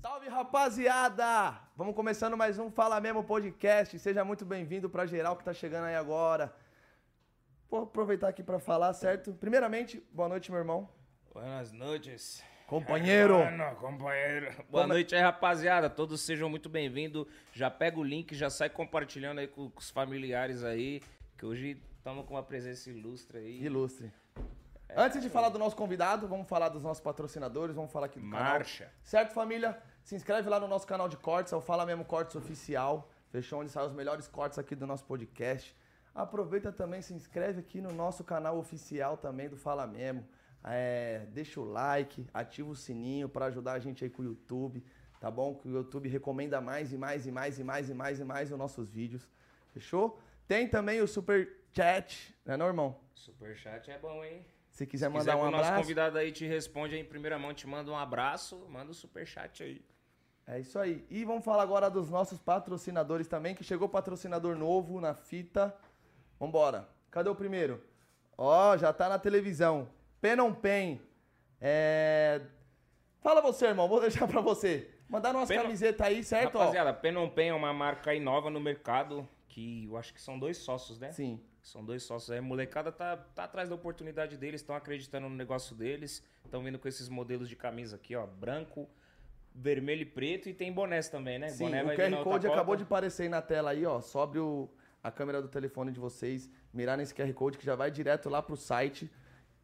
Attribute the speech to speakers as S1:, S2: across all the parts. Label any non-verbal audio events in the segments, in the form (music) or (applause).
S1: Salve rapaziada! Vamos começando mais um Fala Mesmo Podcast. Seja muito bem-vindo pra geral que tá chegando aí agora. Vou aproveitar aqui pra falar, certo? Primeiramente, boa noite, meu irmão.
S2: Buenas noites.
S1: Companheiro.
S2: Hermano, companheiro. Boa noite aí, rapaziada. Todos sejam muito bem-vindos. Já pega o link, já sai compartilhando aí com, com os familiares aí, que hoje estamos com uma presença ilustre aí.
S1: Ilustre. Antes de falar do nosso convidado, vamos falar dos nossos patrocinadores, vamos falar aqui do
S2: Marcha.
S1: canal. Certo, família? Se inscreve lá no nosso canal de cortes, é o Fala Mesmo Cortes Oficial. Fechou onde saem os melhores cortes aqui do nosso podcast. Aproveita também, se inscreve aqui no nosso canal oficial também do Fala Mesmo. É, deixa o like, ativa o sininho para ajudar a gente aí com o YouTube, tá bom? Que o YouTube recomenda mais e mais e mais e mais e mais e mais os nossos vídeos. Fechou? Tem também o Super Chat, né, não, irmão?
S2: Superchat é bom, hein?
S1: Se quiser
S2: Se
S1: mandar
S2: quiser
S1: um
S2: que o nosso
S1: abraço.
S2: convidado aí te responde aí em primeira mão, te manda um abraço, manda um superchat aí.
S1: É isso aí. E vamos falar agora dos nossos patrocinadores também, que chegou patrocinador novo na fita. Vambora. Cadê o primeiro? Ó, já tá na televisão. Pen on Pen. É... Fala você, irmão. Vou deixar pra você. Mandaram umas
S2: Pen on-
S1: camisetas aí, certo? Ó.
S2: Rapaziada, Penon Pen é uma marca aí nova no mercado, que eu acho que são dois sócios, né?
S1: Sim.
S2: São dois sócios aí. A molecada tá, tá atrás da oportunidade deles, estão acreditando no negócio deles. Estão vindo com esses modelos de camisa aqui, ó. Branco, vermelho e preto. E tem bonés também, né?
S1: Sim,
S2: Boné
S1: o
S2: vir na
S1: QR
S2: outra
S1: Code
S2: cota.
S1: acabou de aparecer aí na tela aí, ó. Sobre o, a câmera do telefone de vocês, mirar nesse QR Code que já vai direto lá pro site.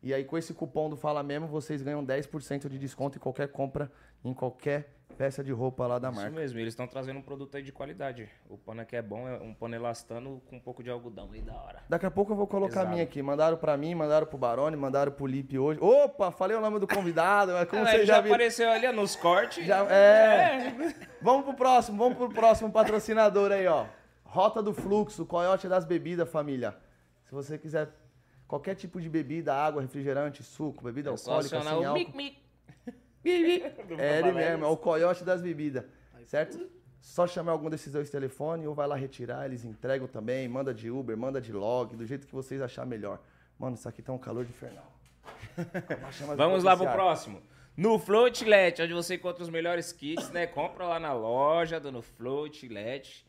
S1: E aí com esse cupom do Fala Mesmo, vocês ganham 10% de desconto em qualquer compra, em qualquer peça de roupa lá da
S2: Isso
S1: marca.
S2: mesmo, eles estão trazendo um produto aí de qualidade. O pano aqui é bom, é um pano elastano com um pouco de algodão aí da hora.
S1: Daqui a pouco eu vou colocar a
S2: Pesado.
S1: minha aqui. Mandaram pra mim, mandaram pro Barone, mandaram pro Lipe hoje. Opa, falei o nome do convidado, mas
S2: (laughs)
S1: como
S2: Ah,
S1: vocês
S2: ele
S1: já
S2: já
S1: viram.
S2: apareceu ali ó, nos cortes. (laughs)
S1: Já- é. Vamos pro próximo, vamos pro próximo patrocinador aí, ó. Rota do Fluxo, Coyote das Bebidas, família. Se você quiser qualquer tipo de bebida, água, refrigerante, suco, bebida
S2: É só
S1: alcoólica, Então, sem
S2: acionar o
S1: álcool.
S2: mic-mic.
S1: É ele mesmo, é o Coyote das Bebidas, certo? Só chamar algum desses dois telefones ou vai lá retirar, eles entregam também, manda de Uber, manda de log, do jeito que vocês acharem melhor. Mano, isso aqui tá um calor de
S2: (laughs)
S1: infernal. Abaixa mais um
S2: Vamos
S1: pouco
S2: lá
S1: esse
S2: pro
S1: ar.
S2: próximo. No Floatlet, onde você encontra os melhores kits, né? Compra lá na loja do No Floatlet.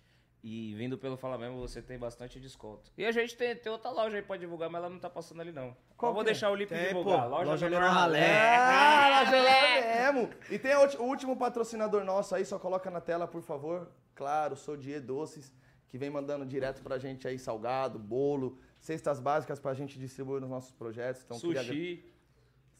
S2: E vindo pelo Fala Mesmo, você tem bastante desconto. E a gente tem, tem outra loja aí pra divulgar, mas ela não tá passando ali, não.
S1: Qual
S2: Eu vou
S1: que é?
S2: deixar o Lipe
S3: Tem,
S2: divulgar.
S3: pô.
S2: loja
S3: Loja
S2: Menor
S3: Menor
S2: Ralé.
S1: (laughs)
S3: Ralé.
S1: Ah, lá já é mesmo. E tem a ulti- o último patrocinador nosso aí, só coloca na tela, por favor. Claro, sou Die Doces, que vem mandando direto pra gente aí salgado, bolo, cestas básicas pra gente distribuir nos nossos projetos. Então, queria agra-
S2: Sushi.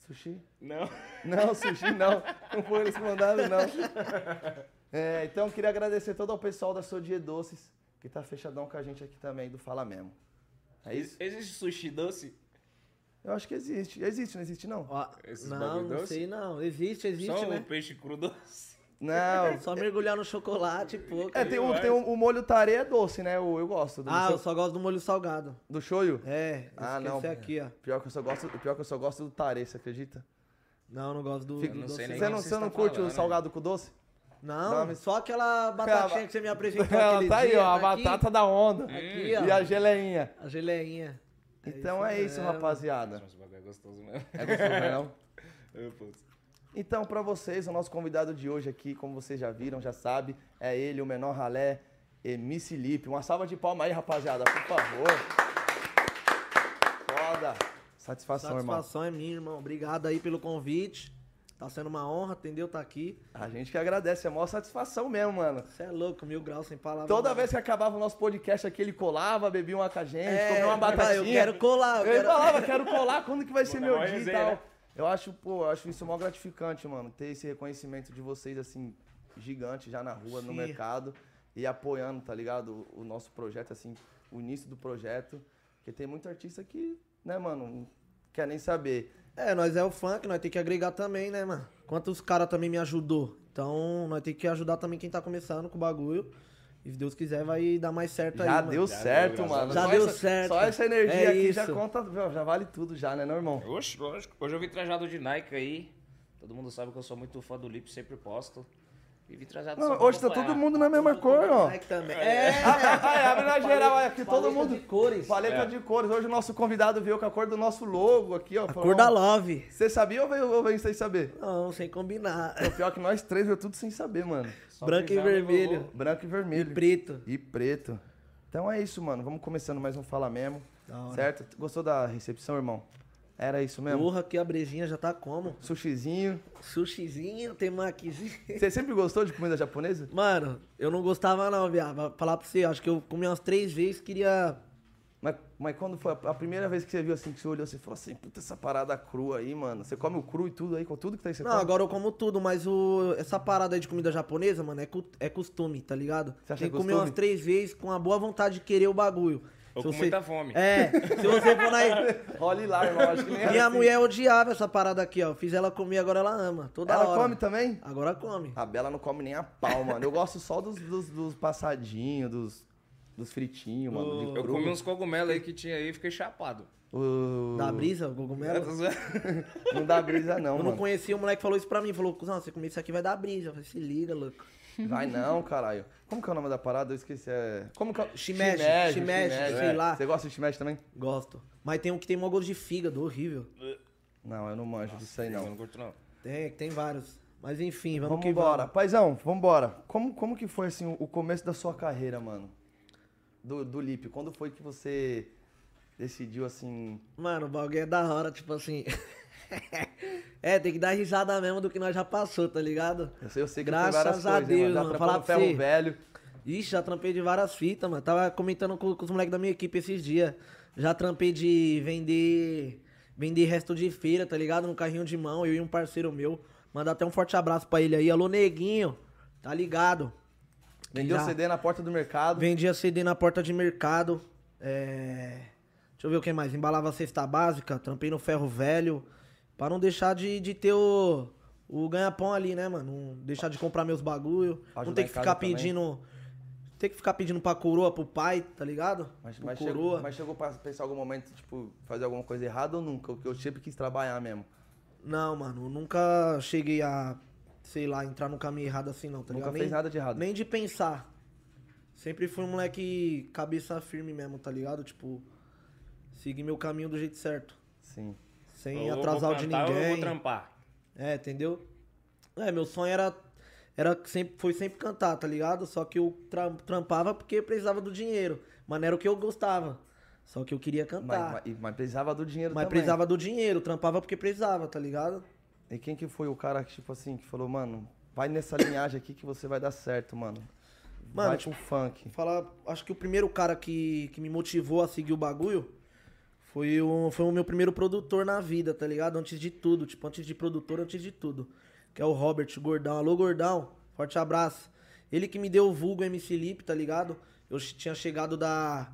S1: Sushi?
S2: Não.
S1: Não, (laughs) sushi não. Não foi eles que mandaram, não. (laughs) É, então, queria agradecer todo ao pessoal da Sodie Doces, que tá fechadão com a gente aqui também, do Fala Mesmo. É isso?
S2: Existe sushi doce?
S1: Eu acho que existe. Existe, não existe, não?
S3: Ó,
S2: Esses
S3: não,
S2: bagulho
S3: não
S2: doce?
S3: sei não. Existe, existe,
S2: Só um
S3: né?
S2: peixe cru doce.
S1: Não.
S3: Só mergulhar no chocolate, pô.
S1: É,
S3: cara.
S1: tem, o, tem o, o molho tarê é doce, né? O, eu gosto do,
S3: Ah,
S1: seu-
S3: eu só gosto do molho salgado.
S1: do shoyu.
S3: É,
S1: Ah, não.
S3: esqueci aqui, ó.
S1: Pior que eu só gosto, pior que eu só gosto do tarê, você acredita?
S3: Não, não gosto do,
S1: Fica-
S3: do
S2: não sei nem
S3: doce.
S1: Você
S2: o
S1: não,
S2: que vocês
S1: você não
S2: estão
S1: curte
S2: falando,
S1: o
S2: né?
S1: salgado com doce?
S3: Não,
S1: Não,
S3: só aquela batatinha
S1: (laughs) Ela-
S3: que você me apresentou aquele
S1: tá aí,
S3: dia,
S1: ó, a
S3: tá aqui,
S1: batata da onda.
S3: Aqui, ó,
S1: E a geleinha.
S3: a geleinha. É
S1: Então é isso,
S3: mesmo.
S1: rapaziada.
S2: Nossa, esse bagulho é gostoso mesmo.
S1: É gostoso, né, não?
S2: Eu, putz.
S1: Então, pra vocês, o nosso convidado de hoje aqui, como vocês já viram, já sabe, é ele, o menor ralé, MC Lipe. Uma salva de palmas aí, rapaziada, por favor. Foda. Satisfação, irmão.
S3: Satisfação é minha, irmão. Obrigado aí pelo convite. Tá sendo uma honra, entendeu? Tá aqui.
S1: A gente que agradece, é a maior satisfação mesmo, mano.
S3: Você é louco, mil graus sem palavras.
S1: Toda
S3: mano.
S1: vez que acabava o nosso podcast aqui, ele colava, bebia uma com a gente,
S3: é,
S1: comia uma batatinha.
S3: Eu quero colar, eu
S1: Eu
S3: quero...
S1: falava, quero colar, quando que vai ser
S2: Manda
S1: meu
S2: mó
S1: dia e
S2: resenha,
S1: tal.
S2: né?
S1: Eu acho, pô, eu acho isso mó gratificante, mano. Ter esse reconhecimento de vocês, assim, gigante já na rua, no
S3: Sim.
S1: mercado. E apoiando, tá ligado? O, o nosso projeto, assim, o início do projeto. Porque tem muito artista que, né, mano, não quer nem saber.
S3: É, nós é o funk, nós tem que agregar também, né, mano? Quantos caras também me ajudou. Então, nós tem que ajudar também quem tá começando com o bagulho. E se Deus quiser, vai dar mais certo aí,
S1: já
S3: mano.
S1: deu
S2: Já
S1: certo,
S2: deu, já
S1: mano.
S3: deu. Já
S1: Só
S3: deu
S1: essa-
S3: certo.
S1: Só essa energia
S3: É
S1: aqui já
S3: isso.
S1: conta, já vale tudo já, né, não, irmão?
S2: Oxe, lógico. Hoje eu vim trajado de Nike aí. Todo mundo sabe que eu sou muito fã do Lip, sempre posto. E vim trazer
S1: Não, hoje tá todo mundo na mesma cor, ó.
S3: Moleque também.
S1: (laughs)
S3: É,
S1: Ai, abre na geral, olha aqui, todo
S3: paleta
S1: mundo.
S3: de cores.
S1: Paleta é de cores. Hoje o nosso convidado veio com a cor do nosso logo aqui, ó.
S3: A cor da Love.
S1: Você sabia ou veio, ou veio sem saber?
S3: Não, sem combinar.
S1: O pior é que nós três veio tudo sem saber, mano.
S3: (laughs) Branco e vermelho.
S1: Branco e vermelho.
S3: Preto.
S1: E preto. Então é isso, mano. Vamos começando mais um Fala Mesmo.
S3: Da hora.
S1: Certo? Gostou da recepção, irmão? Era isso mesmo?
S3: Porra, que a brejinha já tá como?
S1: Sushizinho.
S3: Sushizinho, temakizinho.
S1: Você sempre gostou de comida japonesa?
S3: (laughs) Mano, eu não gostava não, viado. Vou Falar pra você, acho que eu comi umas três vezes, queria...
S1: Mas, mas quando foi a a primeira vez que você viu assim, que você olhou, você falou assim, puta, essa parada crua aí, mano. Você come o cru e tudo aí, com tudo que tá aí, você
S3: Não,
S1: come?
S3: agora eu como tudo, mas o... essa parada aí de comida japonesa, mano, é, cu- é costume, tá ligado?
S1: Você acha
S3: Tem
S1: que é
S3: que comer
S1: costume?
S3: umas três vezes com a boa vontade de querer o bagulho.
S2: Ou
S3: Se
S2: com muita fome.
S3: É, se você for na...
S1: (laughs) (laughs) Olha lá, irmão, acho que nem era
S3: (laughs) Minha
S1: assim.
S3: mulher é odiava essa parada aqui, ó. Fiz ela comer, agora ela ama. Toda
S1: Ela
S3: hora.
S1: come também?
S3: Agora come.
S1: A Bela não come nem a pau, mano. Eu gosto só dos, dos, dos passadinhos, dos, dos fritinhos, mano. de
S2: Eu
S1: cru.
S2: comi uns cogumelos aí que tinha aí e fiquei chapado.
S1: O-
S3: Da brisa, o cogumelo.
S1: Não dá brisa, não,
S3: Eu não
S1: mano.
S3: conhecia, o moleque falou isso pra mim. Falou, cuzão, você comer isso aqui vai dar brisa. Eu falei, se liga, louco.
S1: Vai não, caralho. Como que é o nome da parada? Eu esqueci. É... Como que é?
S3: Shimeji, shimeji, sei
S1: é.
S3: lá.
S1: Você gosta de shimeji também?
S3: Gosto. Mas tem um que tem mó gosto de fígado, horrível.
S1: Não, eu não manjo disso aí,
S2: Não, eu
S1: não.
S2: não curto não.
S3: Tem, tem vários. Mas enfim, vamos,
S1: Vamos
S3: que
S1: embora.
S3: vamos.
S1: Paizão, vamos embora. Como, como que foi, assim, o- o começo da sua carreira, mano? Do, do Lipe. Quando foi que você decidiu, assim...
S3: Mano, o bagulho é da hora, tipo assim. (laughs) é, tem que dar risada mesmo do que nós já passou, tá ligado?
S1: Eu sei, eu sei que
S3: Graças
S1: tem várias
S3: a
S1: coisas, hein,
S3: Deus,
S1: Já
S3: mano.
S1: trampou
S3: Falar
S1: no
S3: pra
S1: ferro
S3: você.
S1: velho.
S3: Ixi, já trampei de várias fitas, mano. Tava comentando com, com os moleques da minha equipe esses dias. Já trampei de vender vender resto de feira, tá ligado? No carrinho de mão, eu e um parceiro meu. Mandar até um forte abraço pra ele aí. Alô, neguinho, tá ligado?
S1: Vendeu
S3: Já.
S1: CD na porta do mercado.
S3: Vendia CD na porta de mercado. É... Deixa eu ver o que mais. Embalava a cesta básica, trampei no ferro velho. Pra não deixar de, de ter o, o ganha-pão ali, né, mano? Não deixar de comprar meus bagulho.
S1: Ajudar
S3: não ter
S1: em
S3: que
S1: casa
S3: ficar
S1: também.
S3: pedindo. Ter que ficar pedindo pra coroa, pro pai, tá ligado?
S1: Mas,
S3: Pro
S1: mas chegou,
S3: coroa.
S1: mas chegou pra pensar em algum momento, tipo, fazer alguma coisa errada ou nunca? Porque eu sempre quis trabalhar mesmo.
S3: Não, mano, eu nunca cheguei a, sei lá, entrar no caminho errado assim, não, tá
S1: Nunca
S3: ligado?
S1: fez nada de errado.
S3: Nem de pensar. Sempre fui um moleque cabeça firme mesmo, tá ligado? Tipo, seguir meu caminho do jeito certo.
S1: Sim.
S3: Sem
S2: Ou eu
S3: atrasar
S2: vou
S3: o de
S2: cantar ou Eu vou
S3: ninguém.
S2: trampar.
S3: É, entendeu? É, meu sonho era. era sempre, foi sempre cantar, tá ligado? Só que eu tra- trampava porque precisava do dinheiro. Mas não era o que eu gostava. Só que eu queria
S1: Mas,
S3: cantar. Mas,
S1: mas- mas precisava do dinheiro também.
S3: Então tá. precisava do dinheiro, trampava porque precisava, tá ligado?
S1: E quem que foi o cara que, tipo assim, que falou, mano, vai nessa linhagem aqui que você vai dar certo, mano.
S3: Mano,
S1: vai
S3: tipo-
S1: pro funk.
S3: Falar, acho que o primeiro cara que, que me motivou a seguir o bagulho foi o, foi o meu primeiro produtor na vida, tá ligado? Antes de tudo, tipo, antes de produtor, antes de tudo. Que é o Robert Gordão. Alô, Gordão, forte abraço. Ele que me deu o vulgo MC Lipe, tá ligado? Eu che- tinha chegado da.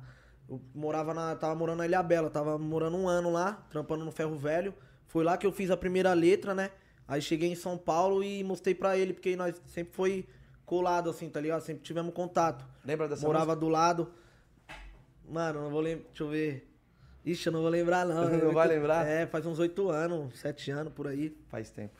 S3: Eu morava na. Tava morando na Ilha Bela, tava morando um ano lá, trampando no Ferro Velho. Foi lá que eu fiz a primeira letra, né? Aí cheguei em São Paulo e mostrei pra ele, porque nós sempre foi colado assim, tá ligado? Sempre tivemos contato.
S1: Lembra dessa
S3: Morava do lado. Mano, não vou lembrar. Deixa eu ver. Ixi, eu não vou lembrar, não.
S1: (laughs) Não
S3: É
S1: vai lembrar?
S3: É, faz uns oito anos, sete anos por aí.
S1: música? Faz tempo.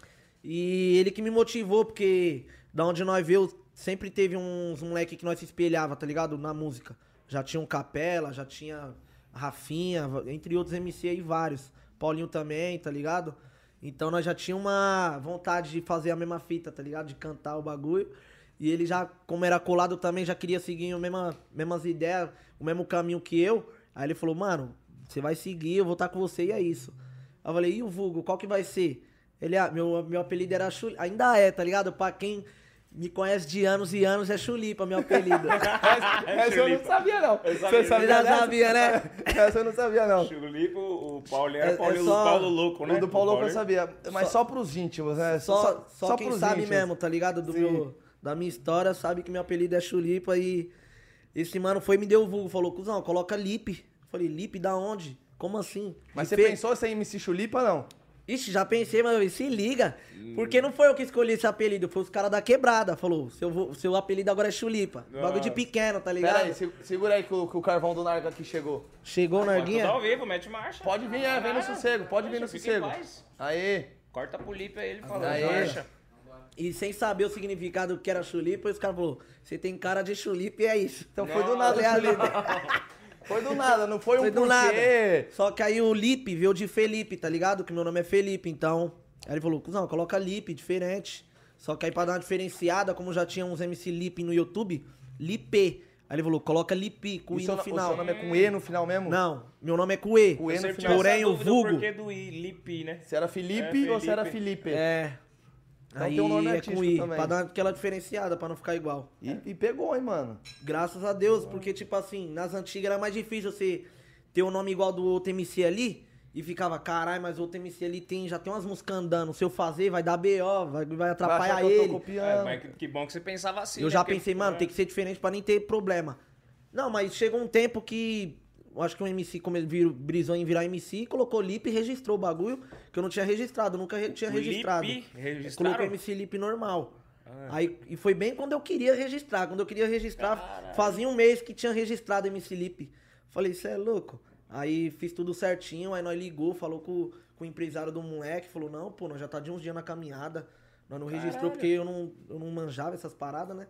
S3: E ele que me motivou, porque da onde nós veio, sempre teve uns moleque que nós se espelhava, tá ligado? Na música. Já tinha um Capela, já tinha Rafinha, entre outros MC aí vários. Paulinho também, tá ligado? Então nós já tinha uma vontade de fazer a mesma fita, tá ligado? De cantar o bagulho. E ele já, como era colado também, já queria seguir as mesma, mesmas ideias, o mesmo caminho que eu. Aí ele falou, mano, você vai seguir, eu vou estar com você e é isso. Aí eu falei, e o vulgo, qual que vai ser? Ele, ah, meu, meu apelido era Chuli, ainda é, tá ligado? Pra quem me conhece de anos e anos, é Chulipa,
S1: (laughs)
S3: meu apelido.
S1: (laughs) Essa eu não sabia, não. Você
S3: Já
S1: dessa?
S3: sabia, né?
S1: (laughs) Essa eu não sabia, não.
S2: Chulico, o Paulinho
S3: É-
S2: era
S3: é
S2: Paulinho,
S3: só-
S2: o Paulo Louco, né?
S1: O do Paulo Louco eu
S2: Paulinho.
S1: sabia. Mas só, pros íntimos, né?
S3: Só, só, quem sabe
S1: íntimos.
S3: mesmo, tá ligado? Do
S1: Sim.
S3: meu, da minha história, sabe que meu apelido é Chulipa e esse mano foi e me deu o vulgo, falou, cuzão, coloca Lipe. Eu Falei, Lipe da onde? Como assim?
S1: Mas você
S3: Lipe?
S1: pensou sem MC Chulipa, não?
S3: Ixi, já pensei, mas eu falei, se liga.
S1: Hum.
S3: Porque não foi eu que escolhi esse apelido, foi os caras da quebrada. Falou, seu, vo- seu apelido agora é Chulipa. Bagulho de pequeno, tá ligado?
S1: Ah. Pera aí, Ah, se- segura aí que o, que o carvão do Narco aqui chegou.
S3: Chegou,
S2: Pode tudo ao
S3: Narguinha?
S2: vivo, mete marcha.
S1: Pode vir, é, vem no
S2: Ah,
S1: sossego, Ah, é. pode vir no
S2: deixa, fica em
S1: sossego.
S2: paz.
S1: Aê!
S2: Corta pro Lipe aí, ele falou.
S1: Aê.
S2: Marcha.
S3: E sem saber o significado que era chulipa, os caras falaram, você tem cara de chulipa e é isso.
S1: Então foi do nada,
S3: Olha ali.
S1: Foi do nada, não (laughs) foi um
S3: Foi do
S1: porquê.
S3: nada. Só que aí o Lipe veio de Felipe, tá ligado? Que meu nome é Felipe, então. Aí ele falou, cuzão, coloca Lipe, diferente. Só que aí pra dar uma diferenciada, como já tinha uns MC Lipe no YouTube, Lipe. Aí ele falou, coloca Lipe, com
S1: O
S3: I no
S1: seu, o
S3: final.
S1: seu nome é com E no final mesmo?
S3: Não, meu nome é Cue.
S1: Com E no
S2: sempre
S1: final.
S2: tive essa
S3: Porém, o
S2: dúvida
S3: vulgo-
S2: porquê do I, Lipi, né?
S1: Se era Felipe,
S2: É,
S1: ou se era
S2: Felipe.
S1: Felipe?
S3: É.
S1: Então
S3: aí
S1: tem um nome
S3: é
S1: artístico
S3: com I,
S1: também.
S3: pra dar aquela diferenciada, pra não ficar igual.
S1: E, e pegou, hein, mano?
S3: Graças a Deus, porque, tipo assim, nas antigas era mais difícil você ter o nome igual do outro MC ali e ficava, caralho, mas o outro MC ali tem, já tem umas músicas andando. Se eu fazer, vai dar BO, vai, vai
S1: Vai
S3: atrapalhar
S1: achar que Eu, tô
S3: ele.
S1: copiando.
S2: É, mas que, que bom que você pensava assim.
S3: Eu
S2: né?
S3: já
S2: Porque-
S3: pensei,
S1: é.
S3: mano, tem que ser diferente pra nem ter problema. Não, mas chegou um tempo que. eu Acho que o MC, como ele virou, brisou em virar MC, colocou Lip e registrou o bagulho que eu não tinha registrado, nunca re- tinha
S2: O
S3: registrado.
S2: Lipe registraram?
S3: Coloquei MC Lip normal.
S2: Ah.
S3: Aí, e foi bem quando eu queria registrar. Quando eu queria registrar, fazia um mês que tinha registrado MC Lip. Falei, isso é louco? Aí fiz tudo certinho, aí nós ligou, falou com, com o empresário do moleque, falou, não, pô, nós já tá de uns dias na caminhada. Nós não registrou porque eu não, eu não manjava essas paradas, né?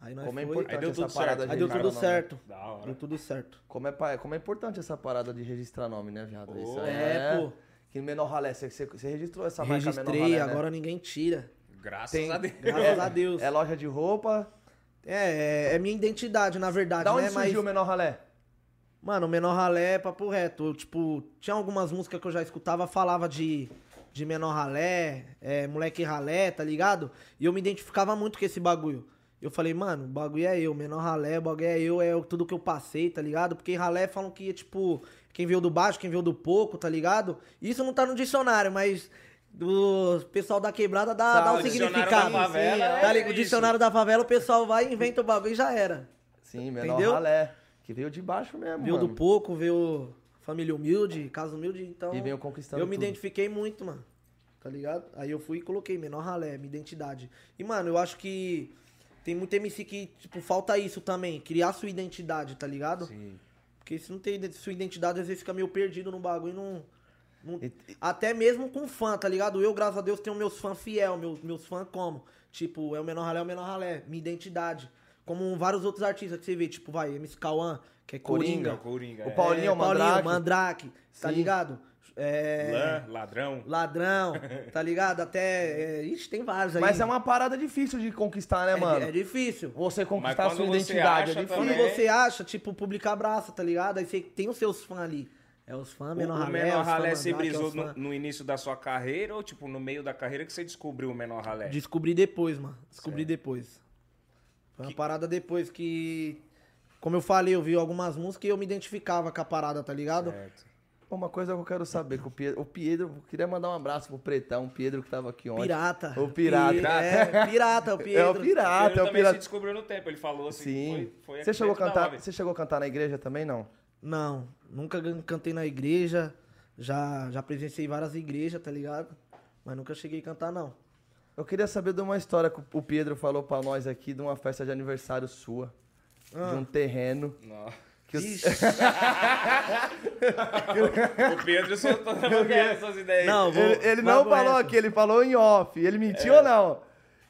S3: Aí nós
S1: Como é
S3: foi,
S1: importante
S2: Aí deu
S1: essa
S2: tudo
S1: parada
S2: certo.
S1: de
S3: aí deu
S1: registrar nome,
S3: tudo
S1: né?
S3: certo.
S2: Da hora.
S3: Deu tudo certo.
S1: Como é, pa- como é importante essa parada de registrar nome, né, viado? Isso aí
S3: É, pô.
S1: Que menor ralé, você, você- você registrou essa marca menor
S3: Registrei,
S1: ralé, né?
S3: agora ninguém tira.
S2: Graças
S1: Tem-
S2: a Deus.
S3: Graças a Deus.
S1: É
S3: É,
S1: loja de roupa.
S3: é, é minha identidade, na verdade,
S1: Da onde
S3: né? Mas-
S1: surgiu o menor ralé?
S3: Mano, menor ralé, é papo reto. Eu, tipo, tinha algumas músicas que eu já escutava, falava de, de menor ralé, é, moleque ralé, tá ligado? E eu me identificava muito com esse bagulho. Eu falei, mano, o bagulho é eu, menor ralé, o bagulho é eu, é o- tudo que eu passei, tá ligado? Porque ralé falam que é tipo, quem veio do baixo, quem veio do pouco, tá ligado? Isso não tá no dicionário, mas o pessoal da quebrada dá,
S1: Sabe,
S3: dá um
S1: o dicionário
S3: significado.
S2: Tá, da favela
S3: Sim,
S2: é
S3: tá ligado? O
S2: isso.
S3: dicionário da favela, o pessoal vai e inventa o bagulho e já era.
S1: Sim, menor
S3: Entendeu?
S1: ralé. Que veio de baixo mesmo,
S3: Viu
S1: mano.
S3: do pouco, viu família humilde, casa humilde, então.
S1: E veio conquistando
S3: Eu me
S1: tudo.
S3: identifiquei muito, mano. Tá ligado? Aí eu fui e coloquei menor ralé, minha identidade. E, mano, eu acho que tem muito MC que, tipo, falta isso também, criar sua identidade, tá ligado?
S2: Sim.
S3: Porque se não tem ide- sua identidade, às vezes fica meio perdido no bagulho e não. não-
S1: E-
S3: Até mesmo com fã, tá ligado? Eu, graças a Deus, tenho meus fãs fiel, meus, meus fãs como? Tipo, é o menor ralé, é o menor ralé, minha identidade. Como vários outros artistas que você vê, tipo, vai, MC Cauã, que é
S2: É
S1: Coringa.
S3: Coringa.
S2: o Coringa.
S1: O
S2: é.
S1: Paulinho é o Mandrake.
S3: Mandrake, tá
S1: Sim.
S3: ligado? É,
S2: Lã, ladrão.
S1: (laughs)
S3: Ladrão, tá ligado? Até. É, ixi, tem vários aí.
S1: Mas é uma parada difícil de conquistar, né,
S3: É-
S1: mano?
S3: é difícil.
S1: Você conquistar a
S2: Mas
S1: sua
S2: quando você
S1: identidade.
S2: acha
S1: é
S3: E
S1: difícil.
S2: também-
S3: você acha, tipo, publicar braça, tá ligado? Aí você tem os seus fãs ali. É os fãs, menor
S2: o, o
S3: ralé.
S2: menor
S3: os fã
S2: ralé se
S3: Mandrake, é
S2: brisou
S3: os fã-
S2: no, no início da sua carreira ou, tipo, no meio da carreira que você descobriu o menor ralé?
S3: Descobri depois, mano. Descobri depois. Foi uma parada depois que. Como eu falei, eu vi algumas músicas e eu me identificava com a parada, tá ligado?
S1: É,
S2: Certo.
S1: Uma coisa que eu quero saber, que o Pedro, o Pedro, eu queria mandar um abraço pro Pretão, o Pedro que tava aqui ontem.
S3: Pirata.
S1: O pirata.
S3: Pi- É, pirata, o Pedro.
S1: (laughs) É o pirata,
S2: Ele
S1: é
S2: também
S1: o
S2: se
S1: pirata.
S2: descobriu no tempo, ele falou assim.
S1: Sim.
S2: foi- foi
S1: você
S2: aqui
S1: chegou a
S2: dentro da assim.
S1: cantar,
S2: live.
S1: você chegou a cantar na igreja também não?
S3: Não, nunca gan- cantei na igreja. Já, já presenciei várias igrejas, tá ligado? Mas nunca cheguei a cantar,
S1: (laughs)
S3: não.
S1: Eu queria saber de uma história que o Pedro falou pra nós aqui de uma festa de aniversário sua, de um terreno
S2: Não.
S1: que os-
S3: Ah. Ixi.
S2: O Pedro soltou (laughs) também essas ideias.
S3: Não, vou, É.
S1: ele, ele
S3: mas
S1: não
S3: vou
S1: falou
S3: essa.
S1: aqui, ele falou em off. Ele mentiu ou não?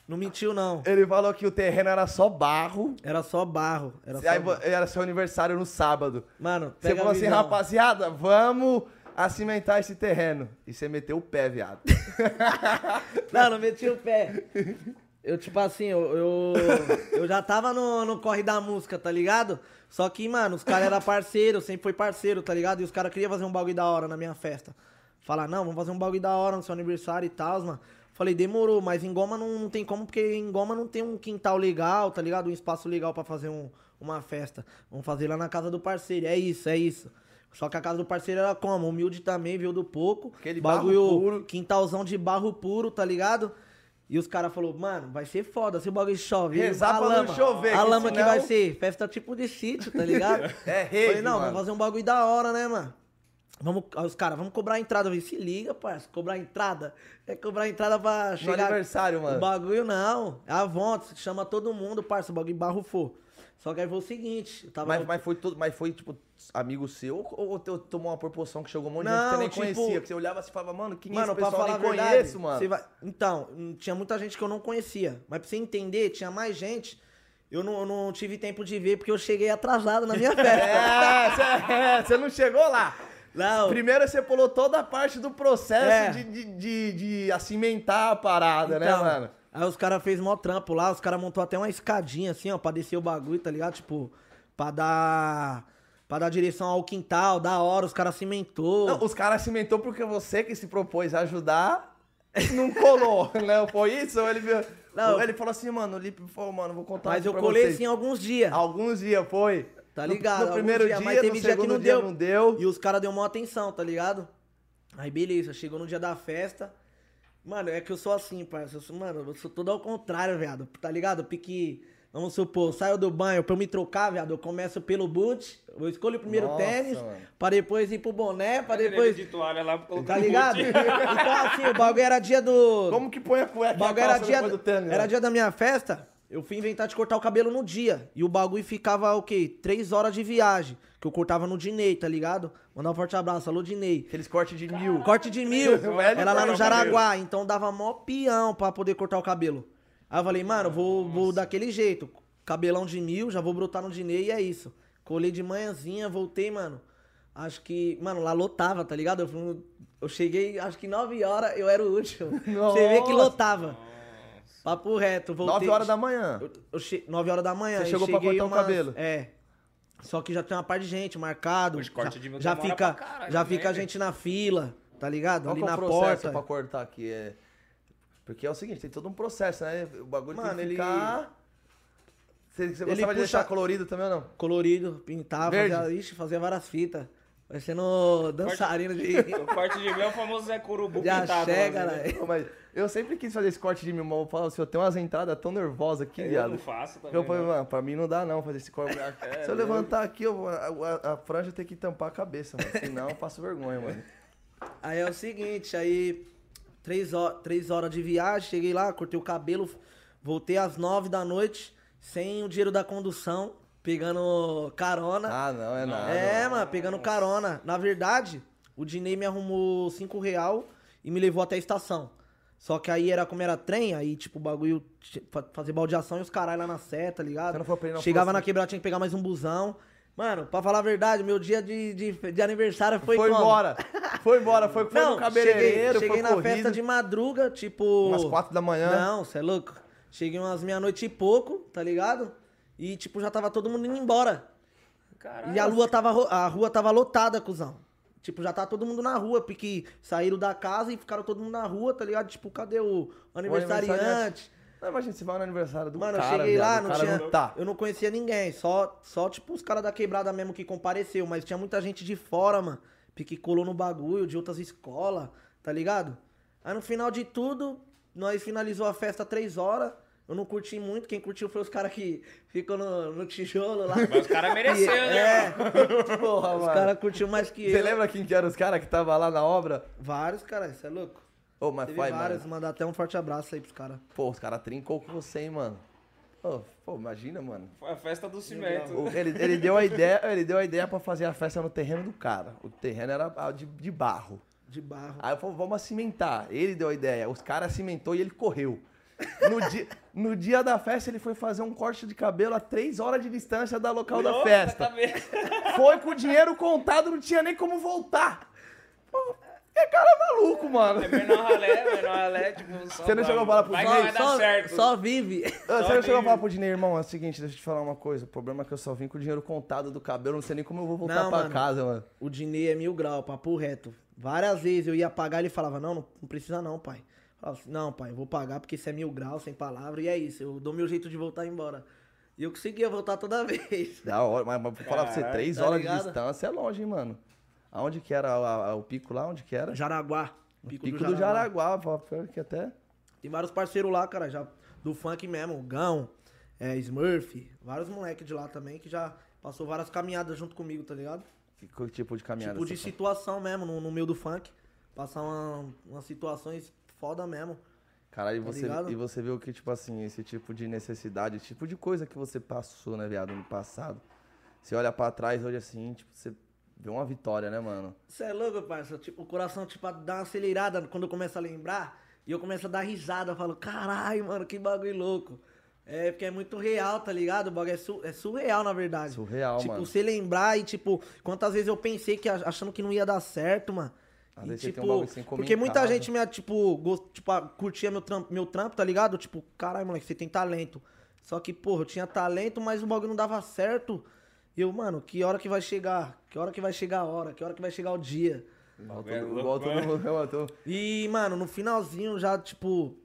S3: Não mentiu, não.
S1: Ele falou que o terreno era só barro.
S3: Era só barro. Era só
S1: Aí vo-
S3: barro.
S1: era seu aniversário no sábado.
S3: Mano,
S1: Você
S3: pega
S1: falou
S3: a
S1: assim,
S3: visão.
S1: rapaziada, vamos acimentar esse terreno. E você meteu o pé,
S3: (laughs)
S1: viado.
S3: Não, não meti o pé. Eu, tipo assim, eu, eu, eu já tava no, no corre da música, tá ligado? Só que, mano, os caras eram parceiros, sempre foi parceiro, tá ligado? E os caras queriam fazer um bagulho da hora na minha festa. Falar, não, vamos fazer um bagulho da hora no seu aniversário e tal, mano. Falei, demorou, mas em Goma não, não tem como, porque em Goma não tem um quintal legal, tá ligado? Um espaço legal pra fazer um- uma festa. Vamos fazer lá na casa do parceiro, é isso, é isso. Só que a casa do parceiro era como? Humilde também, veio do pouco.
S1: Aquele
S3: bagulho
S1: barro puro.
S3: quintalzão de barro puro, tá ligado? E os caras falaram, mano, vai ser foda se o bagulho chover.
S1: Rezar
S3: a
S1: pra não
S3: lama,
S1: chover,
S3: A
S1: que
S3: lama que
S1: senão-
S3: vai ser festa tipo de sítio, tá ligado?
S1: (laughs) É rave,
S3: Falei, não,
S1: mano.
S3: vamos fazer um bagulho da hora, né, mano? Vamos, aí os caras, vamos cobrar a entrada. Eu falei, se liga, parça, cobrar a entrada. É cobrar a entrada pra chegar.
S1: aniversário, mano.
S3: O bagulho não. É a vontade, chama todo mundo, parça, o bagulho barro for. Só que aí foi o seguinte, eu tava.
S1: Mas, mas foi tudo, mas foi, tipo, amigo seu ou, ou te- tomou uma proporção que chegou um monte de gente que
S3: Não,
S1: você nem
S3: tipo-
S1: conhecia? Que você olhava assim e falava, mano, quem é
S3: Mano,
S1: esse
S3: pra
S1: pessoal?
S3: falar
S1: Eu
S3: a
S1: nem
S3: verdade,
S1: conheço, mano.
S3: você vai- Então, hum, tinha muita gente que eu não conhecia. Mas pra você entender, tinha mais gente. Eu não, eu não tive tempo de ver porque eu cheguei atrasado
S1: (laughs)
S3: na minha festa.
S1: É, você- é, você não chegou lá.
S3: Não,
S1: Primeiro você pulou toda a parte do processo
S3: É.
S1: de, de, de, de acimentar a parada, né,
S3: Então,
S1: mano?
S3: Aí os caras fez mó trampo lá, os caras montou até uma escadinha assim, ó, pra descer o bagulho, tá ligado? Tipo, pra dar. Pra dar direção ao quintal, da hora, os caras cimentou.
S1: Não, os caras cimentou porque você que se propôs a ajudar não colou, (laughs) né? Foi isso? Ou ele, viu-
S3: Não.
S1: ou ele falou assim, mano, o Lipe falou, mano, vou contar
S3: mas
S1: isso
S3: eu
S1: pra
S3: colei
S1: vocês.
S3: assim alguns dias.
S1: Alguns dias foi.
S3: Tá
S1: No-
S3: ligado?
S1: No,
S3: Alguns
S1: primeiro dia,
S3: dias, mas teve
S1: no
S3: dia que
S1: segundo
S3: não
S1: dia
S3: deu.
S1: não deu.
S3: E os caras deu maior atenção, tá ligado? Aí beleza, chegou no dia da festa. Mano, é que eu sou assim, parça. Eu sou, mano, eu sou todo ao contrário, viado. Tá ligado? Pique. Vamos supor, eu saio do banho pra eu me trocar, viado. Eu começo pelo boot, eu escolho o primeiro
S1: Nossa,
S3: tênis,
S1: mano.
S3: pra depois ir pro boné, pra
S2: Depois...
S3: depois.
S2: De toalha lá pra colocar
S3: Tá
S2: no
S3: ligado?
S2: boot.
S3: Então assim, o bagulho era dia do.
S1: Como que põe a cueca
S3: O
S1: e a
S3: bagulho era
S1: calça
S3: dia,
S1: depois do tênis?
S3: era
S1: né?
S3: dia da minha festa, eu fui inventar de cortar o cabelo no dia. E o bagulho ficava, o quê? Três horas de viagem. Que eu cortava no Dinei, tá ligado? Mandar um forte abraço. Alô, Dinei.
S1: Aqueles cortes de mil.
S3: Corte de mil.
S1: Velho,
S3: Era lá
S1: cortar (laughs)
S3: no
S1: o
S3: Jaraguá. Então dava mó peão pra poder cortar o cabelo. Aí eu falei, mano, vou, vou daquele jeito. Cabelão de mil, já vou brotar no Dinei e é isso. Colei de manhãzinha, voltei, mano. Acho que, mano, lá lotava, tá ligado? Eu, fui- eu cheguei, acho que 9 horas, eu era o
S1: (laughs)
S3: último. Você vê que
S1: Nossa.
S3: lotava. Papo reto, voltei.
S1: 9 horas da manhã.
S3: Eu, eu che... 9 horas da manhã.
S1: Você
S3: aí
S1: chegou pra
S3: cheguei
S1: cortar o
S3: umas-
S1: cabelo?
S3: É. Só que já tem uma parte de gente marcado.
S2: Os cortes
S3: já,
S2: de mil
S3: já
S2: demora
S3: fica,
S2: pra caralho,
S3: já
S2: né,
S3: fica a
S2: velho?
S3: gente na fila, tá ligado?
S1: Qual
S3: Ali
S1: que é
S3: na
S1: o processo
S3: porta.
S1: pra cortar aqui? É... Porque é o seguinte, tem todo um processo, né? O bagulho
S3: Mano,
S1: tem que
S3: ele-
S1: ficar... Você, você
S3: Ele
S1: gostava de deixar
S3: puxa-
S1: colorido também ou não?
S3: Colorido, pintava,
S1: Verde?
S3: fazia, ixi, fazia várias fitas. Parecendo dançarino de, (laughs)
S2: O corte de mel é o famoso Zé Curubu
S3: de
S2: pintado.
S3: axé,
S2: lá, né?
S3: cara.
S1: Não, mas eu sempre quis fazer esse corte de mim, mas eu falo assim, eu tenho umas entradas tão nervosas aqui,
S2: Eu
S1: viado.
S2: não faço também.
S1: Eu falei,
S2: não. É, né?
S1: mano, pra mim não dá não fazer
S2: (laughs)
S1: esse corte. Se eu levantar aqui, eu vou- a, a- a franja tem que tampar a cabeça, mano. Senão eu passo vergonha, mano.
S3: Aí é o seguinte, aí três, ho- três horas de viagem, cheguei lá, cortei o cabelo, voltei às nove da noite, sem o dinheiro da condução, pegando carona.
S1: Ah, não, é nada.
S3: é, mano, pegando carona. Na verdade, o Dinei me arrumou cinco real e me levou até a estação. Só que aí era como era trem, aí tipo, o bagulho t- fa- fazer baldeação e os caralho lá na seta, tá ligado?
S1: Você não foi pra ele, não,
S3: Chegava
S1: falou
S3: na
S1: assim-
S3: quebrada, tinha que pegar mais um busão. Mano, pra falar a verdade, meu dia de, de, de aniversário foi
S1: Foi,
S3: como?
S1: embora. Foi embora, foi, foi
S3: Não,
S1: no cabeleireiro,
S3: cheguei,
S1: foi
S3: cheguei na
S1: corrido.
S3: festa de madruga, tipo...
S1: Umas quatro da manhã.
S3: Não, cê é louco. Cheguei umas meia-noite e pouco, tá ligado? E, tipo, já tava todo mundo indo embora.
S2: Caralho.
S3: E a rua, tava, ro- a rua tava lotada, cuzão. Tipo, já tá todo mundo na rua, porque saíram da casa e ficaram todo mundo na rua, tá ligado? Tipo, cadê o aniversariante?
S1: Não, imagina, você vai no aniversário do
S3: Mano,
S1: cara,
S3: eu cheguei
S1: viado,
S3: lá,
S1: o
S3: não
S1: cara
S3: tinha.
S1: não tá.
S3: Eu não conhecia ninguém, só, só tipo os caras da quebrada mesmo que compareceu, mas tinha muita gente de fora, mano. Que colou no bagulho, de outras escolas, tá ligado? Aí no final de tudo, nós finalizou a festa três horas. Eu não curti muito, quem curtiu foi os caras que ficou no, no tijolo lá.
S2: Mas os caras mereceu,
S3: E-
S2: né?
S3: É,
S1: Porra,
S3: os
S1: mano.
S3: caras curtiu mais que
S1: Você
S3: eu.
S1: lembra quem que eram os caras que tava lá na obra?
S3: Vários, cara, isso é louco.
S1: Ô, mas
S3: Teve
S1: foi,
S3: vários,
S1: mano.
S3: mandar até um forte abraço aí pros caras.
S1: Pô, os caras trincou com você, hein, mano. Ô, pô, imagina, mano.
S2: Foi a festa do cimento.
S1: O- Ele, ele deu a ideia, ele deu a ideia pra fazer a festa no terreno do cara. O terreno era ah, de, de barro.
S3: De
S2: Ah,
S3: barro.
S1: Aí eu falei, vamos cimentar. Ele deu a ideia. Os caras cimentou e ele correu. No dia, no dia da festa, ele foi fazer um corte de cabelo a três horas de distância da local da
S2: Nossa, tá
S1: festa.
S2: cabeça.
S1: Foi com o dinheiro contado, não tinha nem como voltar. Pô, Que cara maluco, mano.
S2: É menor ralé, menor ralé, tipo, só
S1: Você não
S2: vai.
S1: chegou a falar pro
S2: Vai,
S1: Zé?
S2: vai dar certo. Tá
S3: só vive. (laughs)
S2: Só
S1: Ah, Você não chegou a
S2: vive.
S1: falar pro dinheiro, irmão? É o seguinte, deixa eu te falar uma coisa. O problema é que eu só vim com o dinheiro contado do cabelo, não sei nem como eu vou voltar
S3: Não,
S1: pra
S3: mano.
S1: casa, mano.
S3: O Dinei é mil grau, papo reto. Várias vezes eu ia pagar, ele falava, não, não, não precisa não, pai. Eu Falava assim, não, pai, eu vou pagar porque isso é mil grau, sem palavra, e é isso. Eu dou meu jeito de voltar embora. E eu conseguia voltar toda (laughs) vez.
S1: Da hora, mas, mas vou falar pra você,
S2: Caralho,
S1: três
S3: tá
S1: horas de
S3: ligado?
S1: distância é longe, hein, mano. Aonde que era a- a- o pico lá? Onde que era?
S3: Jaraguá.
S1: Pico, do Jaraguá, pô, pior que até.
S3: Tem vários parceiros lá, cara, já do funk mesmo, o Gão, é, Smurf, vários moleques de lá também que já passou várias caminhadas junto comigo, tá ligado?
S1: Que co- tipo de caminhada?
S3: Tipo de
S1: você
S3: situação mesmo, no, no meio do funk. Passar uma- umas situações foda mesmo.
S1: fala? Cara, e você,
S3: tá ligado?
S1: e você viu que, tipo assim, esse tipo de necessidade, esse tipo de coisa que você passou, né, viado, no passado. Você olha pra trás hoje assim, tipo, você vê uma vitória, né, mano?
S3: Você é louco, parceiro. Tipo, o coração tipo, dá uma acelerada quando eu começo a lembrar. E eu começo a dar risada. Eu falo, caralho, mano, que bagulho louco. É, porque é muito real, tá ligado? O bagulho é, su- é surreal, na verdade.
S1: Surreal,
S3: tipo,
S1: mano.
S3: você lembrar e, tipo, quantas vezes eu pensei que a- achando que não ia dar certo, mano.
S1: Às
S3: E,
S1: vezes você tem um
S3: tipo,
S1: bagulho sem comer
S3: porque
S1: em
S3: muita
S1: casa.
S3: gente me, tipo, gost- tipo, ah, curtia meu trampo, meu trampo, tá ligado? Tipo, caralho, moleque, você tem talento. Só que, porra, eu tinha talento, mas o bagulho não dava certo. E eu, mano, que hora que vai chegar? Que hora que vai chegar a hora? Que hora que vai chegar o dia?
S1: Igual
S2: é
S1: todo,
S2: louco,
S1: igual todo
S2: né?
S1: mundo, eu tô-
S3: E, mano, no finalzinho já, tipo,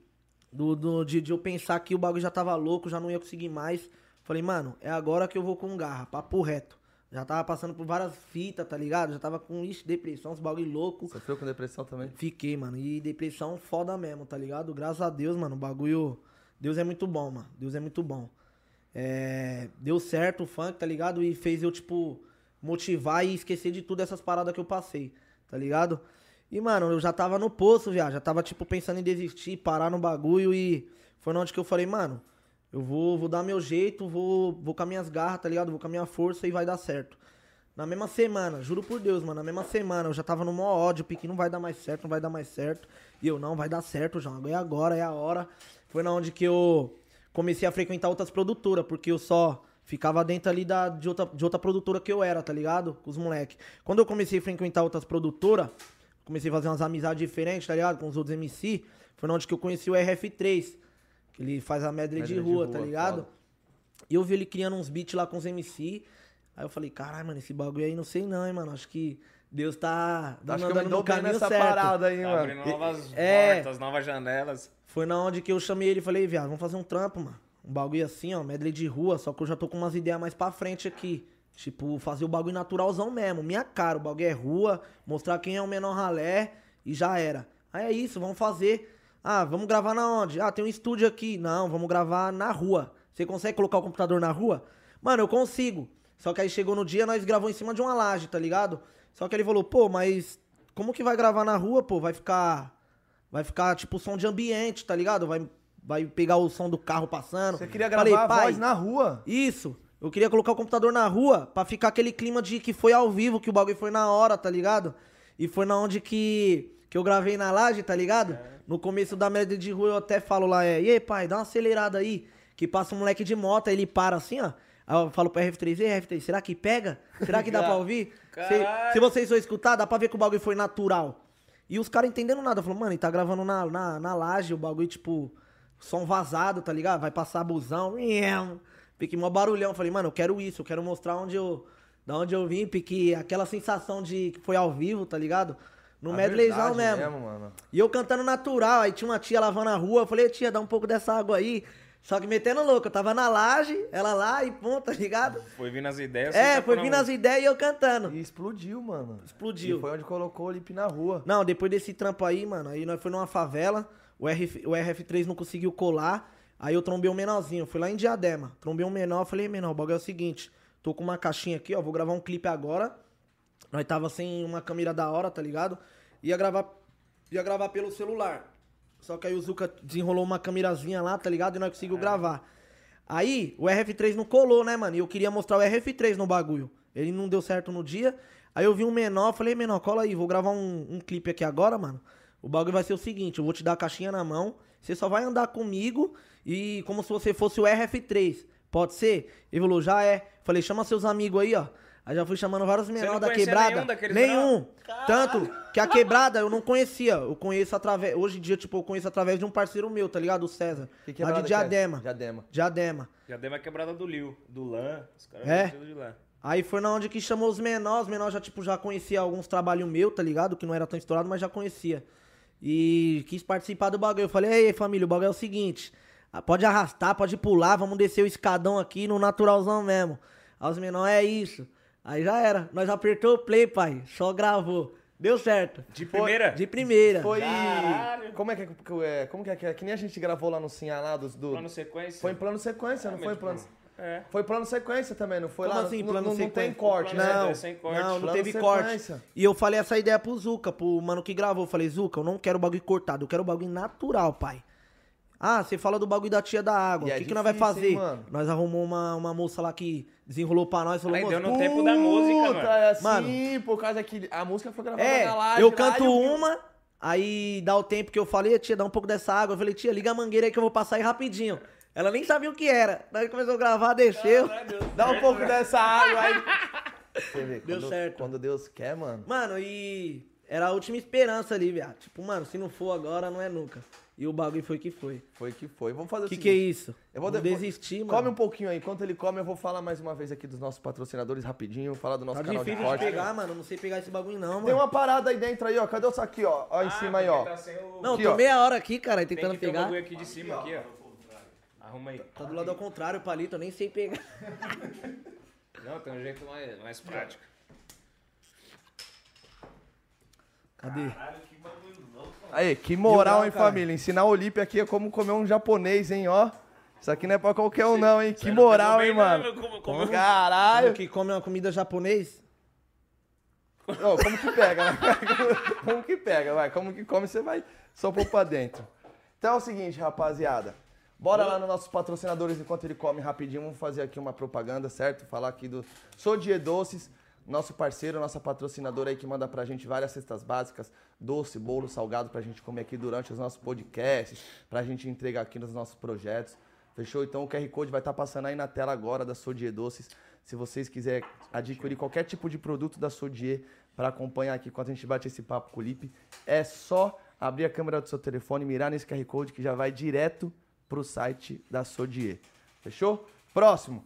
S3: do, do- de, de eu pensar que o bagulho já tava louco, já não ia conseguir mais. Falei, mano, é agora que eu vou com garra, papo reto. Já tava passando por várias fitas, tá ligado? Já tava com ixi, depressão, uns bagulho louco.
S1: Você ficou com depressão também?
S3: Fiquei, mano. E depressão foda mesmo, tá ligado? Graças a Deus, mano. O bagulho. Deus é muito bom, mano. Deus é muito bom. É, Deu certo o funk, tá ligado? E fez eu, tipo, motivar e esquecer de tudo essas paradas que eu passei, tá ligado? E, mano, eu já tava no poço, viado. Já tava, tipo, pensando em desistir, parar no bagulho. E foi na onde que eu falei, mano, eu vou, vou dar meu jeito, vou, vou com as minhas garras, tá ligado? Vou com a minha força e vai dar certo. Na mesma semana, juro por Deus, mano, na mesma semana eu já tava no maior ódio, o pique não vai dar mais certo, não vai dar mais certo. E eu, não, vai dar certo, João, agora é agora, é a hora. Foi na onde que eu comecei a frequentar outras produtoras, porque eu só ficava dentro ali da, de, outra, de outra produtora que eu era, tá ligado? Com os moleques. Quando eu comecei a frequentar outras produtoras, comecei a fazer umas amizades diferentes, tá ligado? Com os outros MC, foi na onde que eu conheci o RF3, que ele faz a medley de,
S1: Medley de
S3: rua,
S1: rua,
S3: tá ligado?
S1: foda.
S3: E eu vi ele criando uns beats lá com os MC. Aí eu falei, caralho, mano, esse bagulho aí não sei não, hein, mano. Acho que Deus tá me
S1: Acho que eu me
S3: mandando
S1: dou
S3: no
S1: bem
S3: caminho
S1: nessa
S3: certo.
S1: parada aí,
S2: Tá
S1: mano.
S2: abrindo novas
S3: É.
S2: portas, novas janelas.
S3: Foi na onde que eu chamei ele e falei, viado, vamos fazer um trampo, mano. Um bagulho assim, ó, medley de rua, só que eu já tô com umas ideias mais pra frente aqui. Tipo, fazer o bagulho naturalzão mesmo, minha cara, o bagulho é rua, mostrar quem é o menor ralé e já era. Aí é isso, vamos fazer. Ah, vamos gravar na onde? Ah, tem um estúdio aqui. Não, vamos gravar na rua. Você consegue colocar o computador na rua? Mano, eu consigo. Só que aí chegou no dia, nós gravou em cima de uma laje, tá ligado? Só que ele falou, pô, mas como que vai gravar na rua, pô? Vai ficar Vai ficar tipo som de ambiente, tá ligado? Vai, vai pegar o som do carro passando.
S1: Você queria gravar
S3: Falei,
S1: a
S3: pai,
S1: voz na rua?
S3: Isso. Eu queria colocar o computador na rua pra ficar aquele clima de que foi ao vivo, que o bagulho foi na hora, tá ligado? E foi na onde que, que eu gravei na laje, tá ligado?
S1: É.
S3: No começo da merda de rua eu até falo lá, é, e aí, pai, dá uma acelerada aí. Que passa um moleque de moto, aí ele para assim, ó. Aí eu falo pro RF3, ei, RF3, será que pega? Será que
S1: (laughs)
S3: dá pra ouvir?
S2: Caralho.
S3: Se, se vocês vão escutar, dá pra ver que o bagulho foi natural. E os caras entendendo nada. Falou, mano, ele tá gravando na, na, na laje, o bagulho, tipo, som vazado, tá ligado? Vai passar busão. (laughs) Pique mó barulhão. Falei, mano, eu quero isso, eu quero mostrar onde eu. Da onde eu vim, pique aquela sensação de que foi ao vivo, tá ligado? No
S1: A
S3: medleyzão
S1: verdade
S3: mesmo.
S1: mano.
S3: E eu cantando natural, aí tinha uma tia lavando a rua, eu falei, tia, dá um pouco dessa água aí. Só que metendo louco, eu tava na laje, ela lá e pum, tá ligado?
S2: Foi vindo as ideias. assim, tá
S3: É,
S2: você
S3: foi
S2: tacou na
S3: vindo as
S2: música.
S3: ideias e eu cantando.
S1: E explodiu, mano.
S3: Explodiu.
S1: E foi onde colocou o Lipe na rua.
S3: Não, depois desse trampo aí, mano, aí nós foi numa favela, o, RF, o RF3 não conseguiu colar, aí eu trombei um menorzinho, fui lá em Diadema, trombei um menor, falei, menor, o bagulho é o seguinte, tô com uma caixinha aqui, ó, vou gravar um clipe agora, nós tava sem uma câmera da hora, tá ligado? Ia gravar, ia gravar pelo celular, só que aí o Zuka desenrolou uma câmerazinha lá, tá ligado? E nós conseguiu gravar. Aí, o RF3 não colou, né, mano? E eu queria mostrar o RF3 no bagulho. Ele não deu certo no dia. Aí eu vi um menor, falei, menor, cola aí, vou gravar um, um clipe aqui agora, mano. O bagulho vai ser o seguinte, eu vou te dar a caixinha na mão, você só vai andar comigo e como se você fosse o RF3. Pode ser? Ele falou, já é. Falei, chama seus amigos aí, ó. Aí já fui chamando vários menores
S2: não
S3: da
S2: conhecia
S3: quebrada.
S2: nenhum daqueles
S3: nenhum. Tanto que a quebrada eu não conhecia. Eu conheço através. Hoje em dia, tipo, eu conheço através de um parceiro meu, tá ligado? O César.
S1: Que
S3: lá
S1: quebrada
S3: de
S1: que é?
S3: Diadema.
S1: Diadema.
S3: Diadema.
S2: Já deu uma quebrada do Lil, do Lan. Os caras
S3: É?
S2: metidos de lá.
S3: Aí foi na onde que chamou os menores, os menores já, tipo, já conhecia alguns trabalhos meu, tá ligado? Que não era tão estourado, mas já conhecia. E quis participar do bagulho. Eu falei, ei, família, o bagulho é o seguinte. ah, Pode arrastar, pode pular, vamos descer o escadão aqui no naturalzão mesmo. Aí os menores, é isso. Aí já era. Nós apertou o play, pai. Só gravou. Deu certo.
S2: De primeira?
S3: De primeira.
S1: Foi.
S2: Caralho.
S1: Como é que que é? Como que é que é? Que nem a gente gravou lá no Sinhalá dos do.
S2: Plano sequência.
S1: Foi em plano sequência, não foi em plano.
S2: É.
S1: Foi plano sequência também, não foi
S3: Como
S1: lá.
S3: assim,
S1: não,
S3: plano
S1: não, não tem
S3: sequência?
S1: corte,
S2: Plano
S1: né?
S3: Não,
S2: sequência. sem corte.
S3: não, não
S1: Plano
S3: teve
S1: sequência.
S3: corte. E eu falei essa ideia pro Zuca, pro mano que gravou. Eu falei, Zuca, eu não quero o bagulho cortado, eu quero o bagulho natural, pai. Ah, você fala do bagulho da tia da água.
S1: E
S3: O
S1: é
S3: que, que nós vai
S1: difícil,
S3: fazer?
S1: hein, mano?
S3: nós arrumamos uma, uma moça lá que desenrolou pra nós e falou,
S2: Aí
S3: moça,
S2: deu no tempo da música,
S1: Puta,
S2: mano.
S1: é assim,
S3: Mano.
S1: por causa que a música foi gravada
S3: É,
S1: na laje.
S3: eu
S1: lá,
S3: canto
S1: e o-
S3: uma, aí dá o tempo que eu falei, "Ê, tia, dá um pouco dessa água. Eu falei, tia, liga a mangueira aí que eu vou passar aí rapidinho. Ela nem sabia o que era. Daí começou a gravar, desceu.
S1: Dá um
S2: É.
S1: pouco dessa água aí. (laughs) Você vê,
S3: Deu
S1: quando,
S3: certo.
S1: Quando Deus quer, mano.
S3: Mano, e era a última esperança ali, viado. Tipo, mano, se não for agora, não é nunca. E o bagulho foi que foi.
S1: Foi que foi. Vamos fazer o
S3: O que,
S1: seguinte.
S3: que é isso?
S1: Eu vou
S3: Não
S1: depois-
S3: desistir, mano.
S1: Come um pouquinho aí. Enquanto ele come, eu vou falar mais uma vez aqui dos nossos patrocinadores rapidinho, falar do nosso
S3: Tá
S1: canal
S3: difícil
S1: de
S3: de
S1: corte.
S3: pegar, mano. Não sei pegar esse bagulho, não,
S1: Tem
S3: mano.
S1: uma parada aí dentro aí, ó. Cadê o saquinho, ó? Ó em cima aí, ó.
S2: Não,
S3: Não,
S1: aqui,
S3: tô
S1: ó.
S3: meia hora aqui, cara,
S2: tem que
S3: tentando
S2: ter um
S3: pegar.
S2: bagulho aqui de cima, aqui, ó. Arruma aí.
S3: Tá do lado ao contrário o palito, eu nem sei pegar.
S2: Não, tem um jeito mais, mais prático.
S3: Cadê?
S1: Aí, que moral,
S3: Viu,
S1: hein,
S3: cara?
S1: família? Ensinar o Lipe aqui é como comer um japonês, hein, ó. Isso aqui não é pra qualquer um, não, hein? Que moral, hein, mano?
S3: Como
S1: Caralho!
S3: que come uma comida japonesa?
S1: Ô, como que pega, né? (laughs) Como que pega, vai? Como que come, você vai só pôr pra dentro. Então é o seguinte, rapaziada. Bora lá nos nossos patrocinadores enquanto ele come rapidinho. Vamos fazer aqui uma propaganda, certo? Falar aqui do Sodie Doces, nosso parceiro, nossa patrocinadora aí que manda pra gente várias cestas básicas, doce, bolo, salgado pra gente comer aqui durante os nossos podcasts, pra gente entregar aqui nos nossos projetos. Fechou? Então o QR Code vai estar passando aí na tela agora da Sodier Doces. Se vocês quiserem adquirir qualquer tipo de produto da Sodier para acompanhar aqui enquanto a gente bate esse papo com o Lipe, é só abrir a câmera do seu telefone, mirar nesse QR Code que já vai direto pro site da Sodier. Fechou? Próximo.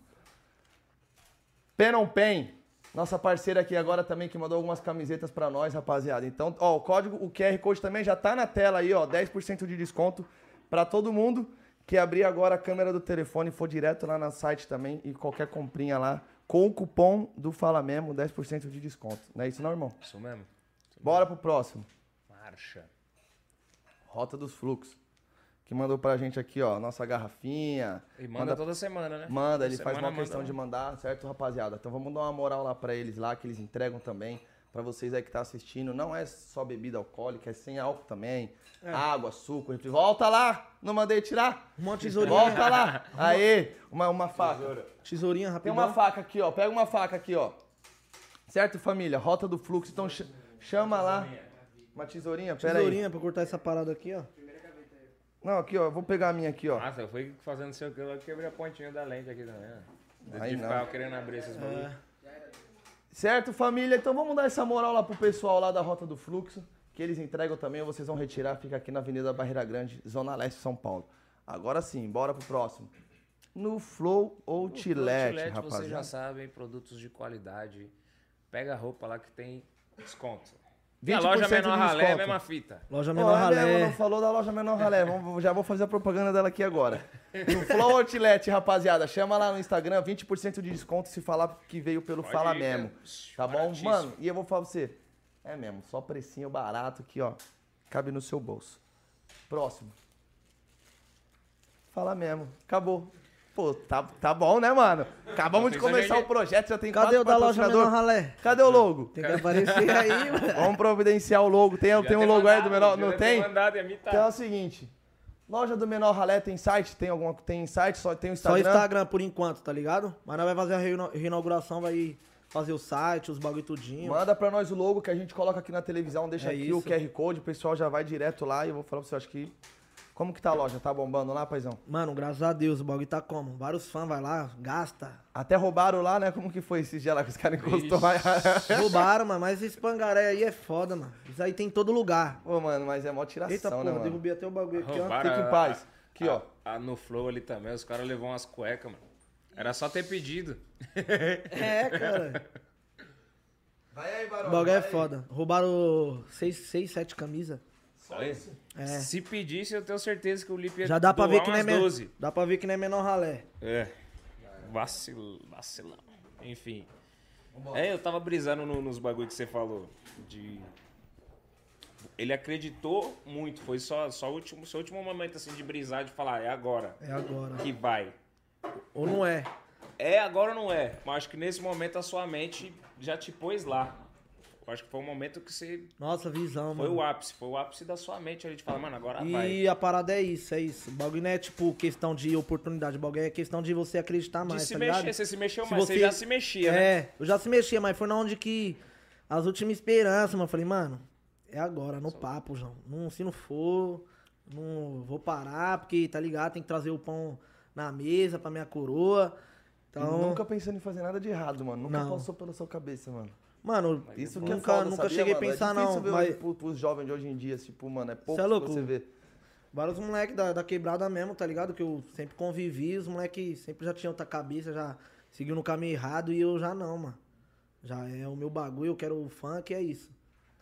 S1: Pen on Pen, nossa parceira aqui agora também que mandou algumas camisetas pra nós, rapaziada. Então, ó, o código, o QR Code também já tá na tela aí, ó, 10% de desconto pra todo mundo que abrir agora a câmera do telefone, for direto lá no site também e qualquer comprinha lá com o cupom do Fala Memo, 10% de desconto. Não é isso não, irmão?
S2: Isso mesmo.
S1: Bora pro próximo.
S2: Marcha.
S1: Rota dos Fluxos, que mandou pra gente aqui, ó, nossa garrafinha.
S2: E manda, toda semana, né?
S1: Manda,
S2: Toda
S1: ele faz
S2: semana
S1: uma questão
S2: manda. né?
S1: de mandar, certo, rapaziada? Então vamos dar uma moral lá pra eles lá, que eles entregam também. Pra vocês aí que tá assistindo, não é só bebida alcoólica, é sem álcool também. Água, suco, refri. Volta lá! Não mandei tirar!
S3: Uma Um tesourinha.
S1: Volta lá! Aê! Uma, uma faca.
S3: Tesourinha
S1: Tem
S3: rapidão.
S1: uma faca aqui, ó. Pega uma faca aqui, ó. Certo, família? Rota do fluxo. Então ch- chama lá. Uma tesourinha, pera aí.
S3: tesourinha pra cortar essa parada aqui, ó.
S1: Não, aqui, ó. Eu vou pegar a minha aqui, ó.
S2: Nossa, eu fui fazendo seu que eu quebrei a pontinha da lente aqui também, né? De,
S1: Aí
S2: de
S1: não.
S2: ficar querendo abrir esses bagulhos.
S1: Certo, família? Então vamos dar essa moral lá pro pessoal lá da Rota do Fluxo, que eles entregam também, vocês vão retirar, fica aqui na Avenida Barreira Grande, Zona Leste, São Paulo. Agora sim, bora pro próximo. No Flow Outlet,
S2: Outlet, vocês já
S1: rapaziada.
S2: sabem, produtos de qualidade. Pega a roupa lá que tem desconto.
S1: 20%
S2: E a loja
S1: de
S2: menor ralé é a
S1: desconto.
S2: mesma fita.
S3: Loja
S1: Ó,
S3: Menor
S1: ela
S3: Ralé.
S1: é não falou da loja Menor Ralé, vamos- já vou fazer a propaganda dela aqui agora. No Flow Outlet, rapaziada, chama lá no Instagram, 20% de desconto se falar que veio pelo
S2: Pode
S1: Fala
S2: ir,
S1: Memo.
S2: cara.
S1: Tá bom?
S2: Baratíssimo.
S1: Mano, e eu vou falar pra você, é mesmo, só precinho barato aqui, ó, cabe no seu bolso. Próximo. Fala mesmo, acabou. Pô, tá, tá bom, né, mano? Acabamos de
S2: Pensando
S1: começar
S2: aí-
S1: o projeto, já tem
S3: Cadê
S1: quatro
S3: o da loja
S1: patrocinador.
S3: Menor Ralé?
S1: Cadê o logo?
S3: Tem que aparecer
S1: (laughs)
S3: aí, mano.
S1: Vamos providenciar o logo. Tem, tem um logo aí do menor? Não tem?
S2: Mandado, é mitado.
S1: Então é o seguinte. Loja do Menor Ralé tem site? Tem alguma tem site? Só tem o
S3: Só
S1: Instagram?
S3: Instagram por enquanto, tá ligado? Mas nós vai fazer a reino- reinauguração, vai fazer o site, os bagulho tudinho.
S1: Manda pra nós o logo que a gente coloca aqui na televisão, deixa
S3: É
S1: aqui
S3: isso.
S1: o QR Code, o pessoal já vai direto lá e eu vou falar pra você, acho que... Como que tá a loja? Tá bombando lá, paizão?
S3: Mano, graças a Deus, o bagulho tá como? Vários fãs vai lá, gasta.
S1: Até roubaram lá, né? Como que foi esse dia lá que os caras encostou? Vai...
S3: Roubaram, (laughs) mano, mas esse pangaré aí é foda, mano. Isso aí tem em todo lugar.
S1: (laughs) Pô, mano, mas é mó tiração,
S3: Eita
S1: né,
S3: porra,
S1: mano?
S3: derrubei até o bagulho aqui, ó.
S2: Roubaram
S1: Fica em
S2: a-
S1: paz.
S2: a-
S1: Aqui, ó.
S2: a- no Flow ali também, os caras levou umas cuecas, mano. Era só ter pedido.
S3: É, cara.
S1: Vai aí,
S3: O
S1: Barão.
S3: bagulho é foda. Roubaram seis, seis sete camisas. É.
S2: Só isso?
S1: É.
S2: Se pedisse, eu tenho certeza que o Lipe ia
S3: Já dá pra
S2: doar
S3: ver que não é
S2: umas
S3: menor.
S2: 12.
S3: Dá pra ver que não é menor ralé.
S2: É. Vacil, vacilão. Enfim. É, eu tava brisando no- nos bagulho que você falou. De. Ele acreditou muito. Foi só, só o último, seu último momento assim de brisar, de falar, é agora
S3: É agora.
S2: que vai.
S3: Ou não é?
S2: É agora ou não é? Mas acho que nesse momento a sua mente já te pôs lá. Acho que foi o momento que você.
S3: Nossa, visão,
S2: Foi
S3: mano.
S2: o ápice, foi o ápice da sua mente ali de falar, mano, agora vai.
S3: E a parada é isso, é isso. O bagulho não é tipo questão de oportunidade, o bagulho é questão de você acreditar
S2: De
S3: mais,
S2: se
S3: tá
S2: mexer,
S3: ligado?
S2: você se mexeu
S3: Se
S2: mais,
S3: você-
S2: você já se mexia, né?
S3: É, eu já se mexia, mas foi na onde que as últimas esperanças, mano. Eu Falei, mano, é agora, no papo, João. Não, se não for, não vou parar, porque tá ligado, tem que trazer o pão na mesa pra minha coroa. Então,
S1: Nunca pensando em fazer nada de errado, mano. Nunca
S3: Não.
S1: passou pela sua cabeça, mano.
S3: mano,
S1: Isso que
S3: nunca,
S1: é foda,
S3: nunca
S1: sabia,
S3: cheguei
S1: mano?
S3: a pensar,
S1: é
S3: não.
S1: difícil Ver
S3: Mas
S1: pro- pros jovens de hoje em dia, tipo, mano, é pouco
S3: Cê é louco?
S1: que você vê.
S3: vários moleques da, da quebrada mesmo, tá ligado? Que eu sempre convivi, os moleques sempre já tinham outra cabeça, já seguiu no caminho errado e eu já não, mano. Já é o meu bagulho, eu quero o funk, é isso.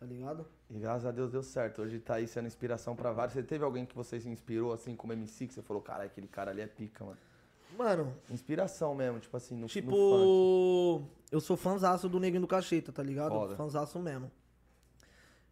S3: Tá ligado?
S1: E graças a Deus deu certo. Hoje tá aí sendo inspiração pra vários. Você teve alguém que você se inspirou, assim, como MC, que você falou, cara, aquele cara ali é pica, mano.
S3: Mano,
S1: Inspiração mesmo, tipo assim, no, no funk.
S3: Tipo, eu sou fãzaço do Neguinho do Cacheta, tá ligado?
S1: Foda.
S3: Fãzaço mesmo.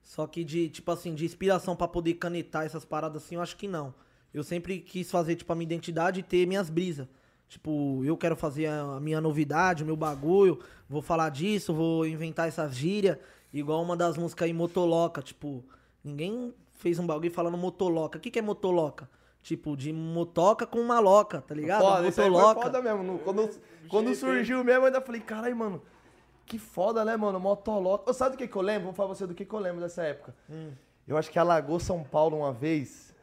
S3: Só que de, tipo assim, de inspiração pra poder canetar essas paradas assim, eu acho que não. Eu sempre quis fazer, tipo, a minha identidade e ter minhas brisas. Tipo, eu quero fazer a a minha novidade, o meu bagulho, vou falar disso, vou inventar essa gíria, igual uma das músicas aí, Motoloca, tipo, ninguém fez um bagulho falando Motoloca. O que que é Motoloca? Tipo, de motoca com maloca, tá ligado?
S1: Foda, isso aí foi
S3: Motoloca.
S1: foda mesmo. No- quando quando surgiu mesmo, eu ainda falei, caralho, mano, que foda, né, mano? Motoloca. Ô, Sabe do que, que eu lembro? Vou falar pra você do que, que eu lembro dessa época.
S3: Hum.
S1: Eu acho que alagou São Paulo uma vez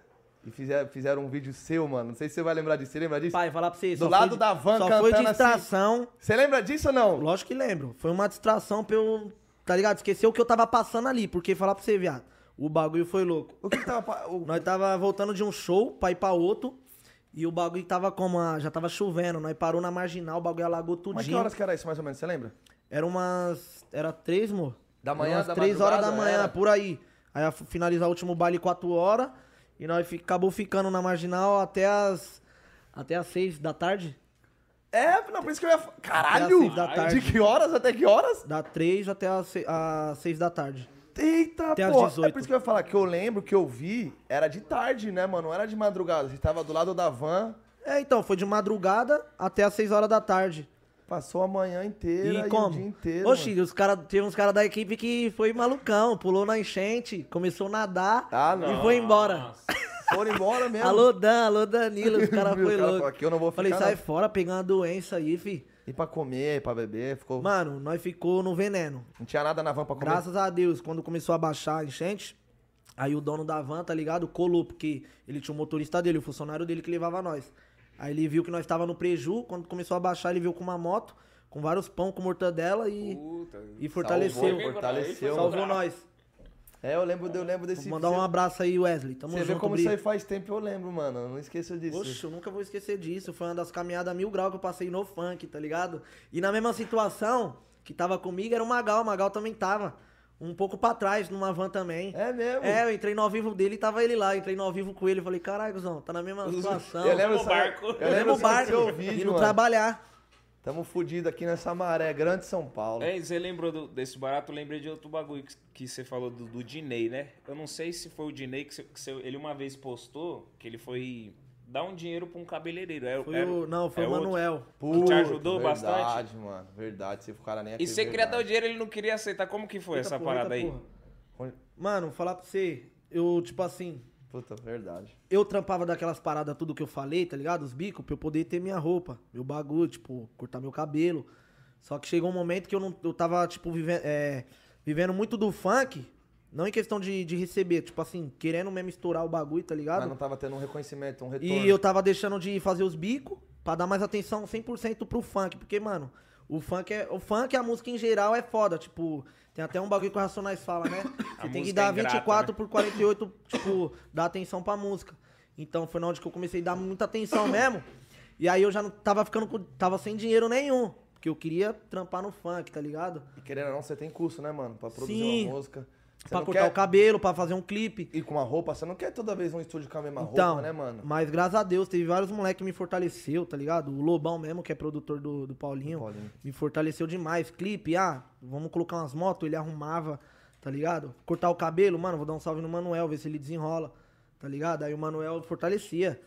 S1: e fizeram, fizeram um vídeo seu, mano. Não sei se você vai lembrar disso. Você lembra disso?
S3: Pai, falar pra vocês.
S1: Do
S3: só
S1: lado
S3: foi-
S1: da van
S3: Só foi
S1: cantando assim.
S3: distração.
S1: Você lembra disso ou não?
S3: Lógico que lembro. Foi uma distração pra eu, tá ligado? Esquecer o que eu tava passando ali. Porque falar pra você, viado, o bagulho foi louco.
S1: O que que tava. pa- o-
S3: Nós tava voltando de um show pra ir pra outro. E o bagulho tava como? a- já tava chovendo. Nós parou na marginal, o bagulho alagou
S1: Mas que
S3: tudinho.
S1: horas que era isso, mais ou menos? Você lembra?
S3: Era umas. Era três, amor?
S1: Da manhã,
S3: Era umas
S1: da
S3: três horas da
S1: madrugada,
S3: manhã,
S1: era?
S3: por aí. Aí ia f- finalizar o último baile quatro horas. E nós fi- acabou ficando na marginal até as. Até as seis da tarde.
S1: É, não, por isso que eu ia. fa-
S3: Era
S1: Caralho!
S3: seis da tarde.
S1: De que horas até que horas?
S3: Da 3 até as 6 da tarde.
S1: Eita,
S3: Até às
S1: porra. É
S3: 18.
S1: por isso que eu ia falar que eu lembro que eu vi era de tarde, né, mano? Não era de madrugada. Você tava do lado da van,
S3: É, então, foi de madrugada até as 6 horas da tarde.
S1: passou a manhã inteira e,
S3: e como?
S1: o dia inteiro. mano.
S3: Oxi, os cara, teve uns caras da equipe que foi malucão, pulou na enchente, começou a nadar
S1: Ah, não.
S3: e foi embora.
S1: Foram
S3: (laughs)
S1: embora mesmo.
S3: Alô, Dan, alô,
S1: (laughs)
S3: Danilo, os caras
S1: Meu,
S3: foi
S1: o cara
S3: louco.
S1: falou, "Aqui eu não vou
S3: Falei,
S1: ficar,
S3: sai
S1: não."
S3: fora, pegar uma doença aí, fi.
S1: E pra comer, pra beber, ficou.
S3: Mano, nós ficou no veneno.
S1: Não tinha nada na van pra comer.
S3: Graças a Deus, quando começou a baixar a enchente, aí o dono da van, tá ligado, colou, porque ele tinha o motorista dele, o funcionário dele que levava nós. Aí ele viu que nós tava no preju, quando começou a baixar, ele viu com uma moto, com vários pão, com mortadela e,
S2: Puta.
S3: e fortaleceu.
S1: Salvou, fortaleceu.
S3: Salvou nós.
S1: É, eu lembro, eu lembro desse.
S3: Vou mandar um abraço aí, Wesley. Tamo
S1: Você vê
S3: junto,
S1: como
S3: Bri.
S1: isso é aí faz tempo, eu lembro, mano. Eu não esqueço disso.
S3: Poxa, eu nunca vou esquecer disso. Foi uma das caminhadas mil grau que eu passei no funk, tá ligado? E na mesma situação que tava comigo era o Magal. O Magal também tava. Um pouco pra trás, numa van também.
S1: É mesmo?
S3: É, eu entrei no ao vivo dele e tava ele lá. Eu entrei no ao vivo com ele. Eu Falei, caralho, Guzão, tá na mesma
S1: (laughs)
S3: situação.
S1: eu lembro
S2: no
S1: só-
S2: barco.
S1: Eu
S3: Eu
S1: lembro
S3: lembro o
S1: só do
S3: barco
S1: seu
S3: e
S1: vídeo,
S3: não
S1: mano.
S3: trabalhar.
S1: Tamo fudido aqui nessa maré, grande São Paulo.
S2: É, você lembrou do- desse barato? Eu lembrei de outro bagulho que, que você falou do, do Diney, né? Eu não sei se foi o Diney que, você- que você- ele uma vez postou que ele foi dar um dinheiro pra um cabeleireiro. É-
S3: Foi
S2: era-
S3: o, não, foi
S2: é
S3: o
S2: outro.
S3: Manuel.
S2: Que te ajudou
S1: verdade,
S2: bastante?
S1: Verdade, mano. Verdade. Se o cara nem
S2: E você queria dar o
S1: É verdade.
S2: dinheiro, ele não queria aceitar. Como que foi
S3: Eita
S2: essa
S3: porra,
S2: parada aí?
S3: eita porra. Mano, falar pra você, eu, tipo assim,
S1: Puta, verdade.
S3: eu trampava daquelas paradas, tudo que eu falei, tá ligado? Os bicos, pra eu poder ter minha roupa, meu bagulho, tipo, cortar meu cabelo. Só que chegou um momento que eu não. Eu tava, tipo, vivendo, vivendo muito do funk. Não em questão de, de receber, tipo assim, querendo mesmo estourar o bagulho, tá ligado?
S1: Mas não tava tendo um reconhecimento, um retorno.
S3: E eu tava deixando de fazer os bicos pra dar mais atenção 100% pro funk, porque, mano, o funk é o funk e a música em geral é foda, tipo, tem até um bagulho que o Racionais
S1: (laughs)
S3: fala, né? Você tem que
S2: música
S3: dar
S2: é ingrata,
S3: 24
S1: né?
S3: por 48, tipo, dar atenção pra música. Então foi na onde que eu comecei a dar
S1: (coughs)
S3: muita atenção mesmo. E aí eu já não tava ficando com, tava sem dinheiro nenhum, porque eu queria trampar no funk, tá ligado?
S1: E querendo ou não, você tem curso, né, mano? Pra produzir
S3: Sim.
S1: uma música. Você
S3: pra
S1: não
S3: cortar
S1: quer
S3: o cabelo, pra fazer um clipe.
S1: ir com uma roupa, você não quer toda vez um estúdio com a mesma
S3: Então.
S1: roupa, né, mano?
S3: Mas graças a Deus, teve vários moleques que me fortaleceu, tá ligado? O Lobão mesmo, que é produtor do, do Paulinho,
S1: Do Paulinho.
S3: me fortaleceu demais. Clipe, ah, vamos colocar umas motos, ele arrumava, tá ligado? Cortar o cabelo, mano, vou dar um salve no Manuel, ver se ele desenrola, tá ligado? Aí o Manuel fortalecia.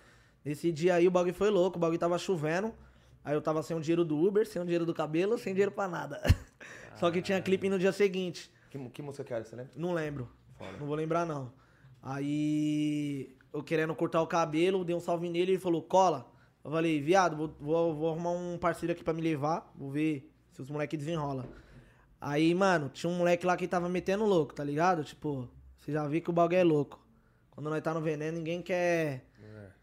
S3: Nesse dia aí o bagulho foi louco, o bagulho tava chovendo. Aí eu (laughs) tava sem o dinheiro do Uber, sem o dinheiro do cabelo, sem dinheiro pra nada. Só que tinha clipe no dia seguinte.
S1: Que, mu- que música que era, você lembra?
S3: Não lembro.
S1: Foda.
S3: Não vou lembrar, não. Aí, eu querendo cortar o cabelo, dei um salve nele, ele falou, cola. Eu falei, viado, vou, vou- vou arrumar um parceiro aqui pra me levar, vou ver se os moleques desenrola. Aí, mano, tinha um moleque lá que tava metendo louco, tá ligado? Tipo, você já viu que o bagulho é louco. Quando nós tá no veneno, ninguém quer...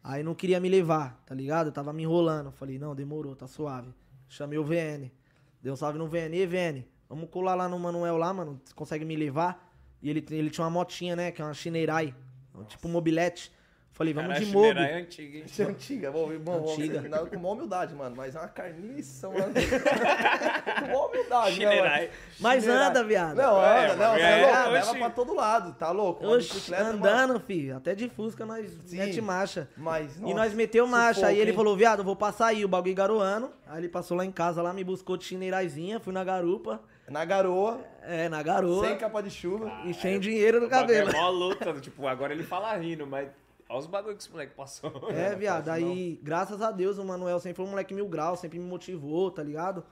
S3: Aí não queria me levar, tá ligado? Eu tava me enrolando. Eu Falei, não, demorou, tá suave. Chamei o VN. Dei um salve no VN. E VN, vamos colar lá no Manuel lá, mano. Você consegue me levar? E ele, ele tinha uma motinha, né? Que é uma Shinerai. um Tipo mobilete. Falei, vamos
S2: Caralho,
S3: de
S2: Chimera
S3: mobi.
S2: é antiga,
S3: (laughs)
S2: hein?
S1: Isso é antiga, bom, bom, bom
S3: Antiga.
S1: não, com uma humildade, mano, mas é uma carniça, mano. (laughs) com uma humildade, né,
S2: Chinerai.
S1: mano?
S3: Mas
S1: Chinerai.
S3: anda, viado.
S1: Não,
S2: É,
S1: anda, não,
S2: mas
S1: você
S2: é,
S1: é louco,
S2: oxi.
S1: leva pra todo lado, tá louco? Uma
S3: Oxi,
S1: bicicleta, mano.
S3: andando, filho. Até de Fusca nós
S1: Sim.
S3: mete marcha.
S1: Mas,
S3: e
S1: nossa,
S3: nós meteu marcha. Aí
S1: sufoco,
S3: ele
S1: hein?
S3: falou, viado, eu vou passar aí o bagulho garoando. Aí ele passou lá em casa, lá me buscou de chineiraizinha, fui na garupa.
S1: Na garoa,
S3: É, na garoa.
S1: sem capa de chuva.
S3: E sem dinheiro no
S2: O bagulho
S3: cabelo.
S2: É mó luta, tipo, agora ele fala rindo, mas olha os bagulho que esse moleque passou.
S1: (laughs)
S3: É,
S1: não
S3: viado.
S1: fácil,
S3: Aí, graças a Deus, o Manuel sempre foi um moleque mil graus, sempre me motivou, tá ligado?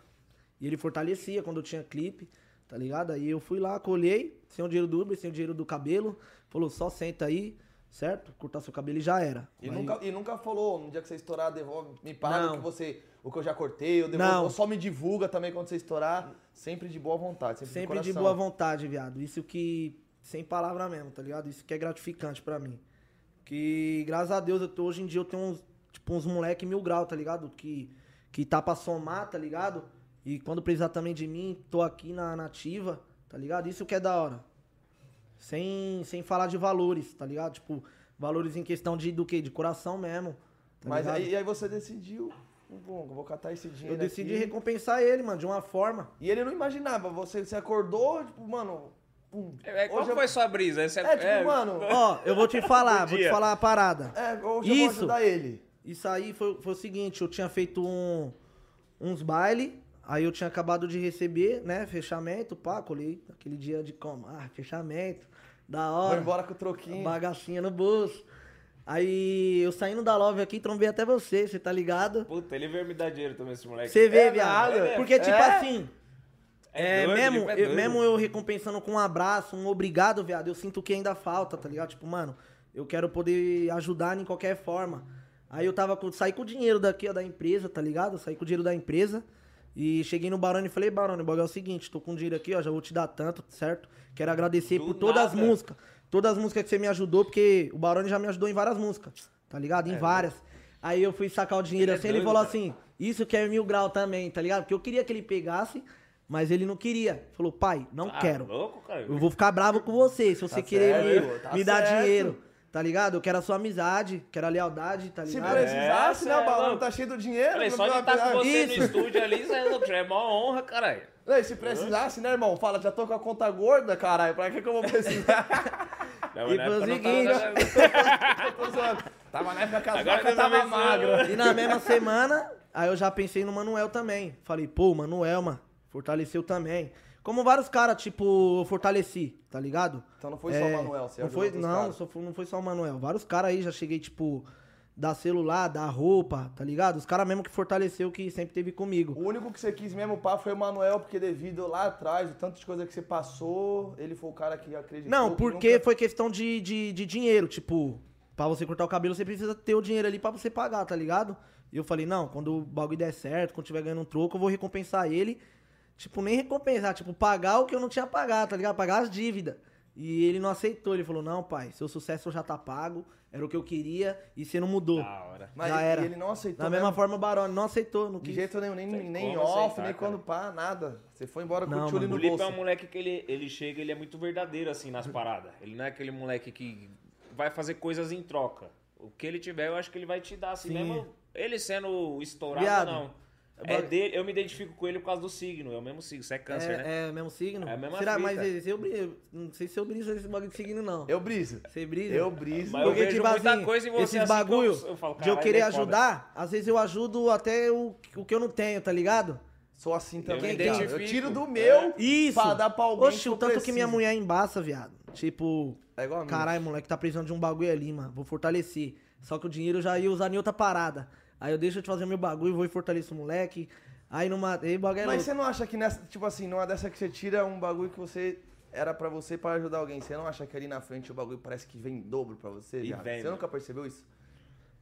S3: E ele fortalecia quando eu tinha clipe, tá ligado? Aí eu fui lá, colhei, sem o dinheiro do Uber, sem o dinheiro do cabelo. Falou, só senta aí, certo? Cortar seu cabelo e já era.
S1: E
S3: Aí-
S1: nunca, e nunca falou, no dia que você estourar, devolve, me paga o
S3: Não.
S1: que você. O que eu já cortei, eu devolvo,
S3: Não.
S1: ou só me divulga também quando você estourar. Sempre de boa vontade, sempre,
S3: Sempre
S1: de
S3: de
S1: coração.
S3: boa vontade, viado. Isso que. Sem palavra mesmo, tá ligado? Isso que é gratificante pra mim. Que, graças a Deus, eu tô- hoje em dia eu tenho uns, tipo, uns moleque mil grau, tá ligado? Que, que tá pra somar, tá ligado? E quando precisar também de mim, tô aqui na nativa, tá ligado? Isso que é da hora. Sem, sem falar de valores, tá ligado? Tipo, valores em questão de do quê? De coração mesmo. tá
S1: Mas
S3: ligado?
S1: aí, e aí você decidiu, bom, eu vou catar esse dinheiro.
S3: eu decidi
S1: aqui.
S3: recompensar ele, mano, de uma forma.
S1: (laughs) E ele não imaginava, você, você acordou, tipo, mano. Pum,
S2: (laughs) É, qual
S1: hoje eu-
S2: foi sua brisa? Essa
S1: É, tipo, mano.
S3: Ó, eu vou te falar,
S2: Bom
S3: vou te
S2: dia.
S3: falar uma parada.
S1: É, hoje eu vou
S3: Isso.
S1: ajudar ele.
S3: Isso aí foi, foi o seguinte, eu tinha feito um- uns baile, aí eu tinha acabado de receber, né, fechamento, pá, colhei aquele dia de como, ah, fechamento, da
S1: Vou
S3: hora,
S1: embora com o troquinho.
S3: bagacinha no bolso. Aí eu saindo da Love aqui, trombei até você, você tá ligado?
S2: Puta, ele veio me dar dinheiro também, esse moleque.
S3: Você vê,
S1: É
S3: viado,
S1: nada.
S3: porque tipo
S1: É.
S3: assim, é,
S2: doido,
S3: mesmo,
S2: ele é
S3: eu,
S2: doido.
S3: mesmo eu recompensando com um abraço, um obrigado, viado, eu sinto que ainda falta, tá ligado? Tipo, mano, eu quero poder ajudar em qualquer forma. Aí eu tava com. Saí com o dinheiro daqui, ó, da empresa, tá ligado? Saí com o dinheiro da empresa. E cheguei no Barone e falei, Barone, o bagulho é o seguinte, tô com dinheiro aqui, ó, já vou te dar tanto, certo? Quero agradecer
S2: Do
S3: por todas as
S2: nada.
S3: músicas. Todas as músicas que você me ajudou, porque o Barone já me ajudou em várias músicas, tá ligado? Em várias. Aí eu fui sacar o dinheiro
S2: É, Ele é
S3: assim, ele
S2: doido,
S3: falou
S2: cara.
S3: assim assim, isso que é mil grau também, tá ligado? Porque eu queria que ele pegasse, mas ele não queria. Falou, pai, não
S2: Ah,
S3: quero.
S2: louco, cara.
S3: Eu vou ficar bravo com você se você
S1: Tá
S3: querer
S1: certo,
S3: me,
S1: tá
S3: me dar
S1: certo.
S3: dinheiro, tá ligado? Eu quero a sua amizade, quero a lealdade, tá
S1: Se
S3: ligado?
S1: precisasse,
S2: É,
S1: né, o balão
S2: não.
S1: tá cheio do dinheiro.
S2: Falei,
S1: não
S2: só de
S1: precisa
S2: estar com
S1: pegar-
S2: você
S3: Isso.
S2: no estúdio ali, já é, louco, já é mó honra, caralho.
S1: Não, e se precisasse, né, irmão? Fala, já tô com a conta gorda, caralho. Pra que que eu
S2: (laughs)
S1: vou precisar? (laughs)
S2: Não,
S3: E
S2: na
S3: foi o
S2: época não
S3: seguinte.
S1: né?
S2: tava-
S1: Eu tô zoando. tava na época que a
S2: Agora
S1: vaca
S2: eu tô
S1: tava
S2: pensando.
S1: magra.
S3: E na mesma semana, aí eu já pensei no Manuel também. Falei, pô, o Manuel, mano, fortaleceu também. Como vários caras, tipo, eu fortaleci, tá ligado? É,
S1: Então não foi só o Manuel, você
S3: não
S1: ajudou
S3: foi,
S1: outros
S3: Não,
S1: caras.
S3: só foi- não foi só o Manuel. Vários caras aí já cheguei, tipo, dar celular, dar roupa, tá ligado? Os caras mesmo que fortaleceu, que sempre teve comigo.
S1: O único que você quis mesmo, pá, foi o Manuel, porque devido lá atrás, o tanto de coisa que você passou, ele foi o cara que acreditou.
S3: Não,
S1: que
S3: porque
S1: nunca-
S3: foi questão de, de, de dinheiro, tipo, pra você cortar o cabelo, você precisa ter o dinheiro ali pra você pagar, tá ligado? E eu falei, não, quando o bagulho der certo, quando tiver ganhando um troco, eu vou recompensar ele. Tipo, nem recompensar, tipo, pagar o que eu não tinha pagar, tá ligado? Pagar as dívidas. E ele não aceitou, ele falou, não, pai, seu sucesso já tá pago, era o que eu queria, e você não mudou.
S2: (laughs) Da hora.
S1: Mas
S3: já
S1: ele,
S3: era.
S1: ele não aceitou.
S3: Da
S1: Então mesmo.
S3: mesma forma, o Barone não aceitou, não
S1: De
S3: quis.
S1: jeito nenhum, nem,
S2: Tem
S1: nem
S2: como
S1: off,
S2: aceitar, cara.
S1: nem quando pá, nada. Você foi embora com
S3: Não,
S1: o tio ali
S2: O
S1: no
S2: Lipe
S1: bolso. Uhum.
S2: é um moleque que ele, ele chega, ele é muito verdadeiro, assim, nas paradas. Ele não é aquele moleque que vai fazer coisas em troca. O que ele tiver, eu acho que ele vai te dar, assim,
S3: Sim.
S2: mesmo ele sendo estourado,
S3: Viado.
S2: não.
S3: É
S2: É
S3: bom-
S2: dele, eu me identifico com ele por causa do signo, é o mesmo signo, você é câncer,
S3: é,
S2: né?
S3: é, mesmo signo?
S2: É a mesma
S3: Será,
S2: fita.
S3: mas esse- eu, bri- não sei se eu briso esse bagulho de signo, não.
S1: Eu briso.
S3: Você brisa?
S1: Eu briso.
S2: um Mas eu vejo muita coisa em você,
S3: tipo esses
S2: assim,
S3: bagulho
S2: que eu- eu falo,
S3: de eu
S2: "Caralho, ele
S3: querer
S2: é foda."
S3: ajudar, às vezes eu ajudo até o, o que eu não tenho, tá ligado?
S1: Sou assim
S2: me
S1: também, cara. Eu
S2: identifico.
S1: tiro do
S2: é.
S1: meu
S3: Isso!
S1: pra dar pra alguém.
S3: Oxi,
S1: que
S3: o
S1: eu
S3: tanto que minha
S1: preciso.
S3: mulher embaça, viado. Tipo,
S1: É igual a mim.
S3: caralho, moleque, tá precisando de um bagulho ali, mano. Vou fortalecer. Só que o dinheiro eu já ia usar em outra parada. Aí eu deixo eu te fazer meu bagulho, vou e fortaleço o moleque. Aí numa. Aí o bagulho é
S1: Mas
S3: louco.
S1: você não acha que nessa, tipo assim, numa dessa que você tira um bagulho que você era pra você para ajudar alguém. Você não acha que ali na frente o bagulho parece que vem em dobro pra você?
S2: E
S1: viado?
S2: vem,
S1: Você
S2: mano.
S1: nunca percebeu isso?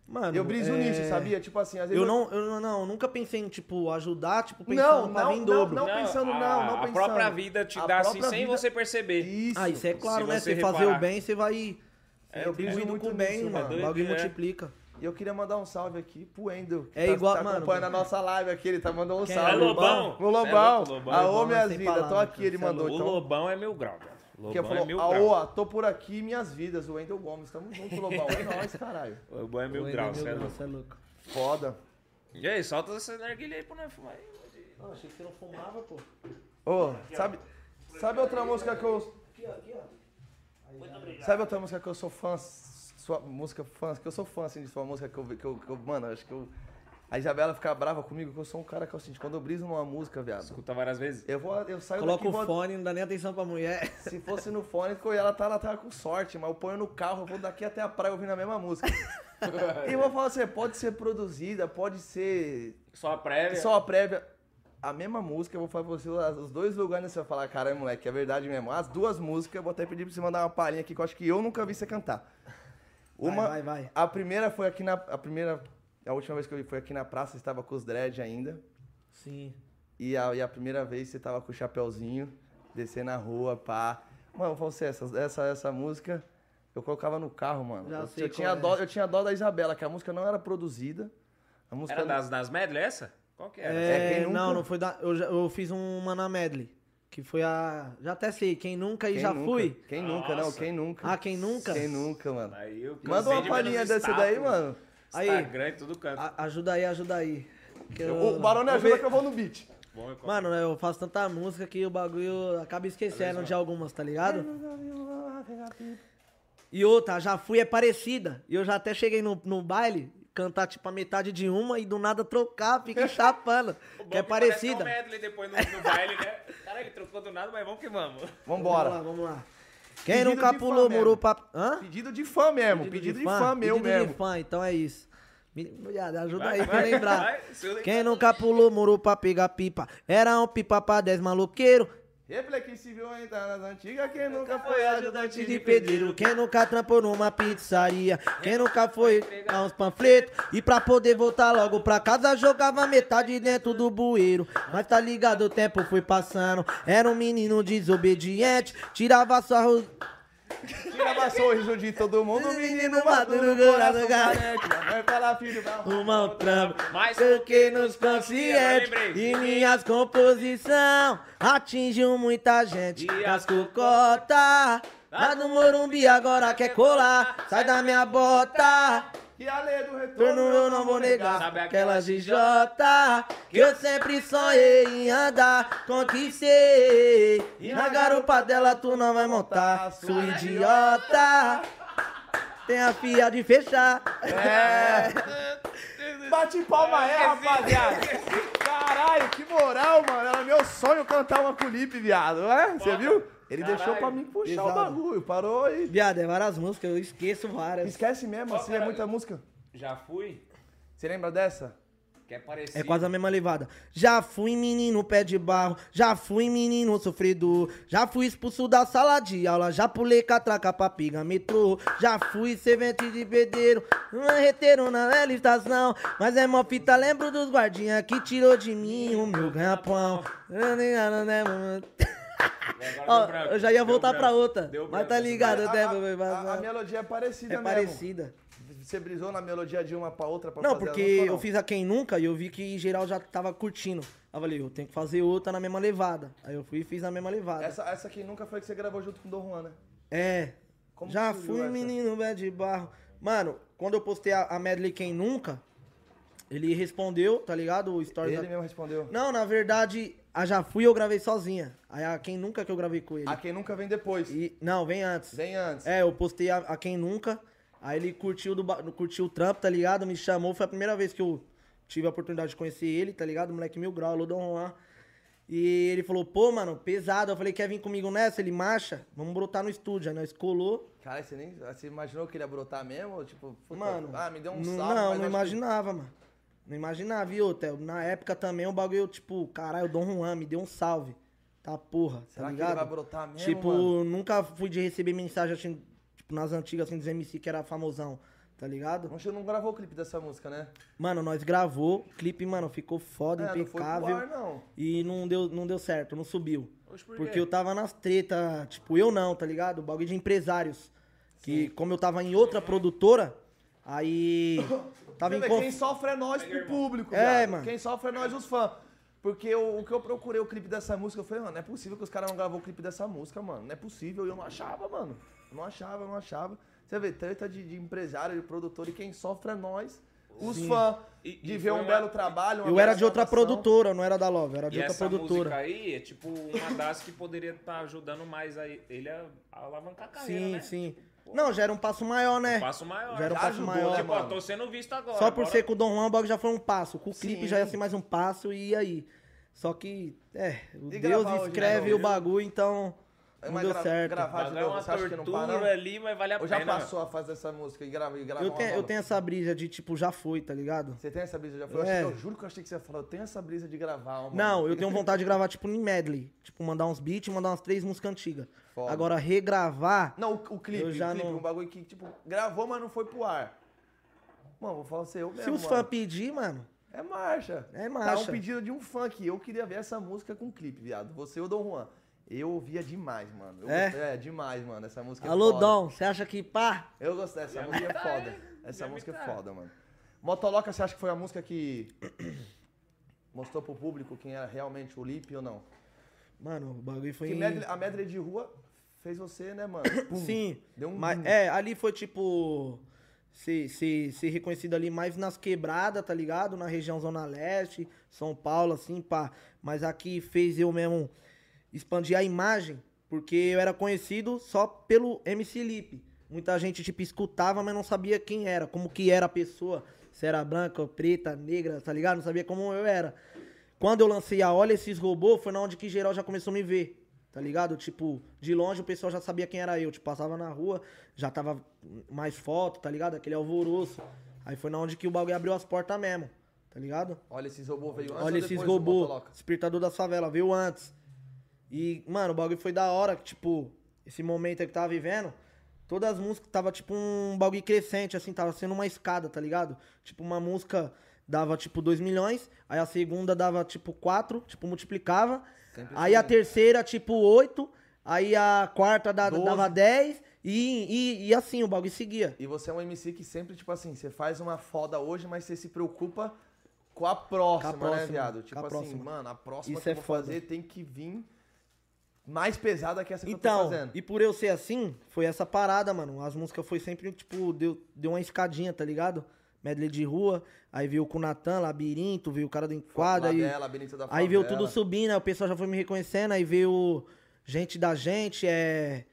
S3: Mano,
S1: Eu briso
S3: é,
S1: nisso, sabia? Tipo assim, às vezes.
S3: Eu não, eu não- não, eu nunca pensei em, tipo, ajudar, tipo, pensando
S1: Não,
S3: pra
S1: não,
S3: vir em
S1: não,
S3: dobro.
S1: não, pensando,
S2: a-
S1: não, não
S2: A
S1: pensando.
S2: própria vida te
S1: A
S2: dá assim,
S1: própria
S2: sem
S1: vida-
S2: você perceber.
S1: Isso.
S3: Ah, isso é claro, né?
S2: você
S3: Você fazer
S2: reparar.
S3: o bem, você vai
S2: É,
S3: é,
S2: eu briso
S3: contribuindo
S1: muito
S3: com o bem,
S1: nisso, tá é.
S3: mano.
S2: mano.
S3: O bagulho
S2: Doido, né?
S3: multiplica.
S1: E eu queria mandar um salve aqui pro Endel. que
S3: É
S1: tá,
S3: igual-
S1: tá
S3: mano,
S1: acompanhando a nossa live aqui, ele tá mandando um
S3: Quem é?
S1: salve.
S3: É Lobão?
S1: O Lobão.
S2: É Lobão,
S1: Aô,
S3: Lobão,
S1: minhas
S3: sem
S1: vidas, tô
S3: palavras,
S1: aqui, ele
S3: você é
S1: mandou.
S2: O
S1: Então,
S2: Lobão é meu grau, velho. Lobão
S1: que
S2: é meu
S1: falou,
S2: grau.
S1: aô, tô por aqui, minhas vidas, o Endel Gomes. Tamo junto, Lobão. É nóis, caralho.
S2: O Lobão é meu
S3: Doido,
S2: grau,
S3: meu
S2: sério.
S3: grau, cê é louco.
S1: Foda.
S2: E aí, solta essa narguilha aí pra nós fumar aí.
S3: Não, achei que você não fumava, pô.
S1: Ô, sabe, sabe outra música que eu...
S3: Aqui, ó, aqui, ó.
S1: Sabe outra música que eu sou fã, sua música fã, que eu sou fã, assim, de sua música, que eu, que eu, que eu mano, acho que eu... A Isabela fica brava comigo, que eu sou um cara que, assim, quando eu briso numa música, viado,
S2: Escuta várias vezes.
S1: eu vou, eu saio
S3: Coloca
S1: daqui...
S3: o
S1: vou-
S3: fone, não dá nem atenção pra mulher.
S1: Se fosse no fone, co- ela tá, ela tá com sorte, mas eu ponho no carro, eu vou daqui até a praia ouvindo a mesma música. e eu vou falar assim, pode ser produzida, pode ser
S2: Só a prévia.
S1: só a prévia. A mesma música, eu vou falar pra você, os dois lugares você vai falar, caralho, moleque, é verdade mesmo. As duas músicas, eu vou até pedir pra você mandar uma palhinha aqui, que eu acho que eu nunca vi você cantar. Uma,
S3: vai, vai.
S1: A primeira foi aqui na... A primeira... A última vez que eu vi foi aqui na praça, você estava com os dread ainda.
S3: Sim.
S1: E a, e a primeira vez você tava com o chapéuzinho, descer na rua, pá. Mano, eu falo assim, essa, essa, essa música eu colocava no carro, mano.
S3: Já
S1: eu,
S3: sei
S1: eu
S3: qual
S1: tinha
S3: é.
S1: dó, eu tinha dó da Isabela, que a música não era produzida. A música
S2: Era
S1: não-
S2: das, das medley essa? Qual que era?
S1: É,
S3: É,
S1: quem nunca-
S3: Não, não foi da. Eu, já- eu fiz uma na medley. Que foi a. Já até sei, quem nunca e
S1: quem
S3: já
S1: nunca?
S3: fui.
S1: Quem nunca, não,
S2: Nossa.
S1: quem nunca.
S3: Ah, quem nunca?
S1: Quem nunca, mano.
S2: Aí eu cansei
S1: Manda
S2: de
S1: uma
S2: ver
S1: palhinha
S2: nos
S1: dessa daí,
S2: status,
S1: mano.
S3: Aí. Ah,
S2: Instagram e tudo canto.
S3: A- ajuda aí, ajuda aí. Que eu-
S1: O Barone
S3: eu
S1: ajuda
S3: ve-
S1: que eu vou no beat.
S2: Bom, eu coloco-
S3: Mano, eu faço tanta música que o bagulho acaba esquecendo de algumas, tá ligado? E outra, já fui é parecida. E eu já até cheguei no, no baile, cantar tipo a metade de uma e do nada trocar, fica chapando.
S2: O bom
S3: que é
S2: parece que
S3: parecida.
S2: um medley depois no, no baile, né? Cara, ele trocou do nada, mas vamos que vamos.
S1: Vambora.
S3: Vamos lá, vamos lá. Quem
S1: Pedido
S3: nunca
S1: de fã
S3: pulou,
S1: mesmo.
S3: morou pra. Hã?
S1: Pedido de fã mesmo, pedido, de, fã, meu
S3: pedido
S1: mesmo.
S3: de fã, então é isso. Me- Mulherada, ajuda
S2: Vai,
S3: aí pra
S2: vai,
S3: lembrar.
S2: vai, se eu lembrar.
S3: Quem nunca pulou, morou pra pegar pipa. Era um pipa pra 10 maloqueiro.
S1: Reflexível ainda nas antigas, quem nunca foi
S2: foi
S1: ajudante
S2: ajudante
S1: de
S3: De
S1: pedreiro.
S3: pedreiro, quem nunca trampou numa pizzaria, quem nunca foi dar uns panfletos e pra poder voltar logo pra casa jogava metade dentro do bueiro. Mas tá ligado, o tempo foi passando, era um menino desobediente, tirava sarro
S1: Tirava sorriso de todo mundo, menino maduro, coração carente. Vai falar, filho, vai.
S3: Uma trampa,
S2: Mas
S3: mas o que nos consciente
S2: Agora lembrei.
S3: E minhas composição atingiu muita gente
S2: E as
S3: As cocota Lá no Morumbi agora quer colar Sai da minha bota
S1: E a lei do retorno
S3: Torno eu não vou negar
S2: Sabe
S3: Aquela
S2: aquela
S3: gijota Que eu sempre sonhei em andar Conquistei E na garupa dela tu não vai montar Sou idiota Tem a fia de fechar
S1: É. Bate palma é, rapaziada. Caralho, que moral, mano. Era meu sonho cantar uma culipe, viado. É? Você viu? Ele
S2: Caralho.
S1: deixou pra mim puxar o
S3: Pesado.
S1: bagulho. Parou e...
S3: Viado, é várias músicas, eu esqueço várias.
S1: Esquece mesmo, assim, é
S2: cara.
S1: muita música.
S2: Já fui,
S1: Você lembra dessa?
S2: que é parecido.
S3: É quase a mesma levada. Já fui menino pé de barro, já fui menino sofredor, já fui expulso da sala de aula, já pulei catraca pra piga metrô, já fui servente de pedreiro, marreteiro na velha estação, mas é mó fita, lembro dos guardinha que tirou de mim o meu ganha-pão.
S2: né? Agora
S3: Ó,
S2: deu branco,
S3: eu já ia
S2: deu
S3: voltar pra
S2: branco,
S3: outra,
S2: deu
S3: mas
S2: branco
S3: tá
S2: essa
S3: ligado,
S1: a,
S3: né?
S1: a- a- a melodia é parecida
S3: É
S1: mesmo.
S3: parecida.
S1: Você brisou na melodia de uma pra outra pra
S3: Não,
S1: fazer a
S3: porque
S1: nossa,
S3: eu
S1: não?
S3: fiz a Quem Nunca e eu vi que geral já tava curtindo. Aí eu falei, eu tenho que fazer outra na mesma levada. Aí eu fui e fiz na mesma levada.
S1: Essa, essa aqui nunca foi que você gravou junto com o Don Juan, né?
S3: É.
S1: Como
S3: já
S1: que surgiu
S3: fui
S1: essa?
S3: menino pé de barro. Mano, quando eu postei a, a medley Quem Nunca, ele respondeu, tá ligado? O story
S1: Ele
S3: da...
S1: mesmo respondeu.
S3: Não, na verdade, a Já Fui eu gravei sozinha. Aí a Quem Nunca que eu gravei com ele.
S1: A quem nunca vem depois.
S3: E... Não, vem antes.
S1: Vem antes.
S3: É, eu postei a, a Quem Nunca. Aí ele curtiu, do, ba- curtiu o trampo, tá ligado? Me chamou. Foi a primeira vez que eu tive a oportunidade de conhecer ele, tá ligado? Moleque mil grau, Lodon Juan. E ele falou, pô, mano, pesado. Eu falei, quer vir comigo nessa? Ele, marcha, vamos brotar no estúdio. Aí nós colou.
S1: Cara, você nem. Você imaginou que ele ia brotar mesmo? Ou, Tipo, puta,
S3: Mano,
S1: ah, me deu um
S3: não-
S1: salve.
S3: Não,
S1: mas
S3: não
S1: acho
S3: imaginava, mano. Não imaginava, viu, Theo? Na época também o bagulho, tipo, caralho, o Dom Juan me deu um salve. tá porra,
S1: Será
S3: tá
S1: que ele
S3: ligado?
S1: vai brotar mesmo,
S3: tipo,
S1: mano?
S3: nunca fui de receber mensagem assim, tipo, nas antigas, assim, dos MC que era famosão, tá ligado?
S1: Você não gravou o clipe dessa música, né?
S3: Mano, nós gravou, clipe, mano, ficou foda,
S1: É, não foi pro
S3: impecável.
S1: ar, não.
S3: E não deu, não deu certo, não subiu.
S2: Oxe, por
S3: porque
S2: quê?
S3: eu tava nas treta, tipo, eu não, tá ligado? Bagulho de empresários. Que como eu tava em outra produtora,
S2: (coughs)
S3: aí. Tava em
S1: Vê,
S3: conf...
S1: Quem sofre é nós pro público,
S3: É,
S1: viado.
S3: mano.
S1: Quem sofre é nós os fãs. Porque o, o que eu procurei o clipe dessa música, eu falei, mano, não é possível que os caras não gravou o clipe dessa música, mano. Não é possível. E eu não achava, mano. Eu não achava, eu não achava. Você vê, treta de, de empresário, de produtor, e quem sofre é nós, os fãs.
S2: E-
S1: De
S2: e
S1: ver
S2: foi
S1: um
S2: uma-
S1: belo trabalho. uma
S3: Eu
S1: bela
S3: era de outra
S1: gravação.
S3: produtora, eu não era da Love, eu era de
S2: E
S3: outra
S2: essa música
S3: produtora.
S2: aí é tipo uma das que poderia estar ajudando mais a ele a a alavancar a carreira,
S3: Sim,
S2: né?
S3: sim. Não, já era um passo maior, né?
S2: Um passo maior.
S3: Já era um
S1: Já
S3: passo
S1: ajudou,
S3: maior.
S1: né,
S2: Tipo, ó,
S1: mano?
S2: tô sendo visto agora.
S3: Só por
S2: bora-
S3: ser com o Dom Juan, o bagulho já foi um passo. Com o clipe
S1: Sim.
S3: já ia ser mais um passo e aí. Só que, é, o
S1: E
S3: Deus
S1: gravar hoje,
S3: escreve
S1: né,
S3: o bagulho, então
S1: É,
S3: não
S1: mas
S3: deu
S1: gra-
S3: certo.
S2: O
S1: gravar de
S2: bagulho é
S1: novo,
S2: uma
S1: você acha que não para,
S2: tortura
S1: não?
S2: ali, mas vale a
S1: Ou
S2: pena.
S1: já passou a fase dessa música e grava, e grava
S3: Eu
S1: uma
S3: tenho, eu
S1: nova?
S3: tenho essa brisa de, tipo, já foi, tá ligado?
S1: Você tem essa brisa? Eu Já falei, eu, achei-
S3: É.
S1: eu juro que eu achei que você ia falar, eu tenho essa brisa de gravar uma.
S3: Não, eu tenho vontade de gravar, tipo, em medley. Tipo, mandar uns beats, mandar umas três músicas antigas.
S1: Foda.
S3: Agora, regravar.
S1: Não, o, o clipe,
S3: Eu já
S1: o clipe,
S3: não-
S1: um bagulho que, tipo, gravou, mas não foi pro ar. Mano, vou falar assim, eu mesmo,
S3: se os fãs
S1: mano.
S3: pedir, mano.
S1: É marcha.
S3: É marcha.
S1: Tá um pedido de um fã aqui. Eu queria ver essa música com clipe, viado. Você e o Dom Juan. Eu ouvia demais, mano. Eu
S3: É?
S1: gost- demais, mano. Essa música é
S3: Alô,
S1: foda.
S3: Dom, você acha que pá?
S1: Eu gostei. Essa música é
S2: imitar,
S1: foda.
S2: hein?
S1: Essa
S2: Ia
S1: música é
S2: imitar.
S1: foda, mano. Motoloca, você acha que foi a música que (clears throat) mostrou pro público quem era realmente o Lipe ou não?
S3: Mano, o bagulho foi
S1: Porque
S3: em...
S1: medley- a medley de rua fez você, né, mano? Pum.
S3: Sim.
S1: Deu um
S3: mas,
S1: boom.
S3: é, ali foi tipo. Ser, ser, ser reconhecido ali mais nas quebradas, tá ligado? Na região Zona Leste, São Paulo, assim, pá. Mas aqui fez eu mesmo expandir a imagem, porque eu era conhecido só pelo MC Lipe. Muita gente, tipo, escutava, mas não sabia quem era, como que era a pessoa. Se era branca, preta, negra, tá ligado? Não sabia como eu era. Quando eu lancei a Olha Esses Robô, foi na onde que geral já começou a me ver, tá ligado? Tipo, de longe o pessoal já sabia quem era eu. Tipo, passava na rua, já tava mais foto, tá ligado? Aquele alvoroço. Aí foi na onde que o bagulho abriu as portas mesmo, tá ligado?
S1: Olha esses robôs veio antes
S3: Olha
S1: ou
S3: esses
S1: depois do
S3: robô,
S1: Motoloca?
S3: despertador da favela, veio antes. E, mano, o bagulho foi da hora, que, tipo, esse momento aí que tava vivendo, todas as músicas tava tipo um bagulho crescente, assim, tava sendo uma escada, tá ligado? Tipo, uma música dava tipo 2 milhões, aí a segunda dava tipo 4, tipo, multiplicava.
S1: Sempre assim, né?
S3: aí a terceira, tipo, 8, aí a quarta da-
S1: Doze.
S3: dava 10, e, e, e assim, o bagulho seguia.
S1: E você é um MC que sempre, tipo assim, você faz uma foda hoje, mas você se preocupa com a próxima,
S3: Com a
S1: né,
S3: próxima,
S1: viado?
S3: com
S1: Tipo
S3: a
S1: assim,
S3: próxima.
S1: mano, a próxima
S3: Isso
S1: que eu
S3: é
S1: vou
S3: foda.
S1: fazer tem que vir mais pesada que essa que eu tô
S3: Então,
S1: fazendo.
S3: e por eu ser assim, foi essa parada, mano. As músicas foi sempre, tipo, deu, deu uma escadinha, tá ligado? Medley de rua, aí veio com o Natan, Labirinto, veio o cara do Enquadro, aí,
S1: Favela, Benito da
S3: aí veio tudo
S1: Favela.
S3: subindo, aí o pessoal já foi me reconhecendo, aí veio Gente da Gente, é...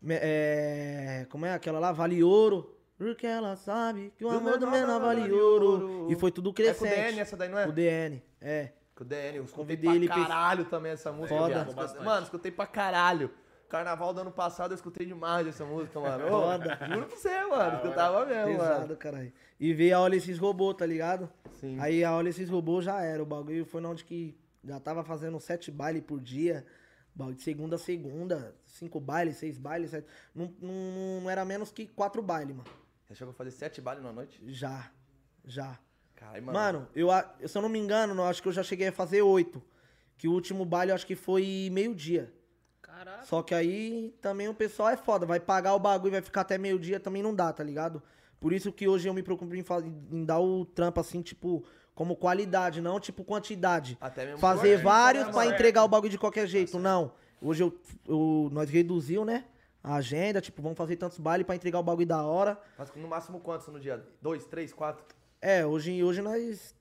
S3: me- é, como é aquela lá? Vale Ouro. Porque ela sabe que o
S1: Do
S3: amor do menor vale ouro. E foi tudo
S1: É
S3: crescente.
S1: com o DN essa daí, não é?
S3: O DN, é.
S1: Com o DN, eu escutei
S3: Convidei ele
S1: pra
S3: pra-
S1: caralho também essa música,
S3: Foda.
S1: viado. Escutei- Mano, escutei pra caralho. Carnaval do ano passado eu escutei demais essa música, mano. Ô,
S3: Foda.
S1: Juro pra você, mano. Escutava mesmo, mano.
S3: Pesado, É caralho. E ver a Olha Esses Robô, tá ligado?
S1: Sim.
S3: Aí a Olha Esses Robô já era. O bagulho foi na onde que já tava fazendo sete bailes por dia. bagulho De segunda a segunda. Cinco bailes, seis bailes, sete. Não, não, não era menos que quatro bailes, mano.
S1: Você chegou a fazer sete bailes na noite?
S3: Já. Já.
S1: Caralho, mano.
S3: Mano, eu, a- se eu não me engano, eu acho que eu já cheguei a fazer oito. Que o último baile eu acho que foi meio-dia.
S2: Caraca.
S3: Só que aí também o pessoal é foda, vai pagar o bagulho, vai ficar até meio-dia, também não dá, tá ligado? Por isso que hoje eu me preocupo em, fa- em dar o trampo assim, tipo, como qualidade, não tipo quantidade.
S1: Até mesmo pro
S3: Fazer
S1: artista,
S3: vários
S1: né,
S3: pra
S1: mano?
S3: entregar o bagulho de qualquer
S1: Tá
S3: jeito, não. Hoje eu, eu- nós reduziu, né? A agenda, tipo, vamos fazer tantos bailes pra entregar o bagulho da hora.
S1: Mas no máximo quantos no dia? Dois, três, quatro?
S3: É, hoje, hoje nós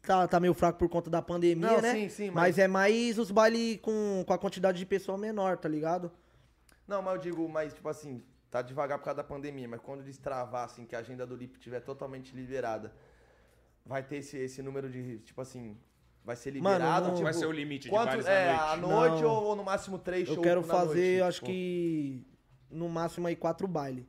S3: tá, tá meio fraco por conta da pandemia,
S1: Não,
S3: né?
S1: sim, sim, mas-
S3: mas... é mais os bailes com, com a quantidade de pessoa menor, tá ligado?
S1: Não, mas eu digo, mas tipo assim, tá devagar por causa da pandemia, mas quando destravar, assim, que a agenda do LIP estiver totalmente liberada, vai ter esse, esse número de, tipo assim, vai ser
S3: Mano,
S1: liberado?
S3: não-
S1: tipo,
S2: Vai ser o limite de
S1: quantos,
S2: bailes
S1: é,
S2: à
S1: à noite
S3: Não.
S1: ou, ou no máximo três
S3: Eu
S1: shows
S3: quero
S1: na
S3: fazer,
S1: noite,
S3: acho
S1: tipo?
S3: que no máximo aí quatro baile.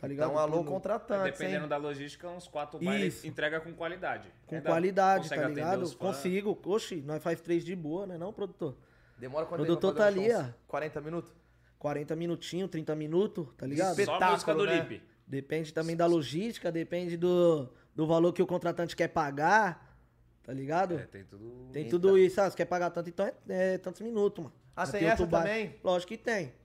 S3: Tá ligado?
S1: Então, alô,
S3: Por-
S1: contratante,
S2: Dependendo
S1: hein?
S2: da logística, uns quatro bailes
S3: Isso.
S2: entrega com qualidade.
S3: Com
S2: É da-
S3: qualidade,
S2: consegue
S3: tá
S2: atender os
S3: ligado?
S2: fãs.
S3: Consigo. Oxi, nós faz três de boa, né não, produtor?
S1: Demora quanto
S3: Produtor
S1: tempo? pra fazer um
S3: tá ali,
S1: show? 40 minutos?
S3: 40 minutinhos, 30 minutos, tá ligado?
S1: Espe-
S2: Só a música do
S1: Espetáculo, né?
S2: Lipe.
S3: Depende também da logística, depende do, do valor que o contratante quer pagar, tá ligado?
S1: né?
S2: É, tem tudo.
S3: Tem
S1: Eita.
S3: tudo isso, ah, você quer pagar tanto, então é, é tantos minutos, mano.
S1: Ah,
S3: Já
S1: tem
S3: o
S1: essa
S3: tubar-
S1: também?
S3: Lógico que tem.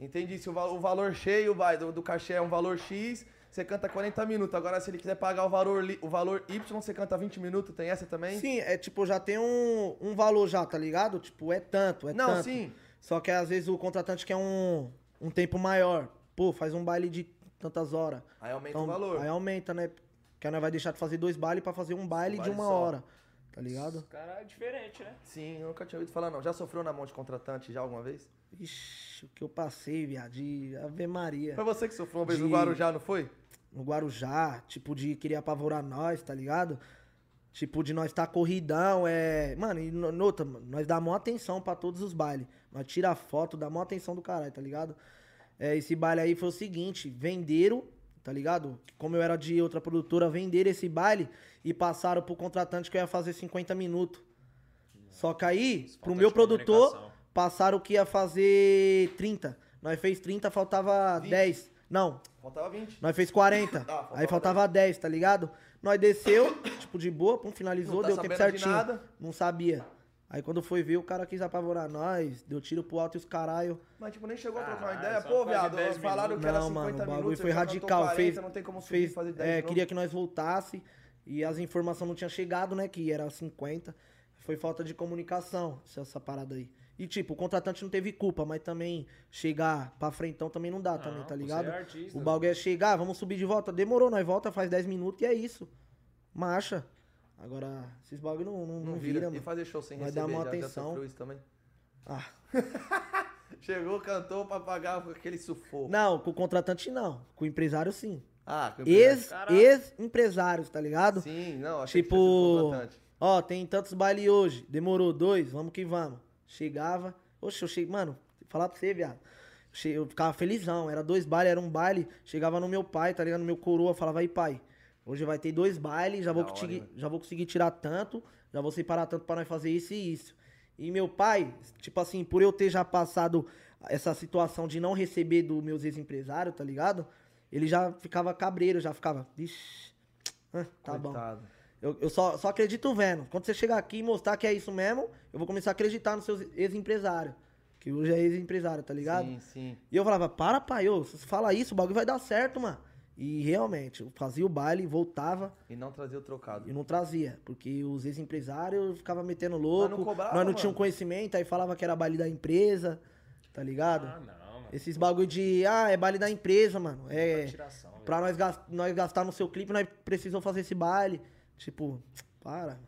S1: Entendi. Se o, val- o valor cheio vai do, do cachê é um valor X, você canta 40 minutos. Agora, se ele quiser pagar o valor, li- o valor Y, você canta 20 minutos. Tem essa também?
S3: Sim, é tipo, já tem um, um valor já, tá ligado? Tipo, é tanto, é
S1: Não,
S3: tanto.
S1: sim.
S3: Só que às vezes o contratante quer um, um tempo maior. Pô, faz um baile de tantas horas.
S1: Aí aumenta o valor.
S3: Então, Aí aumenta, né? Porque nós vai deixar de fazer dois bailes pra fazer um baile,
S1: baile
S3: de uma
S1: só.
S3: hora. Tá ligado?
S2: Cara, é diferente, né?
S1: Sim, eu nunca tinha ouvido falar, não. Já sofreu na mão de contratante já alguma vez?
S3: Ixi, o que eu passei, viado, de Ave Maria.
S1: Foi você que sofreu uma vez no
S3: É. De-
S1: Guarujá, não foi?
S3: no Guarujá, tipo, de querer apavorar nós, tá ligado? Tipo, de nós estar tá corridão, é. Mano, e no- nota, mano, nós dá maior atenção pra todos os bailes. Nós tira foto, dá maior atenção do caralho, tá ligado? É, esse baile aí foi o seguinte: venderam, tá ligado? Como eu era de outra produtora, venderam esse baile e passaram pro contratante que eu ia fazer 50 minutos. Só que aí, pro
S2: de
S3: meu produtor,
S2: comunicação.
S3: passaram que ia fazer 30. Nós fez 30, faltava 10. Não,
S1: Faltava 20.
S3: nós fez 40.
S1: faltava
S3: aí faltava 10, tá ligado? Nós desceu, tipo, de boa, pum, finalizou,
S1: Não tá
S3: deu tempo
S1: sabendo de
S3: certinho.
S1: nada.
S3: Não sabia. Aí quando foi ver, o cara quis apavorar nós, deu tiro pro alto e os caralho.
S1: Mas, tipo, nem chegou a trocar uma
S2: Caralho,
S1: ideia.
S2: Ah, só
S1: Pô,
S2: quase
S1: viado,
S2: 10
S1: falaram que era
S3: Não,
S1: 50
S3: mano, o
S1: minutos.
S3: bagulho foi
S1: você já cantou
S3: radical.
S1: 40,
S3: fez,
S1: não tem como subir
S3: fez,
S1: e fazer 10
S3: É,
S1: de novo.
S3: queria que nós voltasse e as informações não tinham chegado, né, que era 50. Foi falta de comunicação, essa- essa parada aí. E, tipo, o contratante não teve culpa, mas também chegar pra frentão também
S1: Ah,
S3: não dá, também, tá
S2: você
S3: ligado?
S2: é artista.
S3: o bagulho é chegar, vamos subir de volta. Demorou, nós volta, faz 10 minutos e é isso. Marcha. Agora, esses bagulho não, não,
S1: Não
S3: não
S1: vira.
S3: vira,
S1: e
S3: mano.
S1: fazer show sem
S3: Vai dar
S1: receber,
S3: uma
S1: já,
S3: atenção.
S1: já sofreu isso também.
S3: Ah.
S1: (laughs) Chegou, cantou pra pagar com aquele sufoco.
S3: Não, com o contratante não. Com o empresário, sim.
S1: Ah, campeão.
S3: Ex-
S2: Caralho.
S3: Ex-empresários, tá ligado?
S1: Sim, não, achei que tinha sido
S3: Tipo,
S1: contratante.
S3: ó, tem tantos bailes hoje. Demorou dois, vamos que vamos. Chegava. Oxe, eu cheguei. Mano, falar pra você, viado. Che- Eu ficava felizão. Era dois bailes, era um baile. Chegava no meu pai, tá ligado? No meu coroa, falava, aí, pai. Hoje vai ter dois bailes, já vou,
S1: Da hora,
S3: conseguir,
S1: hein,
S3: já vou conseguir tirar tanto, já vou separar tanto pra nós fazer isso e isso. E meu pai, tipo assim, por eu ter já passado essa situação de não receber dos meus ex-empresários, tá ligado? Ele já ficava cabreiro, já ficava, vixi, ah, tá bom.
S1: Coitado.
S3: Eu, eu só, só acredito vendo. Quando você chegar aqui e mostrar que é isso mesmo, eu vou começar a acreditar nos seus ex-empresários. Que hoje é ex-empresário, tá ligado?
S1: Sim, sim.
S3: E eu falava, para, pai, ô, se você fala isso, o bagulho vai dar certo, mano. E realmente, eu fazia o baile, voltava
S1: E não trazer o trocado.
S3: e não trazia. Porque os ex-empresários ficavam metendo
S1: Mas não
S3: louco.
S1: cobrava,
S3: nós não
S1: mano.
S3: tínhamos conhecimento, aí falava que era baile da empresa, tá ligado?
S2: Ah,
S1: É.
S2: não, mano.
S3: Esses bagulho de, ah, é baile da empresa, mano. É.
S2: Atiração, velho.
S3: Pra nós, gas- nós gastar no seu clipe, nós precisamos fazer esse baile. Tipo, para.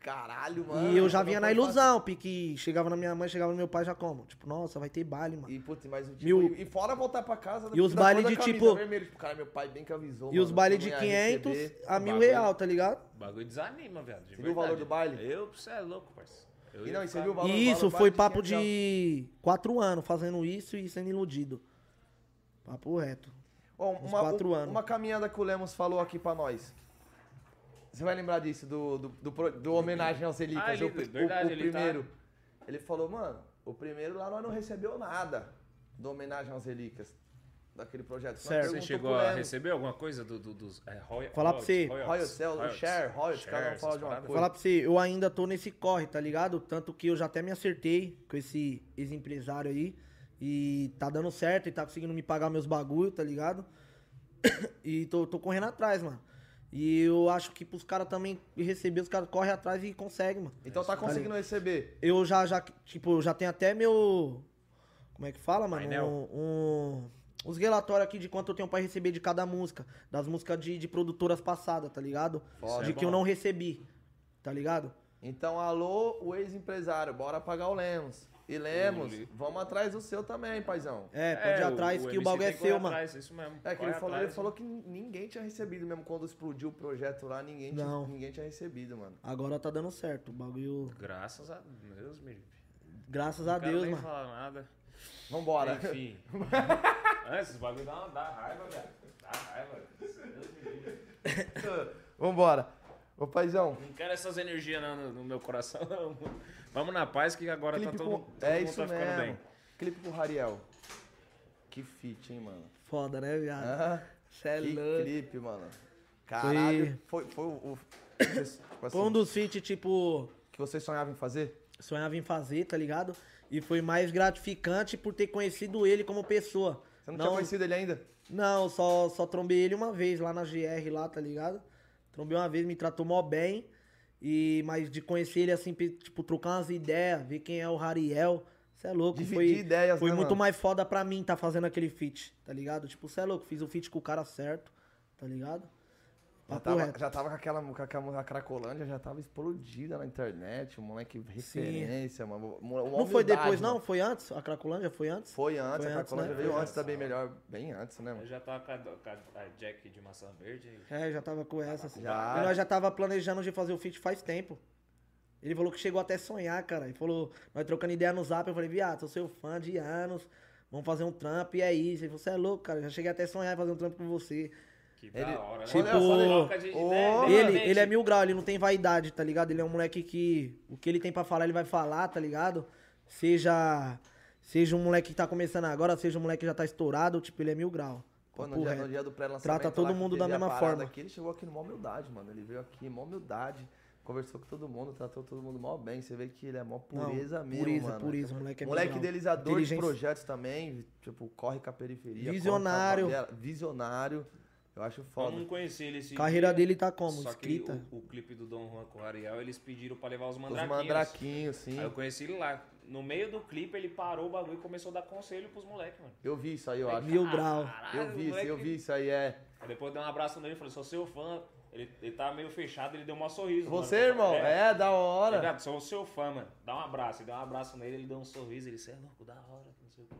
S1: Caralho, mano.
S3: e eu já
S1: não
S3: vinha
S1: foi
S3: na ilusão, pique. Chegava na minha mãe, chegava no meu pai, já como. Tipo, nossa, vai ter baile,
S1: fácil.
S3: mano.
S1: E, putz, mas o tipo,
S3: Mil-
S1: e fora voltar pra casa...
S3: E os
S1: da cor
S3: baile
S1: da
S3: de,
S1: camisa
S3: tipo-
S1: vermelha. Tipo, cara, meu pai bem que avisou,
S3: E os
S1: mano,
S3: bailes
S1: que
S3: de
S1: eu não ia
S3: 500
S1: receber.
S3: a mil
S2: bagulho.
S3: real, tá ligado?
S2: O bagulho desanima, viado. de
S1: Você viu o valor
S2: verdade.
S1: do baile?
S2: Eu, você é louco, parceiro. Eu
S1: E
S2: ia
S1: não, e você
S2: ficar-
S1: viu o valor?
S3: E isso
S1: valor
S3: foi
S1: de
S3: papo
S1: 500
S3: de quatro anos fazendo isso e sendo iludido. Papo reto.
S1: Ó,
S3: Uns
S1: uma,
S3: quatro
S1: um-
S3: anos.
S1: uma caminhada que o Lemos falou aqui pra nós. Você vai lembrar disso, do, do, do, pro- do homenagem ao Celício,
S2: Ah, ele-
S1: o, pri-
S2: verdade,
S1: o- o
S2: ele tá-
S1: primeiro. Ele falou, mano, o primeiro lá nós não recebeu nada do homenagem aos relíquias, daquele projeto. Nós
S3: Certo.
S2: Você
S1: perguntou
S2: chegou
S1: pro
S2: a
S1: Lemos.
S2: receber alguma coisa do, do- dos. É, roy,
S3: Falar pra você.
S1: Royal Cells, Share, royalties, cada um fala de uma
S3: Vou
S1: Foi.
S3: falar pra você, eu ainda tô nesse corre, tá ligado? Tanto que eu já até me acertei com esse ex-empresário aí. E tá dando certo e tá conseguindo me pagar meus bagulho, tá ligado? (coughs) E tô, tô correndo atrás, mano. E eu acho que pros caras também receber, os caras correm atrás e conseguem, mano.
S1: Então tá conseguindo receber.
S3: Eu já, já, tipo, eu já tenho até meu. Como é que fala, mano?
S2: Painel.
S3: Um, um- os relatórios aqui de quanto eu tenho pra receber de cada música. Das músicas de, de produtoras passadas, tá ligado?
S1: Foda.
S3: de
S1: É
S3: que
S1: bom.
S3: eu não recebi, tá ligado?
S1: Então, alô, o ex-empresário, bora pagar o Lemos. E Lemos,
S2: Ele-
S1: vamos atrás do seu também, paizão.
S3: É, pode ir atrás que o,
S2: MC
S3: bagulho é
S2: tem correr
S3: seu, mano.
S2: atrás, isso mesmo.
S1: É que
S2: Corre
S1: ele falou,
S2: atrás,
S1: ele falou que ninguém tinha recebido mesmo quando explodiu o projeto lá, ninguém, tinha-
S3: Não.
S1: ninguém tinha recebido, mano.
S3: Agora tá dando certo. O bagulho.
S2: Graças a Deus, meu. Não
S3: Graças a
S2: quero
S3: Deus,
S2: nem
S3: mano.
S2: falar nada.
S1: Vambora.
S3: (laughs)
S2: Enfim. (laughs) Antes, esses bagulho dá, dá raiva, velho. Dá raiva. Deus me livre.
S1: (laughs) Vambora. Ô, paizão,
S2: Não quero essas energias não, no, no meu coração, não. Vamos na paz que agora
S1: Clipe
S2: tá todo,
S1: com...
S2: mundo todo
S1: é
S2: mundo
S1: isso
S2: tá ficando
S1: mesmo.
S2: bem.
S1: Clipe com o Rariel. Que fit, hein, mano?
S3: Foda, né, viado?
S1: Hã?
S3: Cê é
S1: Ah, que
S3: louco.
S1: clipe, mano. Caralho. Foi, foi o... (coughs) o- tipo assim,
S3: Foi um dos feats, tipo,
S1: que você sonhava em fazer?
S3: sonhava em fazer, tá ligado? E foi mais gratificante por ter conhecido ele como pessoa.
S1: Você não, tinha conhecido ele ainda?
S3: Não, só, só trombei ele uma vez lá na GR, lá, tá ligado? Trombei uma vez, me tratou mó bem. E, mas de conhecer ele assim, pe- tipo, trocar umas ideias, ver quem é o Rariel. Cê é louco,
S1: Dividir
S3: foi.
S1: ideias,
S3: foi
S1: né,
S3: muito
S1: mano?
S3: mais foda pra mim tá fazendo aquele feat, tá ligado? Tipo, cê é louco, fiz o feat com o cara certo, tá ligado?
S1: Já
S3: Papo
S1: tava,
S3: reto.
S1: já tava com aquela com aquela- a Cracolândia, já tava explodida na internet, o moleque referência, mano. Uma
S3: Não foi
S1: humildade,
S3: depois,
S1: mano.
S3: não? Foi antes? A Cracolândia foi antes?
S1: Foi antes,
S3: Foi
S1: a
S3: antes,
S1: Cracolândia
S3: né?
S1: veio
S3: Foi
S1: antes da Bem Melhor, bem antes, né,
S2: Eu
S1: mano?
S2: já tava com a, com a- a Jack de maçã verde.
S3: É, já tava com essa. Assim.
S1: Já.
S3: E nós já tava planejando de fazer o feat faz tempo. Ele falou que chegou até a sonhar, cara. Ele falou, nós trocando ideia no zap, eu falei, viado, sou seu fã de anos, vamos fazer um trampo, e é isso. Ele falou, você é louco, cara, já cheguei até a sonhar em fazer um trampo com você.
S2: Que da
S1: Ele-
S2: hora, né?
S1: tipo-
S2: Olha só, troca de ideia,
S1: Ô,
S2: né?
S3: Ele,
S2: Gente,
S3: ele é mil grau, ele não tem vaidade, tá ligado? Ele é um moleque que o que ele tem pra falar, ele vai falar, tá ligado? Seja seja um moleque que tá começando agora, seja um moleque que já tá estourado, tipo, ele é mil grau. é
S1: Pô, no
S3: Papo
S1: dia,
S3: reto.
S1: no dia do pré-lançamento.
S3: Trata todo
S1: lá que
S3: mundo da
S1: teve a
S3: mesma
S1: parada
S3: forma.
S1: Aqui, ele chegou aqui numa humildade, mano. Ele veio aqui, mó humildade, conversou com todo mundo, tratou todo mundo mó bem. Você vê que ele é mó
S3: Não,
S1: pureza mesmo,
S3: pureza,
S1: mano.
S3: Pureza, moleque é mil
S1: Moleque
S3: grau.
S1: idealizador de
S3: Inteligência.
S1: projetos também, tipo, corre com a periferia. corre com a
S3: Visionário.
S1: favela, Visionário. Eu acho foda.
S2: Vamos não conhecer ele esse
S3: Carreira
S2: dia.
S3: dele tá como?
S2: Só que
S3: Escrita?
S2: o, o clipe do Dom Juan com o Ariel, eles pediram pra levar os
S1: Os
S2: mandraquinhos.
S1: mandraquinhos, sim.
S2: Aí eu conheci ele lá. No meio do clipe, ele parou o bagulho e começou a dar conselho pros moleques, mano.
S1: Eu vi isso aí, eu acho.
S3: Mil grau.
S2: Caralho,
S1: Eu vi
S2: o
S1: isso,
S2: moleque-
S1: eu vi isso aí, é.
S2: Aí depois eu dei um abraço nele e falei, sou seu fã. Ele, ele tava meio fechado, ele deu um sorriso.
S1: Você,
S2: mano.
S1: irmão? É, da
S2: Tá
S1: hora.
S2: ligado? Sou seu fã, mano. Dá um abraço. Ele deu um abraço nele, ele deu um sorriso. Ele disse, é louco, da hora, não sei o quê.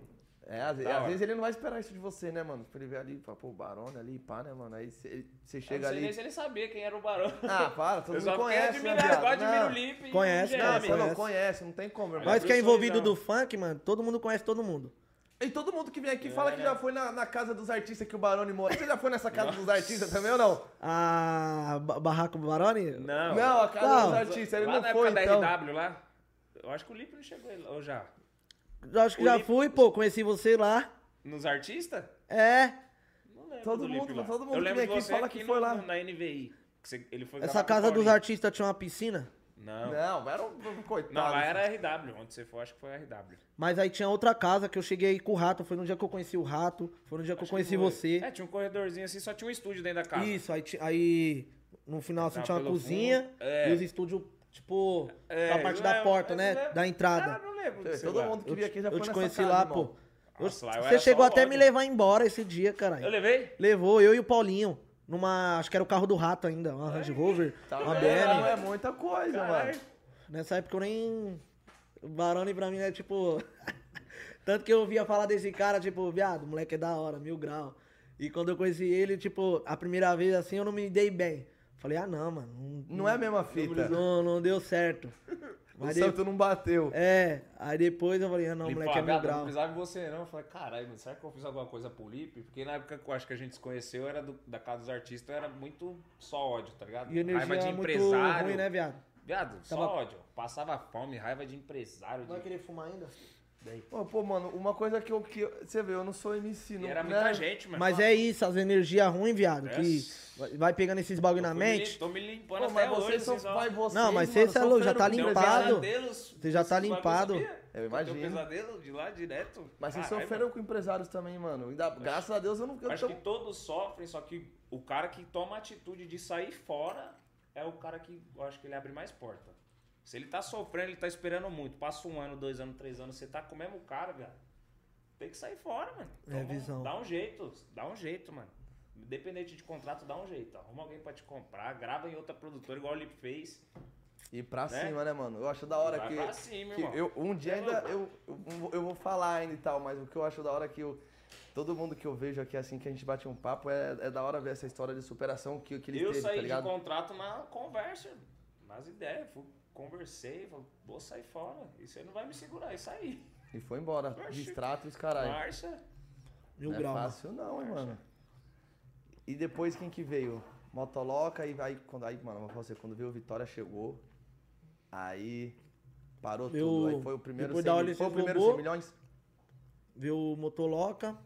S1: É, às,
S2: Da
S1: às
S2: hora.
S1: vezes ele não vai esperar isso de você, né, mano? Tipo, Ele vê ali, fala, pô, o Barone ali, pá, né, mano? Aí você
S2: Eu
S1: chega
S2: não sei nem
S1: ali.
S2: se ele sabia quem era o Barão.
S1: (laughs) Ah, para, todo
S2: eu só
S1: mundo
S2: fiquei
S1: conhece, né,
S2: admirado,
S1: viado?
S2: igual admiro o
S1: Não,
S2: Lipe
S3: Conhece,
S2: e o
S1: Não,
S2: Jeremy.
S1: você não
S3: Conhece.
S1: conhece, não tem como, irmão.
S3: Nós que é
S2: Abriu o
S3: envolvido
S2: sorrisão.
S3: do funk, mano, todo mundo conhece todo mundo.
S1: E todo mundo que vem aqui fala
S2: É,
S1: que
S2: né?
S1: já foi na, na casa dos artistas que o Barone mora. Você já foi nessa casa dos artistas também ou não?
S3: A Ah, ba- Barraco Baroni?
S2: Não.
S1: Não, a casa
S3: Não.
S1: dos artistas, ele
S2: lá
S1: não
S2: na
S1: foi,
S2: época
S1: então.
S2: da RW lá, eu acho que o Lipe não chegou aí, ou já.
S3: Eu Acho que
S2: O
S3: já
S2: Lipe-
S3: fui, pô, conheci você lá.
S2: Nos artistas?
S3: É,
S2: Não lembro
S1: Todo
S2: do
S1: mundo-
S2: Lipe lá.
S1: todo
S2: eu
S1: mundo que
S2: lembro
S1: vem
S2: de
S1: aqui
S2: você
S1: fala que foi
S2: no-
S1: lá.
S2: Na NVI. que você- ele foi
S3: essa
S2: gravar com
S3: casa
S2: o
S3: dos
S2: Paulinho.
S3: artistas tinha uma piscina,
S2: Não.
S1: Não, era um coitado.
S2: Não, lá era RW. Onde você for, acho que foi RW.
S3: mas aí tinha outra casa que eu cheguei aí com o rato. Foi no dia que eu conheci o rato, foi no dia que eu
S2: Acho
S3: conheci
S2: que foi.
S3: você.
S2: É, tinha um corredorzinho assim, só tinha um estúdio dentro da casa.
S3: Isso, aí, ti- aí no final assim,
S2: Tava
S3: tinha uma
S2: pelo
S3: cozinha
S2: fundo. É.
S3: e os estúdios, tipo,
S2: É,
S3: da parte
S2: eu
S3: da
S2: lembro,
S3: porta,
S2: eu
S3: né?
S2: lembro.
S3: Da
S2: Ah,
S3: entrada.
S2: não lembro.
S1: Você-
S2: disso
S1: Todo
S2: lá.
S1: mundo que
S3: Eu
S1: via aqui
S3: te,
S1: já foi
S3: eu te
S1: nessa
S3: conheci
S1: casa,
S3: lá,
S1: irmão.
S3: pô. Eu-
S2: Nossa, lá eu
S3: você
S2: era só
S3: chegou até
S2: ódio.
S3: me levar embora esse dia, caralho.
S2: Eu levei?
S3: Levou eu e o Paulinho. Numa. Acho que era o carro do rato ainda, uma Range Rover,
S1: Tá
S3: uma
S1: vendo? Não
S3: BM.
S1: é muita coisa,
S2: Caralho.
S1: mano.
S3: Nessa época eu nem. O Barone pra mim é tipo. (laughs) Tanto que eu ouvia falar desse cara, tipo, viado, o moleque é da hora, mil grau. E quando eu conheci ele, tipo, a primeira vez assim, eu não me dei bem. Falei, ah não, mano.
S1: Não é a mesma fita.
S3: Não, não deu certo.
S1: O
S3: Mas de-
S1: santo não bateu.
S3: É, aí depois eu falei, ah não,
S2: Lipe
S3: moleque é
S2: falava,
S3: mil
S2: "Viado, eu Não
S3: grau.
S2: precisava de você, não. Eu falei, caralho, mano, será que eu fiz alguma coisa pro Lipe? Porque na época que eu acho que a gente se conheceu, era do- da casa dos artistas, era muito só ódio, tá ligado?
S3: E energia
S2: raiva de
S3: muito
S2: empresário.
S3: ruim, né, viado?
S2: Viado, só
S3: Tava-
S2: ódio. Passava fome, raiva de empresário. de-
S3: querer fumar ainda?
S1: Pô, pô, mano, uma coisa que eu. Que, eu- você vê, eu não sou MC,
S2: E
S1: não.
S2: era
S1: né?
S2: muita gente, mano.
S3: Mas é isso, as energias ruins, viado, que
S2: Yes.
S3: vai- vai pegando esses bagulho
S2: Eu
S3: na
S2: fui
S3: mente.
S2: Me, tô me limpando
S1: Pô,
S2: até
S1: mas
S2: hoje. assim,
S1: vocês são.
S2: vocês vão-
S1: Vai vocês,
S3: Não, mas
S1: mano,
S3: cê- cê é
S1: sofreram
S3: louco, já tá
S1: muito.
S2: Deu
S3: limpado.
S2: pesadelos,
S3: Você já tá
S2: vocês-
S3: limpado.
S2: sabia?
S1: Eu
S2: Deu
S1: imagino.
S2: pesadelo de lá direto.
S1: Mas vocês
S2: Caralho,
S1: sofreram com empresários também, mano. Ainda, graças a Deus eu não. Eu
S2: Acho
S1: tô-
S2: que todos sofrem, só que o cara que toma a atitude de sair fora é o cara que eu acho que ele abre mais porta. Se ele tá sofrendo, ele tá esperando muito. Passa um ano, dois anos, três anos, você tá com o mesmo cara, velho. Tem que sair fora, mano.
S3: É, visão.
S2: Dá um jeito, dá um jeito, mano. Independente de contrato, dá um jeito. Arruma alguém pra te comprar, grava em outra produtora, igual ele fez.
S1: E pra
S2: Né?
S1: cima, né, mano? Eu acho da hora
S2: Vai
S1: que.
S2: pra cima,
S1: que
S2: irmão.
S1: eu, um dia
S2: É
S1: ainda. Eu, eu, vou- eu vou falar ainda e tal, mas o que eu acho da hora é que eu. Todo mundo que eu vejo aqui, assim, que a gente bate um papo, é, é da hora ver essa história de superação que, que eles
S2: eu
S1: teve, tá
S2: saí de
S1: ligado?
S2: contrato na conversa, nas ideias. Fui, conversei, falei, vou sair fora. E você não vai me segurar, e saí.
S1: E foi embora.
S2: Oxi.
S1: Distrato e os caralho.
S2: Marcha.
S3: Mil
S1: não
S3: grau,
S1: é
S3: mano.
S1: fácil não, hein, mano. E depois quem que veio? Motoloca e vai. Quando, aí, mano, eu vou falar pra você, quando veio o Vitória chegou. Aí. Parou
S3: Eu-
S1: tudo. Aí foi o primeiro
S3: depois
S1: 100
S3: da
S1: milhões.
S3: Olímpia
S1: Foi o primeiro
S3: bombou.
S1: 100 milhões?
S3: Veio o Motoloca.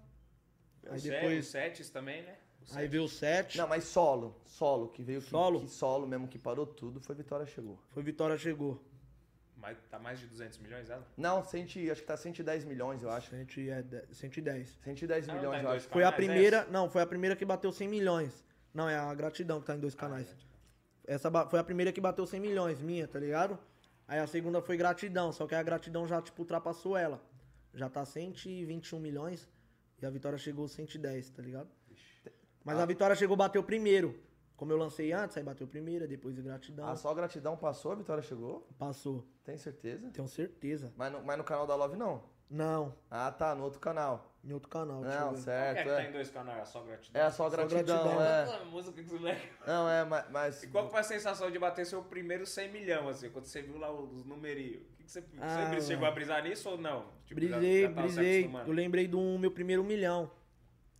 S3: Aí
S2: Os
S3: depois-
S2: depois... sets é, também, né? Os
S3: Aí
S2: sets.
S3: veio o 7.
S1: Não, mas solo. Solo, que veio que-
S3: Solo?
S1: que solo mesmo, que parou tudo, foi Vitória Chegou.
S3: Foi Vitória Chegou.
S2: Mas tá mais de 200 milhões, ela?
S1: Não, 100, acho que tá 110 milhões, eu acho.
S3: é, 110.
S1: 110
S2: Não, tá
S1: milhões,
S2: em
S1: eu
S2: dois
S1: acho.
S3: Foi a
S2: Canais, é
S3: primeira. Não, foi a primeira que bateu 100 milhões. Não, é a gratidão que tá em dois canais.
S1: Ah, é.
S3: Essa ba- foi a primeira que bateu 100 milhões, minha, tá ligado? Aí a segunda foi gratidão, só que a gratidão já, tipo, ultrapassou ela. Já tá 121 milhões e a vitória chegou aos 110, tá ligado?
S1: Ah.
S3: Mas a vitória chegou, bateu primeiro. Como eu lancei antes, aí bateu primeira, depois o gratidão.
S1: Ah, só gratidão passou, a Vitória Chegou?
S3: Passou.
S1: Tem certeza?
S3: Tenho certeza.
S1: Mas no, mas no canal da Love não.
S3: Não,
S1: Ah, tá, no outro canal.
S3: em outro canal. deixa eu
S1: Não,
S3: ver.
S2: Qual que é
S1: certo,
S2: que tá em
S1: é.
S2: dois canais? É só gratidão? (laughs)
S1: É só gratidão,
S3: gratidão.
S1: é.
S2: Aquela música que os moleques-
S1: Não, é, ma- mas.
S2: E qual que foi a sensação de bater seu primeiro 100 milhão, assim, quando você viu lá os numerinhos? O que, que você,
S3: Ah,
S2: você bris- chegou
S3: mano.
S2: a brisar nisso ou não? Tipo, já-
S3: Brisei,
S2: já tava se
S3: brisei.
S2: acostumando?
S3: Eu lembrei do meu primeiro um milhão.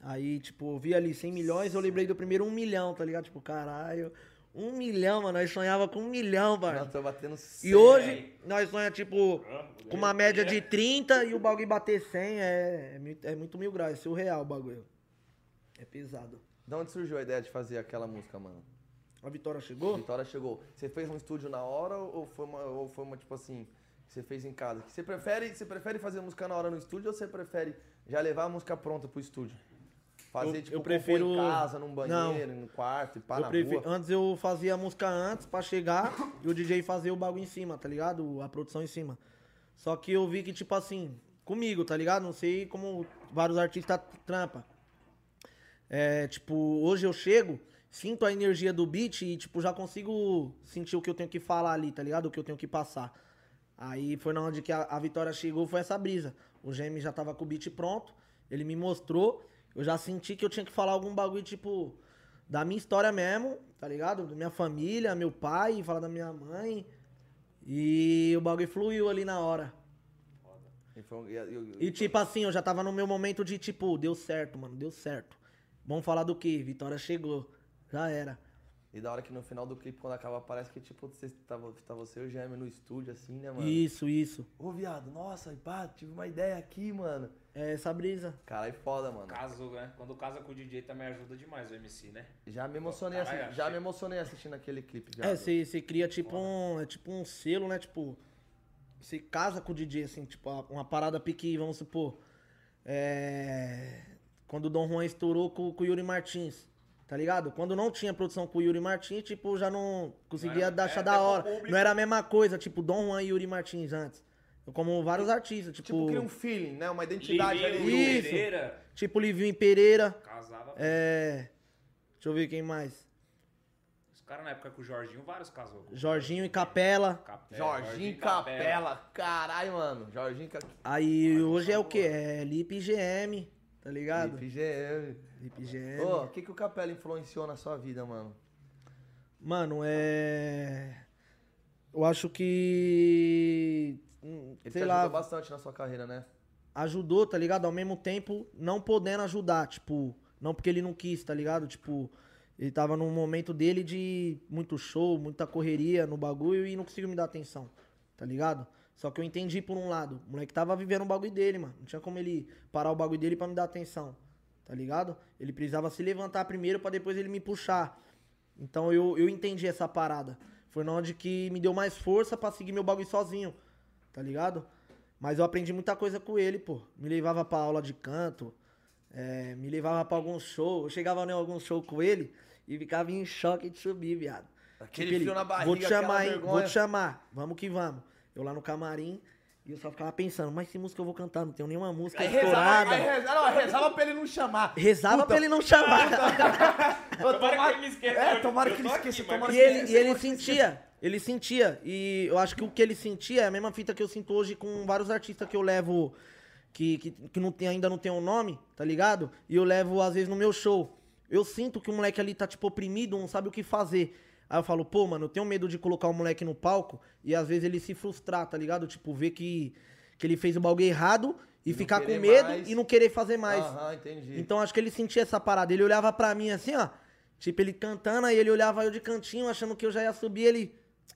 S3: Aí, tipo, eu vi ali 100 milhões, eu lembrei do primeiro um milhão, tá ligado? Tipo, caralho, um milhão, mano. Nós sonhava com um milhão,
S1: Não,
S3: mano.
S1: tô batendo.
S3: E
S2: é,
S3: hoje, nós sonha, tipo,
S2: Ah,
S3: com uma média de 30 e o bagulho bater 100 é, é, muito, é muito mil graus, é surreal o bagulho. É pesado.
S1: De onde surgiu a ideia de fazer aquela música, mano?
S3: A vitória chegou?
S1: Vitória chegou. Você fez um estúdio na hora ou foi uma, ou foi uma tipo assim, que você fez em casa? Que Você prefere, você prefere fazer música na hora no estúdio ou você prefere já levar a música pronta pro estúdio? Fazer,
S3: Eu-
S1: tipo,
S3: eu
S1: compor
S3: prefiro-
S1: em casa, num
S3: Não.
S1: banheiro, num quarto, e pá,
S3: Eu
S1: na
S3: previ-
S1: rua.
S3: Antes eu fazia a música antes pra chegar e o DJ fazia o bagulho em cima, tá ligado? A produção em cima. Só que eu vi que, tipo assim, comigo, tá ligado? Não sei como vários artistas trampa. É, tipo, hoje eu chego, sinto a energia do beat e, tipo, já consigo sentir o que eu tenho que falar ali, tá ligado? O que eu tenho que passar. Aí foi na onde que a, a vitória chegou, foi essa brisa. O Gêmeo já tava com o beat pronto, ele me mostrou, eu já senti que eu tinha que falar algum bagulho, tipo, da minha história mesmo, tá ligado? Da minha família, meu pai, falar da minha mãe. E o bagulho fluiu ali na hora.
S1: E foi um- e- e-
S3: E tipo assim, eu já tava no meu momento de tipo, deu certo, mano, deu certo. Vamos falar do que? Vitória chegou. Já era.
S1: e da hora que no final do clipe, quando acaba, parece que, tipo, você, tá, vo- tá você e o Gêmeo no estúdio, assim, né, mano?
S3: Isso, isso.
S1: Ô, viado, nossa, e pá, tive uma ideia aqui, mano.
S3: É essa brisa.
S1: Caralho, foda, mano.
S2: Caso, né? Quando casa com o DJ também ajuda demais o MC, né?
S1: Já me emocionei,
S2: Caralho,
S1: assi- já
S2: achei-
S1: me emocionei assistindo aquele clipe, já.
S3: É, você cria tipo um. É tipo um selo, né? Tipo. Você casa com o DJ, assim, tipo, a- uma parada pique, vamos supor. É. Quando o Dom Juan estourou com, com o Yuri Martins. Tá ligado? Quando não tinha produção com o Yuri Martins, tipo, já não conseguia
S2: era-
S3: dar
S2: é,
S3: achar
S2: até
S3: da
S2: pro
S3: hora.
S2: público.
S3: Não era a mesma coisa, tipo, Dom Juan e Yuri Martins antes. Como vários artistas, tipo.
S1: Tipo, cria um feeling, né? Uma identidade
S2: Livinho,
S1: ali.
S3: Isso.
S2: Pereira,
S3: Tipo Livinho em Pereira.
S2: casava.
S3: É. Deixa eu ver quem mais.
S2: Os caras na época com o Jorginho, vários casou. com o
S3: Jorginho e Capela.
S2: Capela,
S1: é, Jorginho Capela, caralho, mano. Jorginho Capela.
S3: Aí hoje é o quê? É Lip GM, tá ligado?
S1: IPGM.
S3: Lip GM.
S1: é. Ô, o que, que o Capela influenciou na sua vida, mano?
S3: Mano, é. Eu acho que. hum,
S1: Ele
S3: Sei
S1: te
S3: lá,
S1: ajudou bastante na sua carreira, né?
S3: ajudou, tá ligado? Ao mesmo tempo, não podendo ajudar, tipo, não porque ele não quis, tá ligado? Tipo, ele tava num momento dele de muito show, muita correria no bagulho e não conseguiu me dar atenção, tá ligado? Só que eu entendi por um lado, o moleque tava vivendo o bagulho dele, mano. Não tinha como ele parar o bagulho dele pra me dar atenção, tá ligado? Ele precisava se levantar primeiro pra depois ele me puxar. Então eu, eu entendi essa parada. Foi na onde que me deu mais força pra seguir meu bagulho sozinho, tá ligado? Mas eu aprendi muita coisa com ele, pô. Me levava pra aula de canto, é, me levava pra algum show. Eu chegava em algum show com ele e ficava em choque de subir, viado.
S1: Aquele
S3: Tipo, ele,
S1: frio na barriga,
S3: Vou te chamar,
S1: aquela
S3: hein?
S1: vergonha."
S3: Vou te chamar. Vamos que vamos. Eu lá no camarim e eu só ficava pensando, mas que música eu vou cantar? Não tenho nenhuma música estourada.
S1: aí rezava, não, rezava pra ele não chamar.
S3: Rezava pra ele
S1: (laughs)
S3: não chamar.
S1: Ô,
S2: Tomara que ele me esqueça.
S1: É, tomara
S2: Eu
S1: que ele
S2: tô aqui,
S1: esqueça.
S2: mas-
S1: tomara
S3: E
S1: que
S3: ele,
S1: esqueça.
S3: e ele sentia, ele sentia. E eu acho que o que ele sentia é a mesma fita que eu sinto hoje com vários artistas que eu levo, que, que, que não tem, ainda não tem um nome, tá ligado? E eu levo, às vezes, no meu show. Eu sinto que o moleque ali tá, tipo, oprimido, não sabe o que fazer. Aí eu falo, pô, mano, eu tenho medo de colocar o moleque no palco e às vezes ele se frustrar, tá ligado? Tipo, ver que, que ele fez o bagulho errado e,
S1: E não
S3: ficar com
S1: querer
S3: medo
S1: mais.
S3: e não querer fazer mais.
S1: Aham, entendi.
S3: Então acho que ele sentia essa parada. Ele olhava pra mim assim, ó. Tipo, ele cantando, aí ele olhava eu de cantinho, achando que eu já ia subir. Ele,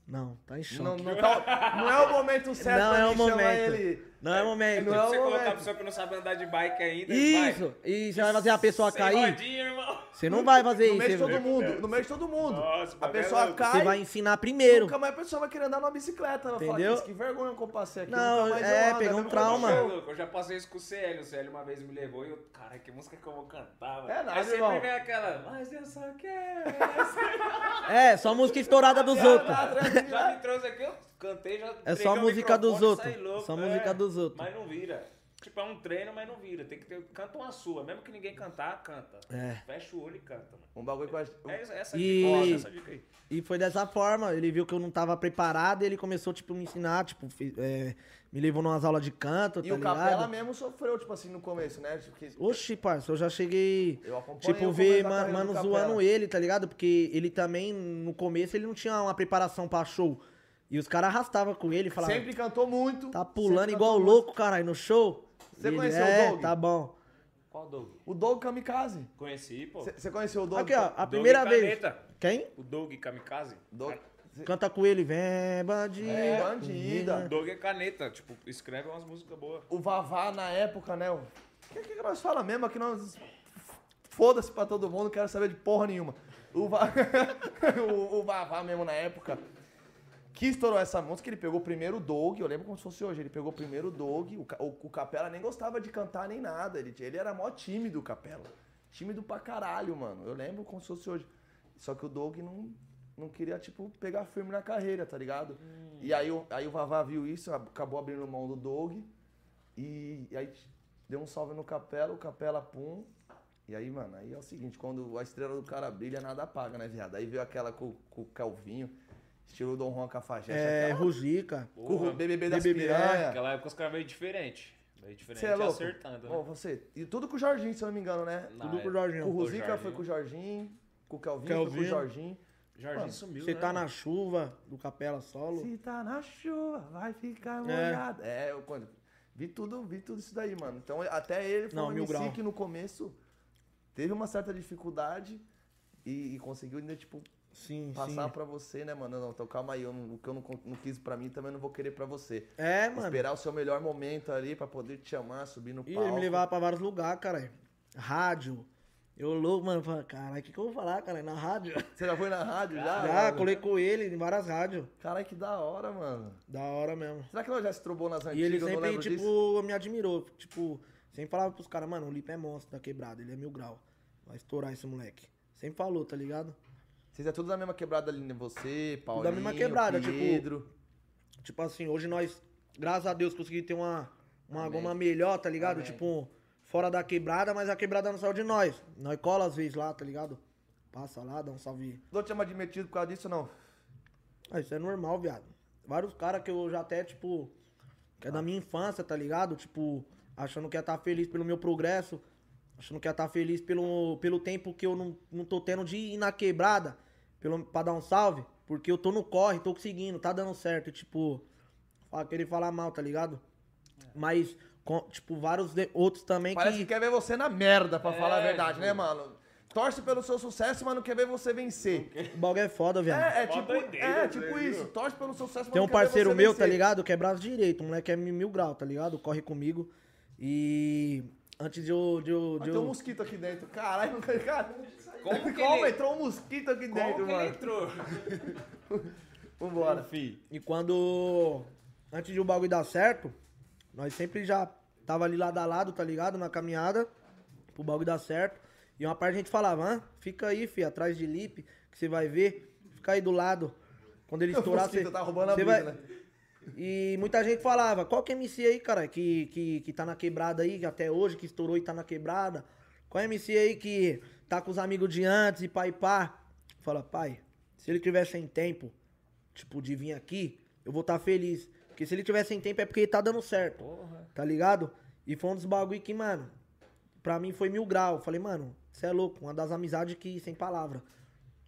S3: Não, tá em
S1: Não,
S3: choque.
S1: não, tá- não é o momento certo
S3: Não
S1: pra
S3: é
S1: mim
S3: o
S1: chamar
S3: momento.
S1: ele.
S3: Não é o momento.
S1: Não é o
S2: você colocar
S1: momento.
S2: a pessoa que não sabe andar de bike ainda.
S3: Isso, isso. Você vai fazer a pessoa
S2: vai. Sem
S3: cair?
S2: rodinha, irmão.
S3: Você não vai fazer
S1: No
S3: isso.
S1: meio de
S3: Você
S1: todo mundo. No meio de todo mundo.
S2: Nossa,
S1: a
S2: bagulho é
S1: pessoa
S2: louco.
S1: cai.
S3: você vai ensinar primeiro.
S1: Nunca mais a pessoa vai querer andar numa bicicleta. Ela fala,
S3: Entendeu?
S1: "Isso, que vergonha que eu passei aqui.
S3: Não,
S1: nunca mais
S3: é,
S1: eu ando,
S3: pegar um
S1: eu nunca
S3: trauma.
S1: mais
S2: Ô,
S1: eu ando."
S2: louco, eu já passei isso com o Célio. O Célio uma vez me levou e eu, cara, que música que eu vou cantar, mano.
S1: É nada,
S2: Aí sempre
S1: irmão.
S2: vem aquela, mas eu só
S3: (laughs)
S2: quero.
S3: É, só música estourada dos outros.
S1: Tá atrás de mim,
S2: já
S1: né?
S2: me trouxe aqui, eu cantei, já.
S3: É
S2: entreguei
S3: só
S2: o
S3: música dos
S2: microfone,
S3: outros.
S2: saí louco, é.
S3: Só música dos outros.
S2: Mas não vira. Tipo, é um treino, mas não vira. Tem que ter. Canta uma sua. Mesmo que ninguém cantar, canta.
S3: É.
S2: Fecha o olho e canta, mano.
S1: Um bagulho que eu acho...
S2: É isso- essa
S3: E-
S2: dica, nossa, essa dica aí.
S3: E foi dessa forma, ele viu que eu não tava preparado, ele começou, tipo, me ensinar, tipo, fe- é, me levou numas aulas de canto,
S1: E
S3: tá
S1: o Capela
S3: ligado?
S1: mesmo sofreu, tipo assim, no começo, né? Tipo, que-
S3: Oxi, parça, eu já cheguei,
S1: Eu acompanhei
S3: tipo,
S1: o
S3: ver
S1: começo da
S3: ma-
S1: carreira
S3: mano
S1: do
S3: zoando
S1: Capela.
S3: ele, tá ligado? Porque ele também, no começo, ele não tinha uma preparação pra show. E os caras arrastavam com ele, falavam,
S1: Sempre cantou muito.
S3: tá
S1: sempre
S3: pulando igual
S1: cantou
S3: louco, caralho, no show.
S1: Você
S3: Ele,
S1: conheceu o
S3: é,
S1: Doug?
S3: tá bom.
S2: Qual Doug?
S1: muito. O Doug Kamikaze.
S2: Conheci, pô.
S1: Você conheceu o Doug?
S3: Aqui, ó, a
S2: Doug
S3: primeira vez.
S2: Caneta.
S3: Quem?
S2: O Doug Kamikaze.
S1: Doug...
S3: Canta com ele, vem, bandido.
S1: É, bandida.
S2: O Doug é caneta, tipo, escreve umas músicas boas.
S1: O Vavá na época, né? O que, que nós fala mesmo? Aqui nós. Foda-se pra todo mundo, não quero saber de porra nenhuma. O, Va- (laughs) o, o Vavá mesmo na época. Que estourou essa música, ele pegou primeiro o Doug, eu lembro como se fosse hoje, ele pegou primeiro o Doug, o, Ca- o, o Capela nem gostava de cantar nem nada, ele, ele era mó tímido, o Capela. Tímido pra caralho, mano, eu lembro como se fosse hoje. Só que o Doug não, não queria, tipo, pegar firme na carreira, tá ligado? E aí, o- aí o Vavá viu isso, acabou abrindo mão do Doug, e, e aí deu um salve no Capela, o Capela pum. E aí, mano, aí é o seguinte, quando a estrela do cara brilha, nada apaga, né, viado? Aí veio aquela com, com o Calvinho, estilo Dom Juan Cafajeste,
S3: É,
S1: aquela-
S3: Rujica.
S1: com o BBB das
S3: BBB, né?
S1: piranha.
S2: Naquela época os caras meio diferente. Meio diferente
S1: Você é louco?
S2: acertando.
S1: Ô,
S2: Né?
S1: você, e tudo com o Jorginho, se eu não me engano, né?
S2: Na
S3: Tudo com o
S2: época.
S1: Com o
S3: Jorginho.
S1: Ruzica foi
S2: Jorginho.
S1: com o Jorginho, com o Calvinho, foi com
S3: Calvinho.
S1: o Jorginho.
S2: Jorginho
S1: Mano,
S2: sumiu.
S3: Você
S2: né?
S1: (laughs)
S3: tá na chuva, do Capela Solo.
S1: Se tá na chuva, vai ficar molhado. É, eu quando, vi tudo, vi tudo isso daí, mano. Então até ele foi
S3: Não,
S1: um
S3: mil
S1: MC
S3: grau.
S1: que no começo teve uma certa dificuldade e, e conseguiu ainda, tipo,
S3: Sim,
S1: passar
S3: sim.
S1: pra você, né, mano? Não, então calma aí, eu não- o que eu não, con- não quis pra mim também eu não vou querer pra você.
S3: É, mano.
S1: Esperar o seu melhor momento ali pra poder te chamar, subir no
S3: E
S1: palco.
S3: ele me levava pra vários lugares, cara. Rádio. Eu louco, mano. Falei, caralho, o que, que eu vou falar, cara?
S1: (laughs)
S3: Na rádio.
S1: Você já foi na rádio já?
S3: Já,
S1: mano?
S3: colei com ele em várias rádios.
S1: Caralho, que da hora, mano.
S3: Da hora mesmo.
S1: Será que nós já se trombou nas antigas?
S3: E ele
S1: Eu não
S3: sempre,
S1: lembro
S3: tipo,
S1: disso.
S3: me admirou. Tipo, sempre falava pros caras, mano, o Lipe é monstro da quebrada, ele é mil grau. Vai estourar esse moleque. Sempre falou, tá ligado?
S1: Vocês é tudo da mesma quebrada ali, né? Você, Paulinho,
S3: da mesma quebrada, tipo,
S1: Pedro.
S3: Tipo assim, hoje nós, graças a Deus, conseguimos ter uma, uma
S1: Amém.
S3: goma melhor, tá ligado?
S1: Amém.
S3: Tipo, fora da quebrada, mas a quebrada não saiu de nós. Nós cola às vezes lá, tá ligado? Passa lá, dá um salve.
S1: Não te chama de metido por causa disso, não.
S3: Ah, isso é normal, viado. Vários caras que eu já até, tipo, que é da minha infância, tá ligado? Tipo, achando que ia estar feliz pelo meu progresso, achando que ia estar feliz pelo, pelo tempo que eu não, não tô tendo de ir na quebrada pelo, pra dar um salve, porque eu tô no corre, tô conseguindo, tá dando certo, tipo, fa- querer falar mal, tá ligado? Mas, com- tipo, vários de- outros também
S1: É. Parece que...
S3: que...
S1: quer ver você na merda, pra
S2: É,
S1: falar a verdade,
S2: tipo-
S1: né, mano? Torce pelo seu sucesso, mas não quer ver você vencer.
S3: O bagulho é foda, viado.
S1: É, é
S2: Mó
S1: tipo,
S2: doideira,
S1: é,
S2: né,
S1: tipo
S2: viu?
S1: isso. Torce pelo seu sucesso, mas
S3: Tem
S1: não
S3: um
S1: quer ver
S3: parceiro
S1: você
S3: meu,
S1: vencer.
S3: tá ligado? Que é braço direito. O moleque é mil mil grau, tá ligado? Corre comigo. E antes de eu. De eu,
S1: Ah,
S3: de
S1: Tem um
S3: eu...
S1: mosquito aqui dentro. Caralho, não cara. (laughs)
S2: Como que
S1: Como
S2: ele-
S1: entrou um mosquito aqui
S2: Como
S1: dentro,
S2: que ele
S1: mano?
S2: (laughs) entrou?
S1: Vambora.
S2: Fih.
S3: E quando. Antes de o bagulho dar certo, nós sempre já tava ali lado a lado, tá ligado? Na caminhada. Pro bagulho dar certo. E uma parte a gente falava, hã? Fica aí, fi, atrás de Lipe, que você vai ver. Fica aí do lado. Quando ele
S1: O
S3: estourar,
S1: mosquito
S3: você.
S1: tá roubando a
S3: você
S1: brisa,
S3: vai-
S1: né?
S3: E muita gente falava, qual que é MC aí, cara, que, que, que tá na quebrada aí, que até hoje, que estourou e tá na quebrada? Qual é MC aí que tá com os amigos de antes e pá e pá? Fala, pai, se ele tiver sem tempo, tipo, de vir aqui, eu vou estar tá feliz. Porque se ele tiver sem tempo é porque tá dando certo,
S2: Porra.
S3: tá ligado? E foi um dos bagulho que, mano, pra mim foi mil grau. Falei, mano, você é louco, uma das amizades que, sem palavra,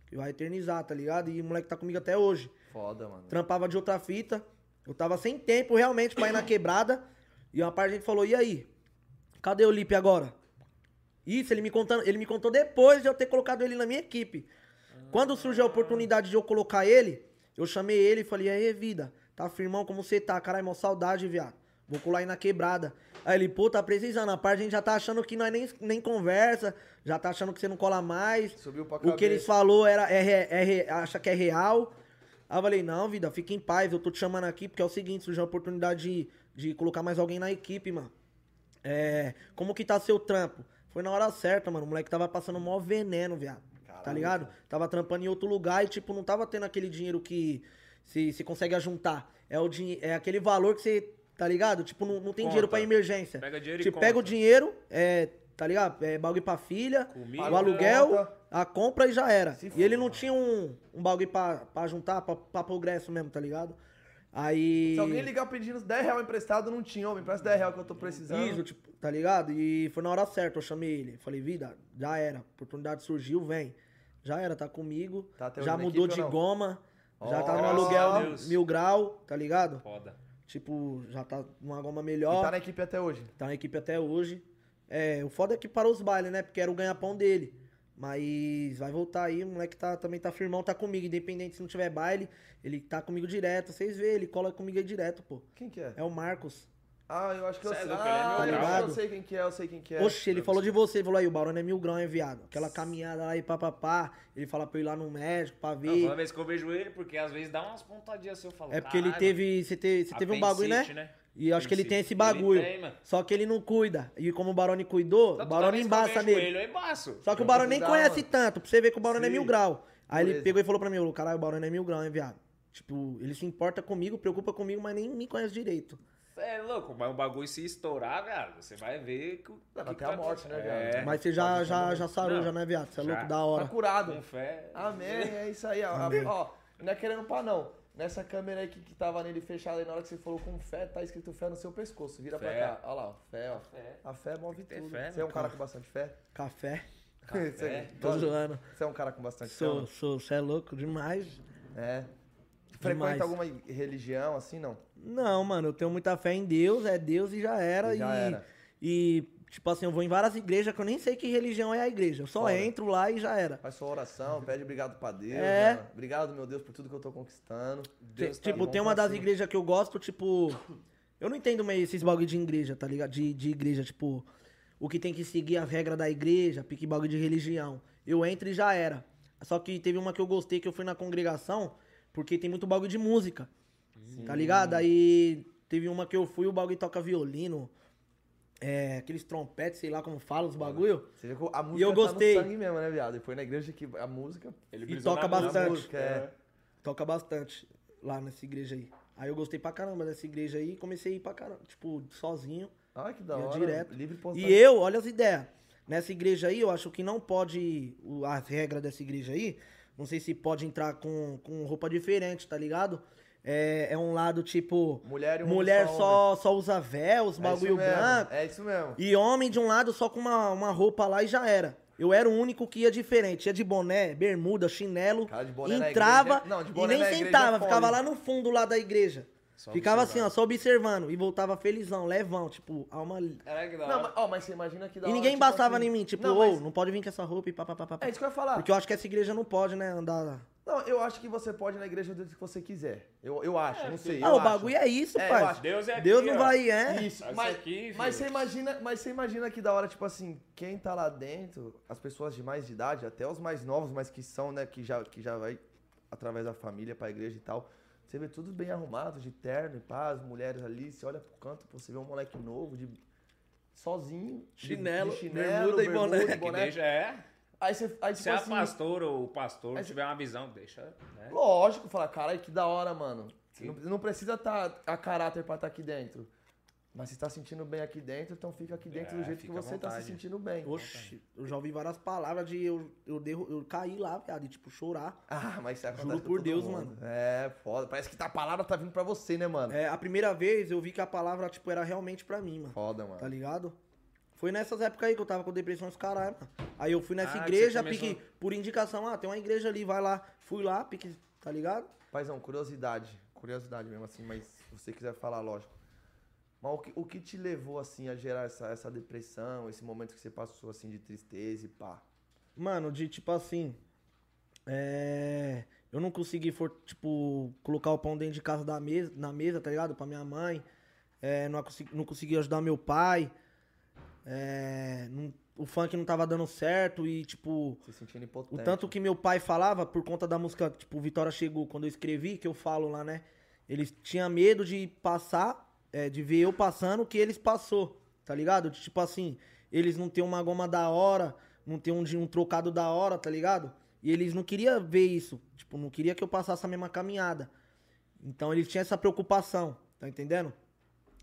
S3: que vai eternizar, tá ligado? E o moleque tá comigo até hoje
S1: Foda, mano.
S3: trampava de outra fita. Eu tava sem tempo realmente pra
S1: (coughs)
S3: ir na quebrada. E uma parte a gente falou, e aí? Cadê o Lipe agora? Isso, ele me contando, ele me
S1: Ah.
S3: contou depois de eu ter colocado ele na minha equipe. Quando surge a oportunidade de eu colocar ele, Eu chamei ele e falei, aí, vida, tá firmão, como você tá? Caralho, mó saudade, viado. Vou colar aí na quebrada. Aí ele, pô, tá precisando. A parte a gente já tá achando que nós nem, nem conversa, já tá achando que você não cola mais.
S1: Subiu pra
S3: O que eles
S1: cabeça.
S3: falou era, é, re- é, re- acha que é real. Aí eu falei, não, vida, fica em paz, eu tô te chamando aqui porque é o seguinte, surgiu a oportunidade de, de colocar mais alguém na equipe, mano. É, como que tá seu trampo? Foi na hora certa, mano. O moleque tava passando mó veneno, viado. Tá
S1: Caralho,
S3: ligado? Tava trampando em outro lugar e, tipo, não tava tendo aquele dinheiro que se, se consegue juntar. É, o dinhe- é aquele valor que você, tá ligado? Tipo, não, não tem
S2: Conta.
S3: dinheiro pra emergência.
S2: Pega dinheiro e
S3: Tipo, pega o
S2: conta.
S3: dinheiro, é, tá ligado? É bagulho pra filha,
S2: Comida,
S3: o aluguel,
S1: conta.
S3: a compra e já era.
S1: Se
S3: E ele
S1: for.
S3: não tinha um, um bagulho pra, pra juntar, pra, pra progresso mesmo, tá ligado? Aí.
S1: Se alguém ligar pedindo 10 reais emprestado, não tinha. Ô, me empresta 10 reais que eu tô precisando.
S3: Isso, tipo, tá ligado? E foi na hora certa, eu chamei ele. Falei, vida, já era. Oportunidade surgiu, vem. Já era, tá comigo.
S1: Tá até hoje
S3: já
S1: na
S3: mudou
S1: equipe
S3: de
S1: ou não?
S3: goma. Já tá no
S1: Ó,
S2: graças a
S3: aluguel
S2: Deus.
S3: mil grau, tá ligado?
S2: Foda.
S3: Tipo, já tá numa goma
S1: E
S3: melhor.
S1: tá na equipe até hoje.
S3: Tá na equipe até hoje. É, o foda é que parou os bailes, né? Porque era o ganha-pão dele. Mas vai voltar aí, o moleque tá, também tá firmão, tá comigo. Independente se não tiver baile, ele tá comigo direto. Vocês vê, ele cola comigo aí direto, pô.
S1: Quem que é?
S3: É o Marcos.
S1: Ah, eu acho que eu
S2: Cê é
S1: sei.
S2: louco, ele é meu
S1: Ah, eu acho que
S3: brabo.
S1: eu sei quem que é, eu sei quem que é.
S3: Oxe, ele falou de você, ele falou aí, o Barão é mil grão, hein, viado? Aquela caminhada lá e papapá. Ele fala pra eu ir lá no médico, pra
S2: Não,
S3: ver.
S2: toda vez que eu vejo ele, porque às vezes dá umas pontadinhas assim, eu falo.
S3: é porque ele
S2: "Caralho,
S3: teve. Você teve, você teve um bagulho, né?
S2: apendicite, né?
S3: E eu acho que ele tem esse
S2: Apendicite.
S3: bagulho.
S2: Ele tem, mano.
S3: Só que ele não cuida. E como o Barone
S2: Então,
S3: cuidou, o
S2: toda
S3: Barone
S2: vez que eu
S3: embaça
S2: vejo
S3: nele.
S2: Ele, eu embaço.
S3: Só que o Barão nem
S1: Não dá,
S3: conhece
S1: mano.
S3: tanto, pra você ver que o Barão é
S1: Sim. é.
S3: mil grau. Aí ele
S1: Beleza.
S3: pegou e falou pra mim, ô, caralho, o Barão é mil grau, hein, viado? Tipo, ele se importa comigo, preocupa comigo, mas nem me conhece direito.
S2: Cê É louco, mas o bagulho se estourar, velho, você vai ver que. o-
S1: Vai
S2: que
S1: até
S2: que
S1: a morte, né,
S2: acontecendo.
S1: viado?
S2: É,
S3: mas você já,
S1: pode
S3: já,
S1: também.
S3: já sarou,
S2: Não,
S3: já, né, viado? Você é
S2: já.
S3: louco, da
S1: Tá
S3: hora.
S1: curado.
S2: com fé.
S1: Amém, é isso aí. ó. Ó, não é querendo pá, não. Nessa câmera aí que, que tava nele fechada, aí na hora que você falou com fé, tá escrito fé no seu pescoço. Vira
S2: Fé.
S1: pra cá. Olha lá, ó, fé, ó.
S2: Fé.
S1: A fé move
S2: ter
S1: tudo.
S2: fé,
S1: você é um
S2: né,
S1: cara com bastante fé?
S3: Café,
S1: (laughs) Você-
S3: tô
S1: Lógico.
S3: zoando.
S1: Você é um cara com bastante fé?
S3: Sou,
S1: né?
S3: sou, você é louco demais.
S1: É. Frequenta
S3: Demais.
S1: alguma religião assim, não?
S3: Não, mano, eu tenho muita fé em Deus, é Deus e já era.
S1: E já
S3: e,
S1: era.
S3: e, tipo assim, eu vou em várias igrejas que eu nem sei que religião é a igreja. Eu só
S1: Foda.
S3: entro lá e já era.
S1: Faz sua oração, pede obrigado pra Deus.
S3: É.
S1: né? Obrigado, meu Deus, por tudo que eu tô conquistando.
S2: Deus tá
S3: tipo,
S2: bom
S3: tem uma
S2: pra
S3: das
S2: cima.
S3: igrejas que eu gosto, tipo. Eu não entendo meio esses bagulho de igreja, tá ligado? De, de igreja, tipo. O que tem que seguir a regra da igreja, pique bagulho de religião. Eu entro e já era. Só que teve uma que eu gostei, que eu fui na congregação, porque tem muito bagulho de música. Tá ligado? Aí teve uma que eu fui, o bagulho toca violino. É, aqueles trompetes, sei lá como fala, os bagulho.
S1: Você vê que a música
S3: eu
S1: tá
S3: gostei.
S1: no sangue mesmo, né, viado? E foi na igreja que a música.
S2: Ele
S3: E
S2: brisou
S3: toca
S2: na
S1: a
S3: bastante.
S1: música é.
S3: Toca bastante lá nessa igreja aí. Aí eu gostei pra caramba dessa igreja aí e comecei a ir pra caramba, tipo, sozinho.
S1: Ai, que da
S3: Ia
S1: hora.
S3: direto.
S1: Livre
S3: E eu, olha as ideias. Nessa igreja aí, eu acho que não pode. o- As regras dessa igreja aí, não sei se pode entrar com, com roupa diferente, tá ligado? É, é um lado tipo.
S1: Mulher e um
S3: mulher
S1: homem.
S3: só, só usa véu, os
S1: É
S3: bagulho
S1: isso mesmo,
S3: branco.
S1: É isso mesmo.
S3: E homem de um lado só com uma, uma roupa lá e já era. Eu era o único que ia diferente. Ia de boné, bermuda, chinelo.
S1: Cara, de boné na
S3: entrava
S1: igreja é- não, de boné
S3: e
S1: na
S3: nem
S1: igreja é
S3: sentava.
S1: foda,
S3: ficava
S1: hein?
S3: lá no fundo lá da igreja.
S2: Só
S3: ficava assim,
S2: observando.
S3: ó, só observando. E voltava felizão, levão. Tipo, alma
S2: Caralho, que da
S1: Não,
S2: hora.
S1: mas, ó, mas você imagina que da
S3: e
S1: hora,
S3: ninguém
S1: tipo
S3: embaçava
S1: assim-
S3: em mim, tipo,
S1: não,
S3: não,
S1: mas-
S3: não pode vir com essa roupa e papapá.
S1: É isso que eu ia falar.
S3: Porque eu acho que essa igreja não pode, né, andar.
S1: Não, eu acho que você pode ir na igreja do jeito que você quiser. Eu, eu acho, não sei.
S3: ah,
S1: eu
S3: o bagulho é isso,
S1: É, eu
S3: pai.
S1: acho.
S2: Deus é
S3: Deus
S2: aqui,
S3: não
S2: ó.
S3: vai, é.
S1: Isso,
S2: Mas
S1: mas,
S2: aqui, filho.
S1: mas você imagina, mas você imagina que da hora, tipo assim, quem tá lá dentro, as pessoas de mais idade, até os mais novos, mas que são, né, que já, que já vai através da família pra igreja e tal. Você vê tudo bem arrumado, de terno e paz, mulheres ali, você olha pro canto, pô, você vê um moleque novo, de sozinho, de-
S3: Chinelo,
S1: de chinelo,
S3: bermuda e boné.
S2: É que
S1: né?
S2: deixa, é.
S1: Aí você, aí, tipo
S2: Se a
S1: assim,
S2: pastora ou o pastor
S1: Mas-
S2: tiver uma visão, deixa.
S3: É?
S2: né?
S1: Lógico, falar, caralho, que da hora, mano. Não, não precisa estar a caráter pra estar aqui dentro. Mas se tá sentindo bem aqui dentro, então fica aqui dentro
S2: É,
S1: do jeito que
S2: fica à
S1: você tá se
S2: vontade.
S1: sentindo bem.
S3: Oxi, eu já ouvi várias palavras de eu, eu, derru- eu caí lá, viado, e tipo, chorar.
S1: Ah, mas isso acontece
S3: Juro
S1: com
S3: por
S1: todo
S3: Deus,
S1: mundo. É, foda. Parece que tá- a palavra tá vindo pra você, né, mano?
S3: É, a primeira vez eu vi que a palavra, tipo, era realmente pra mim, mano.
S1: Foda,
S3: Tá
S1: mano.
S3: ligado? Foi nessas épocas aí que eu tava com depressão os caralho, mano. Aí eu fui nessa
S2: Ah, que
S3: igreja,
S2: você começou-
S3: pique, por indicação, ah, tem uma igreja ali, vai lá. Fui lá, pique, tá ligado?
S1: Paizão, curiosidade. Curiosidade mesmo, assim, mas se você quiser falar, lógico. Mas o que, o que te levou, assim, a gerar essa, essa depressão, esse momento que você passou, assim, de tristeza e pá?
S3: Mano, de tipo assim. É. eu não consegui, for, tipo, colocar o pão dentro de casa da mesa, na mesa, tá ligado? Pra minha mãe. É, não, consegui, não consegui ajudar meu pai. É, não- o funk não tava dando certo e, tipo,
S1: Se sentindo
S3: o
S1: impotente.
S3: tanto que meu pai falava, por conta da música, tipo, Vitória Chegou, quando eu escrevi, que eu falo lá, né? Eles tinham medo de passar, é, de ver eu passando o que eles passou, tá ligado? De, tipo assim, eles não têm uma goma da hora, não tem um, de- um trocado da hora, tá ligado? E eles não queriam ver isso, tipo, não queria que eu passasse a mesma caminhada. Então eles tinham essa preocupação, tá entendendo?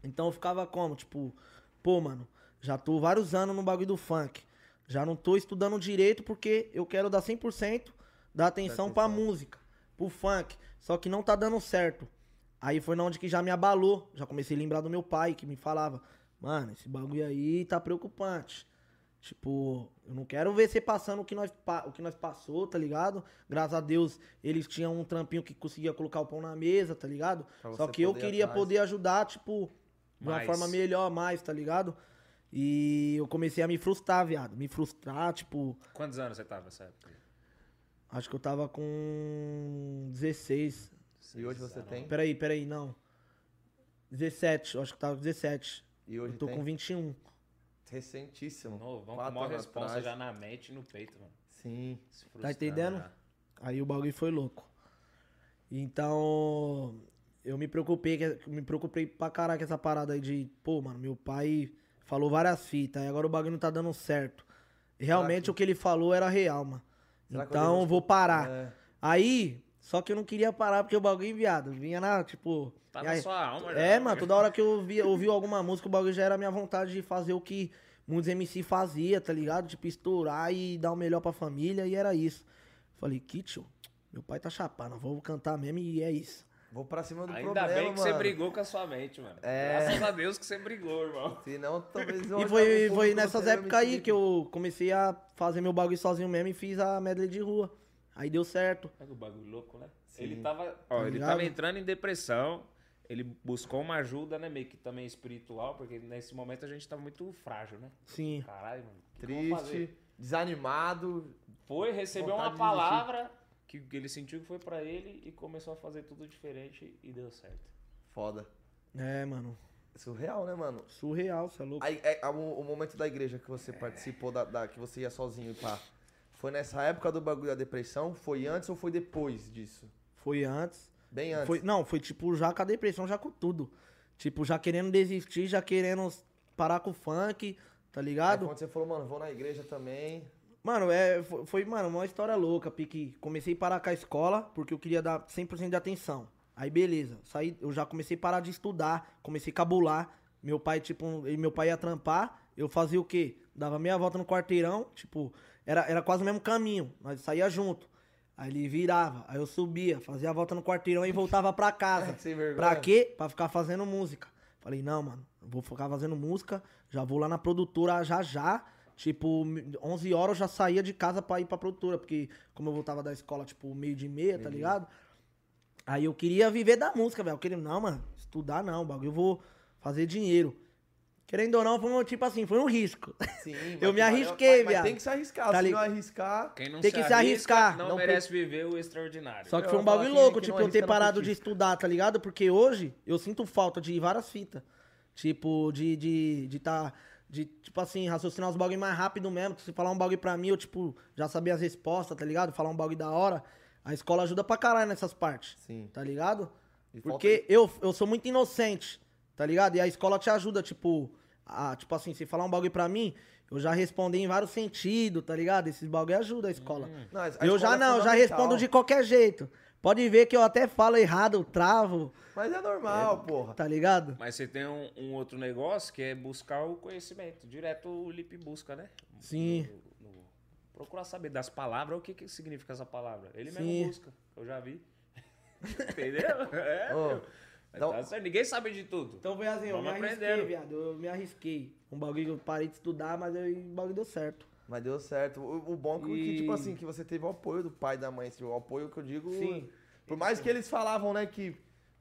S3: Então eu ficava como? Tipo, pô, mano, já tô vários anos no bagulho do funk. Já não tô estudando direito porque eu quero dar 100% da atenção pra
S1: atenção.
S3: música, pro funk. Só que não tá dando certo. Aí foi na onde que já me abalou. Já comecei a lembrar do meu pai que me falava: Mano, esse bagulho aí tá preocupante. Tipo, eu não quero ver você passando o que nós, pa- o que nós passou, tá ligado? Graças a Deus, eles tinham um trampinho que conseguia colocar o pão na mesa, tá ligado?
S1: Pra
S3: Só
S1: você
S3: que eu
S1: poder ir
S3: queria
S1: atrás.
S3: poder ajudar, tipo, de uma
S2: Mais.
S3: forma melhor, mais, tá ligado? E eu comecei a me frustrar, viado. Me frustrar, tipo,
S2: Quantos anos você tava nessa época?
S3: acho que eu tava com 16.
S1: E hoje você tem?
S3: Peraí, peraí, não. 17, eu acho que eu tava com 17.
S1: E hoje
S3: Eu tô
S1: tem?
S3: com 21.
S1: Recentíssimo.
S2: Novo, vamos com
S1: Quatro
S2: maior
S1: anos
S2: responsa
S1: atrás.
S2: já na mente e no peito, mano.
S1: Sim.
S2: Se frustrando
S3: entendendo?
S2: já.
S3: Aí o bagulho foi louco. Então, eu me preocupei, que- me preocupei pra caralho com essa parada aí de, pô, mano, meu pai falou várias fitas, e agora o bagulho não tá dando certo. E Realmente
S1: que-
S3: o que ele falou era real, mano.
S1: Será que eu
S3: então,
S1: devo-
S3: vou parar.
S1: É.
S3: Aí, só que eu não queria parar porque o bagulho, viado, vinha na, tipo...
S2: Tá
S3: minha-
S2: na sua alma já.
S3: é, mano, toda hora que eu ouvia, ouvia alguma música, o bagulho já era a minha vontade de fazer o que muitos MC fazia, tá ligado? Tipo, estourar e dar o melhor pra família, e era isso. Falei, Kitchen, meu pai tá chapado, nós vamos cantar mesmo e é isso.
S1: Vou pra cima do
S2: Ainda
S1: um problema,
S2: bem que
S1: mano.
S2: você brigou com a sua mente, mano.
S1: É.
S2: Graças a Deus que você brigou, irmão.
S1: Senão, talvez... eu
S3: (laughs) E
S1: olhava um
S3: foi,
S1: pouco
S3: foi
S1: no
S3: nessas
S1: Telegram e
S3: épocas aí
S1: Felipe.
S3: que eu comecei a fazer meu bagulho sozinho mesmo e fiz a medley de rua. Aí deu certo.
S2: Olha que bagulho louco, né?
S1: Sim.
S2: Ele tava. Ó,
S3: Tá
S2: ele
S3: ligado?
S2: tava entrando em depressão. Ele buscou uma ajuda, né? Meio que também espiritual, porque nesse momento a gente tá muito frágil, né?
S3: Sim.
S2: Caralho, mano. o que que eu vou fazer?
S1: Triste, desanimado.
S2: Foi, recebeu
S1: Vontade
S2: uma
S1: de desistir.
S2: palavra que que ele sentiu que foi pra ele e começou a fazer tudo diferente e deu certo.
S1: Foda.
S3: É, mano.
S1: Surreal, né, mano?
S3: Surreal, você é louco.
S1: Aí, é, é o, o momento da igreja que você participou, da, da- que você ia sozinho e pá. Foi nessa época do bagulho da depressão? Foi antes ou foi depois disso?
S3: Foi antes.
S1: Bem antes. É
S3: Foi, não, foi tipo já com a depressão, já com tudo. Tipo, já querendo desistir, já querendo parar com o funk, tá
S1: Aí
S3: ligado?
S1: quando você falou, mano, vou na igreja também.
S3: Mano, é, fo- foi, mano, uma história louca, pique. Comecei a parar com a escola porque eu queria dar 100% de atenção. Aí, beleza. Saí, eu já comecei a parar de estudar, comecei a cabular. Meu pai, tipo, um- e meu pai ia trampar, eu fazia o quê? Dava meia volta no quarteirão, tipo, era, era quase o mesmo caminho, nós saía junto. Aí ele virava, aí eu subia, fazia a volta no quarteirão e voltava (laughs) pra casa.
S1: (laughs) Sem vergonha.
S3: Pra quê? Pra ficar fazendo música. Falei, não, mano, vou ficar fazendo música, já vou lá na produtora já já. Tipo, 11 horas eu já saía de casa pra ir pra produtora, porque como eu voltava da escola, tipo, meio de meia, tá ligado? Aí eu queria viver da música, velho. Eu queria, não, mano, estudar não, bagulho, eu vou fazer dinheiro. Querendo ou não, foi um, tipo assim, foi um risco. (laughs)
S1: Sim, mas-
S3: Eu me
S1: mas-
S3: arrisquei,
S1: mas- Mas
S3: viado.
S1: tem que se arriscar.
S3: Tá
S1: se
S3: ligado?
S1: não arriscar,
S2: Quem não
S3: Tem que se arriscar,
S2: Não,
S3: não pre-
S2: merece viver o extraordinário.
S3: Só que
S1: Eu
S3: foi um
S1: ia falar
S3: bagulho
S1: É que-
S3: louco,
S1: que
S3: tipo,
S1: não
S3: eu ter
S1: arrisca, não
S3: parado de
S1: petisca.
S3: estudar, tá ligado? Porque hoje eu sinto falta de várias fitas. Tipo, de, de, de tá. De, tipo assim, raciocinar os bagulho mais rápido mesmo. Se falar um bagulho pra mim, eu, tipo, já sabia as respostas, tá ligado? Falar um bagulho da hora. A escola ajuda pra caralho nessas partes.
S1: Sim.
S3: Tá ligado?
S1: E falta
S3: Porque eu, eu sou muito inocente, tá ligado? E a escola te ajuda, tipo, a, tipo assim, se falar um bagulho pra mim, eu já respondi em vários sentidos, tá ligado? Esses bagulho ajuda a escola.
S1: Não, a escola
S3: eu
S1: é
S3: já não, eu já
S1: fundamental.
S3: respondo de qualquer jeito. Pode ver que eu até falo errado, travo,
S1: Mas é normal, porra.
S3: tá ligado?
S2: Mas você tem um, um outro negócio que é buscar o conhecimento. Direto o Lip busca, né?
S3: Sim.
S2: No- no- procurar saber das palavras o que, que significa essa palavra. Ele
S3: Sim.
S2: mesmo busca, eu já vi. (laughs) Entendeu? É, meu.
S1: Ô,
S2: Mas
S1: então-
S2: tá certo, ninguém sabe de tudo.
S3: Então foi assim, eu
S2: Vamos
S3: me arrisquei,
S2: aprendendo.
S3: viado. Eu me arrisquei. Um bagulho que eu parei de estudar, mas aí o bagulho deu certo.
S1: Mas deu certo. O, o bom é que, que,
S3: E-
S1: tipo assim, que você teve o apoio do pai e da mãe. assim, O apoio que eu digo.
S3: Sim.
S1: Por mais que eles falavam, né, que.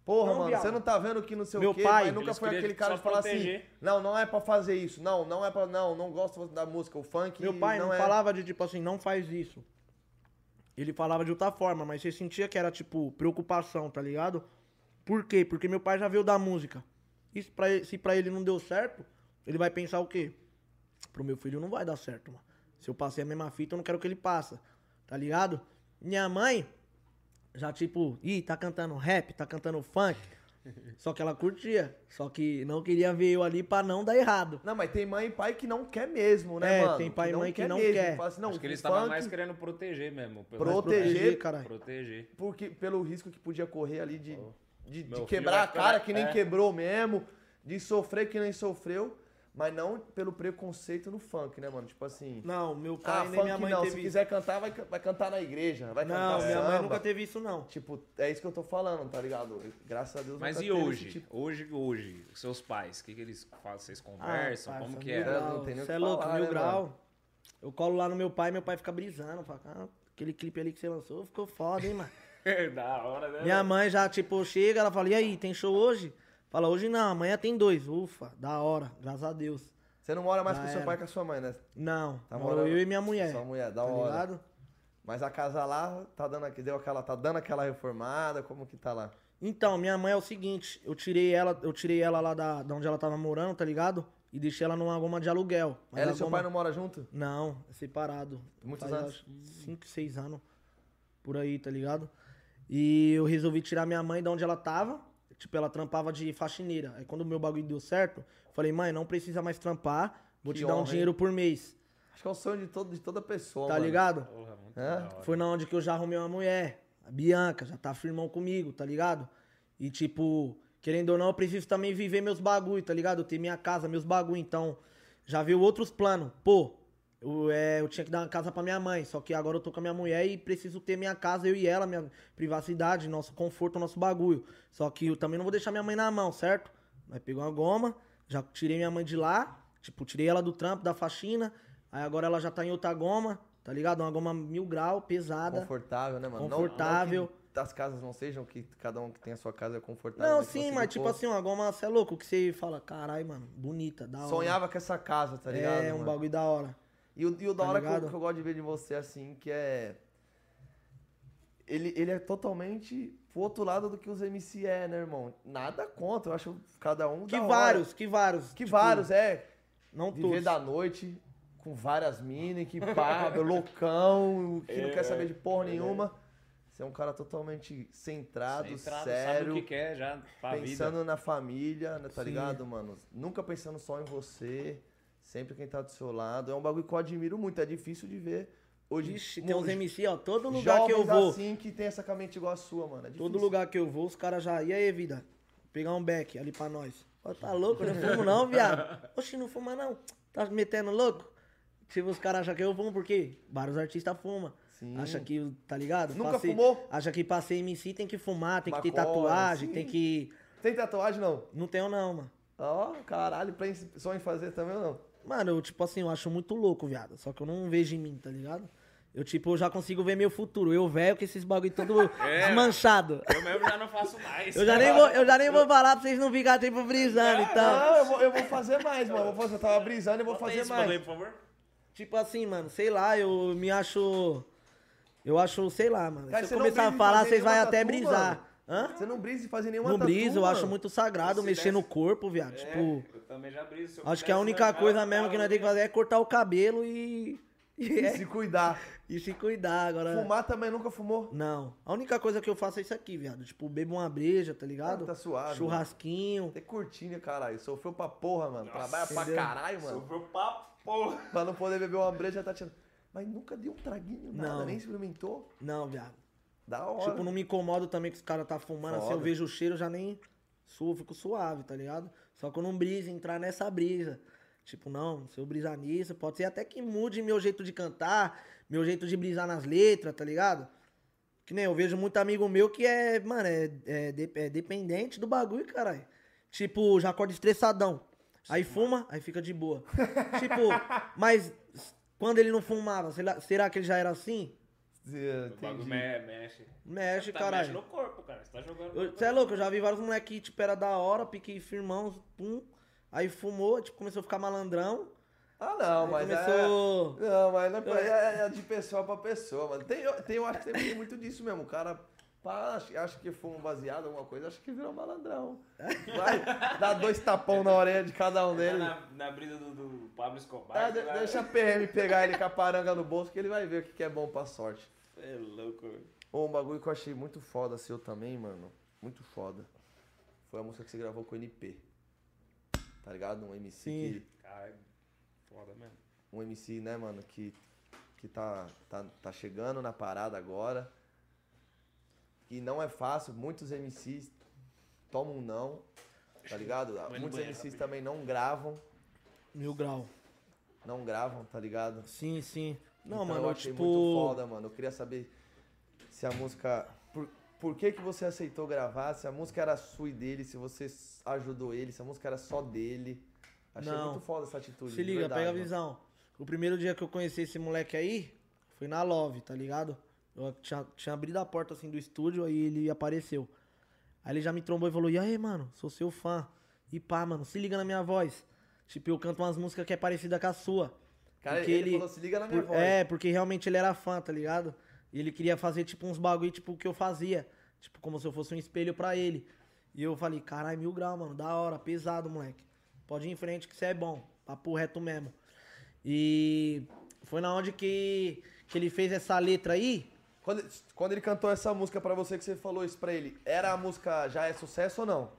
S1: Porra,
S3: Não,
S1: mano,
S3: viado.
S1: você não tá vendo que não sei
S3: Meu
S1: o quê,
S3: pai,
S1: mas nunca
S2: eles
S1: foi
S2: queriam
S1: aquele cara
S2: só
S1: de falar
S2: proteger.
S1: assim, não, não é pra fazer isso, não, não é pra, não, não gosto da música, o funk
S3: Meu pai não,
S1: é...
S3: falava de tipo assim, não faz isso. ele falava de outra forma, mas você sentia que era, tipo, preocupação, tá ligado? Por quê? Porque meu pai já veio da música. E se pra ele, se pra ele não deu certo, ele vai pensar o quê? Pro meu filho não vai dar certo, mano. Se eu passei a mesma fita, eu não quero que ele passa, tá ligado? Minha mãe já, tipo, ih, tá cantando rap, tá cantando (laughs) funk. Só que ela curtia. Só que não queria ver eu ali pra não dar errado.
S1: Não, mas tem mãe e pai que não quer mesmo, né,
S3: É,
S1: mano?
S3: tem pai e mãe que não quer.
S1: Fala assim, não,
S2: Acho que ele
S1: o
S2: estava
S1: funk,
S2: mais querendo proteger mesmo. pelo-
S1: Proteger,
S3: caralho.
S2: Proteger.
S1: porque Pelo risco que podia correr ali de, de, de
S2: Meu filho
S1: quebrar
S2: vai
S1: a cara,
S2: ficar-
S1: que nem
S2: é.
S1: quebrou mesmo, de sofrer que nem sofreu, mas não pelo preconceito no funk, né, mano? Tipo assim...
S3: Não, meu pai
S1: ah,
S3: nem
S1: funk
S3: minha mãe
S1: não,
S3: teve
S1: se
S3: isso.
S1: quiser cantar, vai, ca- vai cantar na igreja, vai
S3: Não,
S1: cantar
S3: minha mãe
S1: Tá samba.
S3: nunca teve isso, não.
S1: Tipo, é isso que eu tô falando, tá ligado? Graças a Deus
S2: Mas
S1: nunca
S2: e
S1: teve esse
S2: hoje?
S1: tipo-
S2: Hoje, hoje, os seus pais, o que, que eles fazem?
S3: Ah,
S2: Vocês conversam?
S3: parça,
S2: Ah, Como que
S3: mil
S1: é?
S2: era?
S1: Não
S3: grau.
S1: tem nem o
S3: Cê
S1: que
S3: é louco,
S1: falar,
S3: mil
S1: né,
S3: grau.
S1: mano?
S3: Eu colo lá no meu pai, meu pai fica brisando. Fala, "Ah, aquele clipe ali que você lançou ficou foda, hein,
S2: (laughs)
S3: mano.
S2: (laughs) da hora, né?
S3: Minha mãe já, tipo, chega, ela fala, e aí, tem show hoje? Fala, hoje não, amanhã tem dois. Ufa, da hora, graças a Deus.
S1: Você não mora mais
S3: Já
S1: com seu
S3: era.
S1: pai e com a sua mãe, né?
S3: Não,
S1: Tá
S3: moro
S1: morando-
S3: eu e minha mulher.
S1: Sua mulher, da
S3: tá
S1: hora.
S3: ligado?
S1: Mas a casa lá tá dando aqui, deu aquela, tá dando aquela reformada, como que tá lá?
S3: Então, minha mãe é o seguinte, eu tirei ela, eu tirei ela lá da, da onde ela tava morando, tá ligado? E deixei ela numa goma de aluguel. Mas
S1: Ela
S3: a
S1: e seu
S3: goma-
S1: pai não moram junto?
S3: Não, é separado.
S1: Muitos
S3: Faz,
S1: anos?
S3: acho, Cinco, seis anos. Por aí, tá ligado? E eu resolvi tirar minha mãe de onde ela tava. Tipo, ela trampava de faxineira. Aí quando o meu bagulho deu certo, eu falei, mãe, não precisa mais trampar. Vou
S1: Que
S3: te dar um
S1: honra,
S3: dinheiro por mês.
S1: Acho que é o sonho de, todo, de toda pessoa,
S3: Tá
S1: mano.
S3: ligado?
S2: Porra, muito
S1: Hã?
S2: da hora.
S3: Foi na onde que eu já arrumei uma mulher, a Bianca, já tá firmão comigo, tá ligado? E tipo, querendo ou não, eu preciso também viver meus bagulho, tá ligado? Eu tenho minha casa, meus bagulho, então já veio outros planos. Pô, eu, é, eu tinha que dar uma casa pra minha mãe, só que agora eu tô com a minha mulher e preciso ter minha casa, eu e ela, minha privacidade, nosso conforto, nosso bagulho. Só que eu também não vou deixar minha mãe na mão, certo? Nós pegou uma goma, já tirei minha mãe de lá, tipo, tirei ela do trampo, da faxina, aí agora ela já tá em outra goma, tá ligado? Uma goma mil grau, pesada.
S1: Confortável, né, mano? Não-
S3: Confortável.
S1: Não, que as casas não sejam que cada um que tem a sua casa é confortável.
S3: Não,
S1: mas
S3: sim,
S1: conseguiu,
S3: mas tipo
S1: pô,
S3: assim, uma goma, você é louco, que você fala, carai, mano, bonita, da hora.
S1: Sonhava com essa casa, tá ligado?
S3: É, um
S1: mano?
S3: bagulho da hora.
S1: E o, e o da
S3: Tá
S1: hora que eu- que
S3: ligado?
S1: eu, gosto de ver de você, assim, que é. Ele, ele é totalmente pro outro lado do que os MC é, né, irmão? Nada contra, eu acho cada um.
S3: Que
S1: da hora.
S3: vários, que vários.
S1: Que
S3: tipo,
S1: vários, é.
S3: Não
S1: Viver
S3: todos.
S1: da noite, com várias minas, que pá, (laughs) loucão, que
S2: É,
S1: não quer saber de porra nenhuma. Você é um cara totalmente centrado,
S2: Centrado,
S1: sério.
S2: Sabe o que quer já pra
S1: pensando
S2: vida.
S1: na família, né, tá
S3: Sim.
S1: ligado, mano? Nunca pensando só em você, sempre quem tá do seu lado. É um bagulho que eu admiro muito, é difícil de ver. Hoje
S3: Ixi, tem uns
S1: mo-
S3: MC, ó, todo lugar que eu
S1: jovens
S3: vou.
S1: assim que tem essa mente igual a sua, mano. É
S3: Todo
S1: difícil.
S3: lugar que eu vou, os caras já. E aí, vida? Pegar um beck ali pra nós. Ó, tá louco? Eu não fumo não, viado. Oxi, não fuma não. Tá me metendo louco? Tipo, os caras acham que eu fumo, porque vários artistas fumam.
S1: Sim.
S3: Acha que, tá ligado?
S1: Nunca fumou?
S3: Acha que pra ser MC tem que fumar, tem que ter
S1: Maconha,
S3: tatuagem,
S1: sim.
S3: tem que.
S1: Tem tatuagem, não?
S3: Não tenho não, mano.
S1: Ó, caralho, pensa só em fazer também ou não?
S3: Mano, eu, tipo assim, eu acho muito louco, viado. Só que eu não vejo em mim, tá ligado? Eu, tipo, eu já consigo ver meu futuro. Eu velho com esses bagulho todo
S1: (laughs) É.
S3: desmanchado.
S2: Eu mesmo já não faço mais.
S3: Eu já, nem vou, eu já nem vou falar pra vocês não ficarem tipo brisando, então.
S1: Não, eu vou, eu vou fazer mais, mano. Eu, vou fazer, eu tava brisando, eu vou
S2: Bota
S1: fazer
S2: esse
S1: mais.
S2: bagulho, por favor.
S3: Tipo assim, mano, sei lá, eu me acho. Eu acho, sei lá, mano.
S1: Cara,
S3: se
S1: você
S3: eu
S1: não
S3: começar a
S1: brisa em
S3: falar,
S1: fazer
S3: vocês vão
S1: nenhuma
S3: até
S1: tatu,
S3: brisar. Hã?
S1: Você não brisa em fazer nenhuma
S3: Não
S1: tatu,
S3: brisa, eu acho
S1: mano.
S3: muito sagrado
S2: Se
S3: mexer no
S2: desse-
S3: corpo, viado. Tipo,
S2: É, eu também já abri. se eu
S3: acho que
S2: pudesse,
S3: a
S2: né,
S3: única
S2: eu já
S3: coisa mesmo
S2: tava-
S3: que nós temos que fazer é cortar o cabelo e. (laughs) E, é-
S1: Se
S3: (laughs)
S1: cuidar.
S3: e se cuidar agora.
S1: Fumar também nunca fumou?
S3: Não. A única coisa que eu faço é isso aqui, viado. Tipo, bebo uma breja, tá ligado?
S1: Ah, tá suave,
S3: Churrasquinho.
S1: Tem cortina, caralho. Sofreu pra porra, mano. Trabalha pra
S3: entendeu?
S1: caralho, mano.
S2: Sobrou pra porra.
S1: Pra não poder beber uma breja, já tá tirando. Mas nunca deu um traguinho, nada.
S3: Não.
S1: Nem experimentou.
S3: Não, viado.
S1: Da hora.
S3: Tipo, não me incomodo também que os caras tá fumando, assim, eu
S1: Foda.
S3: vejo o cheiro, eu já nem suo, fico suave, tá ligado? Só que eu não brisa, entrar nessa brisa. Tipo, não, se eu brisar nisso, pode ser até que mude meu jeito de cantar, meu jeito de brisar nas letras, tá ligado? Que nem eu vejo muito amigo meu que é, mano, é, é de- é dependente do bagulho, caralho. Tipo, já acorda estressadão. Aí fuma, aí fica de boa. tipo, mas quando ele não fumava, será, será que ele já era assim?
S1: É,
S2: O bagulho
S1: Entendi.
S2: me- mexe.
S3: Mexe,
S2: Tá,
S3: caralho.
S2: Mexe no corpo, cara. Você tá jogando.
S3: Você é louco, eu já vi vários moleque que, tipo, era da hora, pique firmão, pum. Aí fumou, tipo, começou a ficar malandrão.
S1: Ah, não,
S3: Aí
S1: mas
S3: começou-
S1: é... Não, mas não é, é- é de pessoa pra pessoa, mano. Tem, tem, eu acho que tem muito disso mesmo. O cara pá, acha acha que foi um baseado, alguma coisa, acha que virou malandrão. Vai, dá dois tapão na orelha de cada um
S2: Tá
S1: deles.
S2: na, na brisa do, do Pablo Escobar.
S3: Tá,
S1: Ah,
S2: sei
S1: de-
S2: lá.
S1: deixa a PM pegar ele com a paranga no bolso, que ele vai ver o que que é bom pra sorte.
S2: É louco.
S1: Ô, um bagulho que eu achei muito foda seu também, mano. Muito foda. Foi a música que você gravou com o NP. Tá ligado? Um MC
S3: Sim.
S1: que.
S2: Caralho. Foda mesmo.
S1: um MC, né, mano, que, que tá, tá, tá chegando na parada agora. E não é fácil, muitos MCs tomam um não, tá ligado?
S2: no
S1: Muitos
S2: banheiro,
S1: MCs também não gravam,
S3: Mil grau.
S1: não gravam, tá ligado?
S3: Sim, sim. Não,
S1: Então,
S3: mano,
S1: eu
S3: eu,
S1: achei
S3: tipo.
S1: muito foda, mano. Eu queria saber se a música. Por, por que, que você aceitou gravar? Se a música era sua e dele, se você s- ajudou ele, se a música era só dele. Achei
S3: Não.
S1: muito foda essa atitude.
S3: Se
S1: de
S3: liga,
S1: verdade,
S3: pega a
S1: mano.
S3: visão. O primeiro dia que eu conheci esse moleque aí, foi na Love, tá ligado? Eu tinha, tinha abrido a porta assim do estúdio, aí ele apareceu. Aí ele já me trombou e falou: E aí, mano, sou seu fã. E pá, mano, se liga na minha voz. Tipo, eu canto umas músicas que é parecida com a sua.
S1: Cara,
S3: Porque
S1: ele, falou, se liga na minha
S3: por-
S1: voz.
S3: É, porque realmente ele era fã, tá ligado? E ele queria fazer, tipo, uns bagulho, tipo, que eu fazia. Tipo, como se eu fosse um espelho pra ele. E eu falei, caralho, mil grau, mano, da hora, pesado, moleque. Pode ir em frente que você é bom. Papo reto mesmo. E foi na onde que, que ele fez essa letra aí.
S1: Quando, quando ele cantou essa música pra você, que você falou isso pra ele, era a música Já É Sucesso ou não?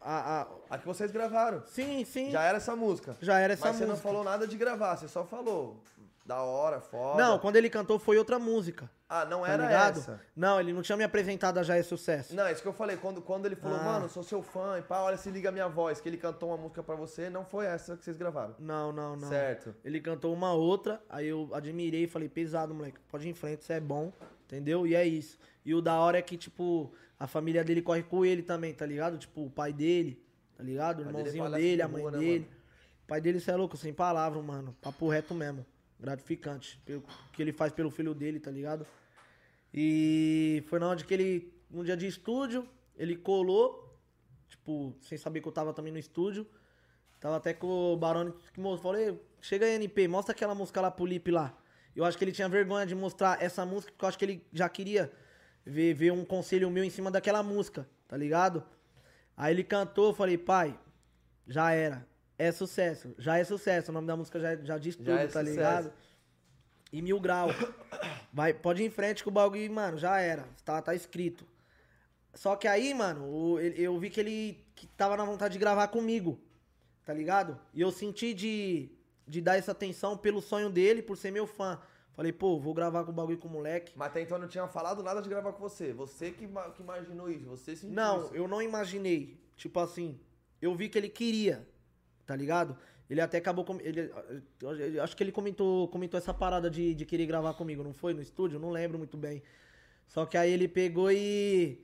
S3: a- a-
S1: A que vocês gravaram.
S3: Sim, sim.
S1: Já é era essa música.
S3: Já era
S1: Mas
S3: essa
S1: você não
S3: música.
S1: falou nada de gravar, você só falou. Da hora, foda.
S3: Não, quando ele cantou foi outra música.
S1: Ah, não
S3: Tá
S1: era
S3: ligado?
S1: essa.
S3: Não, ele não tinha me apresentado a Já é Sucesso.
S1: Não, isso que eu falei. Quando, quando ele falou,
S3: Ah.
S1: mano, sou seu fã, e pá, olha, se liga a minha voz, que ele cantou uma música pra você, não foi essa que vocês gravaram.
S3: Não, não, não.
S1: Certo.
S3: Ele cantou uma outra, aí eu admirei e falei, pesado, moleque, pode ir em frente, você é bom, entendeu? E é isso. E o da hora é que, tipo, a família dele corre com ele também, tá ligado? Tipo, o pai dele, tá ligado?
S1: Pai
S3: O
S1: dele é
S3: irmãozinho dele,
S1: palhaço de
S3: a mãe
S1: rua, né,
S3: dele.
S1: mano?
S3: O pai dele, você é louco, sem palavra, mano. Papo reto mesmo. Gratificante. Pelo que ele faz pelo filho dele, tá ligado? E foi na onde que ele, num dia de estúdio, ele colou, tipo, sem saber que eu tava também no estúdio. Tava até com o Barone que mo- falei, chega aí, NP, mostra aquela música lá pro Lipe lá. Eu acho que ele tinha vergonha de mostrar essa música, porque eu acho que ele já queria ver, ver um conselho meu em cima daquela música, tá ligado? Aí ele cantou, eu falei, pai, já era. É sucesso, já é sucesso. O nome da música já, já diz tudo,
S1: Já é
S3: tá
S1: sucesso.
S3: ligado? E mil grau. (coughs) Vai, pode ir em frente com o bagulho, mano, já era. Tá, tá escrito. Só que aí, mano, o- ele- eu vi que ele que tava na vontade de gravar comigo, tá ligado? E eu senti de, de dar essa atenção pelo sonho dele, por ser meu fã. Falei, pô, vou gravar com o bagulho com o moleque.
S1: Mas até então eu não tinha falado nada de gravar com você. Você que, ma- que imaginou isso, você sentiu
S3: Não,
S1: isso.
S3: eu não imaginei. Tipo assim, eu vi que ele queria, tá ligado? Ele até acabou com. Ele, eu- eu acho que ele comentou, comentou essa parada de, de querer gravar comigo, não foi? No estúdio? Não lembro muito bem. Só que aí ele pegou e.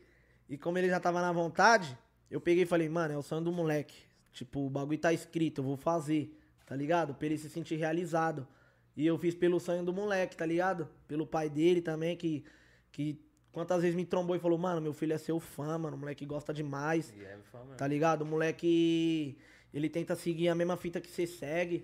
S3: E como ele já tava na vontade, eu peguei e falei, mano, é o sonho do moleque. Tipo, o bagulho tá escrito, eu vou fazer, tá ligado? Pra ele se sentir realizado. E eu fiz pelo sonho do moleque, tá ligado? Pelo pai dele também, que. que quantas vezes me trombou e falou, mano, meu filho é seu fã, mano, o moleque gosta demais.
S2: E é fã mesmo.
S3: Tá ligado? O moleque. Ele tenta seguir a mesma fita que você segue.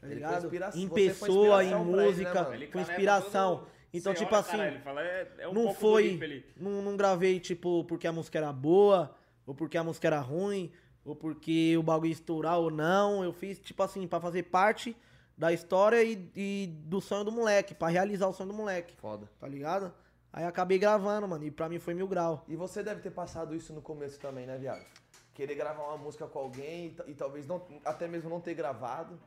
S3: Tá
S1: Ele foi
S3: ligado?
S1: inspira-
S3: Em
S1: você foi
S3: pessoa, em
S1: inspiração pra ele, né,
S3: música,
S1: mano?
S2: Ele
S3: com
S2: caneca
S3: inspiração.
S2: todo-
S3: Então,
S2: Você
S3: tipo
S2: olha,
S3: assim,
S2: caralho, ele fala, é, é um
S3: não
S2: pouco do
S3: foi.
S2: Lipe ali.
S3: Não, não gravei, tipo, porque a música era boa, ou porque a música era ruim, ou porque o bagulho ia estourar ou não. Eu fiz, tipo assim, pra fazer parte da história e, e do sonho do moleque, pra realizar o sonho do moleque.
S1: Foda.
S3: Tá ligado? Aí acabei gravando, mano, e pra mim foi mil grau.
S1: E você deve ter passado isso no começo também, né, viado? Querer gravar uma música com alguém e, ta- e talvez não, até mesmo não ter gravado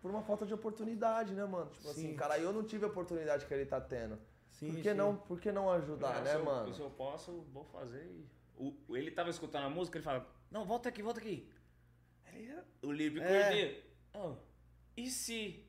S1: por uma falta de oportunidade, né, mano? Tipo assim,
S3: Sim.
S1: cara, eu não tive a oportunidade que ele tá tendo.
S3: Sim,
S1: por que
S3: sim.
S1: não? Por que não ajudar,
S2: Não,
S1: né,
S2: se eu,
S1: mano?
S2: Se eu posso, eu vou fazer. e- O, o- ele tava escutando a música, ele fala, não, volta aqui, volta aqui. Aí, O Lipe
S3: É.
S2: coordenou. "Ah, e se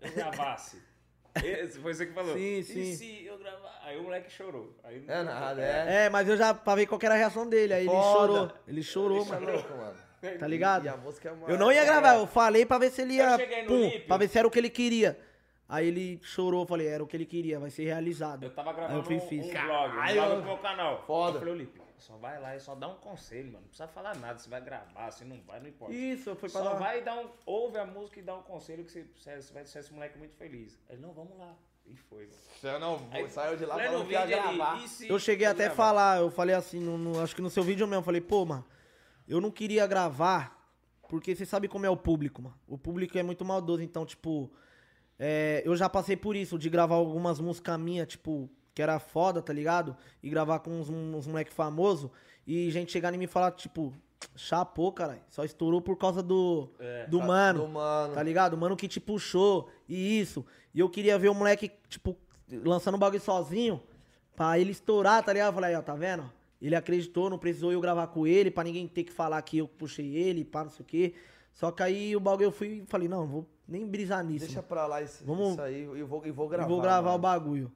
S2: eu gravasse?
S3: (laughs)
S2: Esse foi você que falou.
S3: Sim,
S2: e
S3: sim.
S2: se eu gravar? Aí o moleque chorou. Aí não
S1: É
S2: deu
S1: nada,
S2: certo.
S1: é.
S3: É, mas eu já, pra ver qual que era a reação dele, aí ele
S1: Foda.
S3: chorou. Ele chorou,
S1: Isso é
S3: mano.
S1: louco, mano.
S2: (laughs)
S3: Tá
S1: E a
S3: ligado?
S1: música é uma...
S3: Eu não ia gravar, eu falei pra ver se ele ia.
S2: Eu cheguei no
S3: Pum,
S2: Lipe.
S3: pra ver se era o que ele queria. Aí ele chorou, eu falei, era o que ele queria, vai ser realizado.
S2: Eu tava
S3: Aí eu
S2: gravando
S3: fui e
S2: um, um
S3: fiz.
S2: vlog, um
S1: Caralho.
S2: vlog pro meu canal.
S1: Foda.
S2: Eu falei, Lipe, Só vai lá e só dá um conselho, mano. Não precisa falar nada, se vai gravar, se não vai, não importa.
S3: Isso, foi pra
S2: Só
S3: dar-
S2: vai dar um. Ouve a música e dá um conselho que você, você vai deixar esse moleque muito feliz. Ele, não, vamos lá. E foi, mano.
S1: Você não
S2: Aí, né,
S1: saiu de lá
S2: Aí no
S1: falando que ia
S2: vídeo ele,
S1: gravar.
S2: "E se
S3: Eu cheguei
S2: eu
S3: até a
S2: gravar?"
S3: falar, eu falei assim, no, no- acho que no seu vídeo mesmo, eu falei, pô, mano, eu não queria gravar, porque você sabe como é o público, mano. O público é muito maldoso, então, tipo, é, eu já passei por isso, de gravar algumas músicas minhas, tipo, que era foda, tá ligado? E gravar com uns, uns moleque famoso, e gente chegar em mim e falar, tipo, chapou, caralho, só estourou por causa do,
S2: É,
S3: do mano.
S1: Do mano.
S3: Tá ligado? O Mano que te puxou e isso. E eu queria ver o moleque, tipo, lançando o bagulho sozinho pra ele estourar, tá ligado? Eu falei, aí, ó, tá vendo? Ele acreditou, não precisou eu gravar com ele pra ninguém ter que falar que eu puxei ele, pá, não sei o quê. Só que aí o bagulho eu fui e falei, não, vou nem brisar nisso.
S1: Deixa
S3: mano.
S1: pra lá isso,
S3: Vamos-
S1: isso aí e vou, e vou
S3: Eu
S1: gravar.
S3: vou gravar
S1: mano.
S3: o bagulho.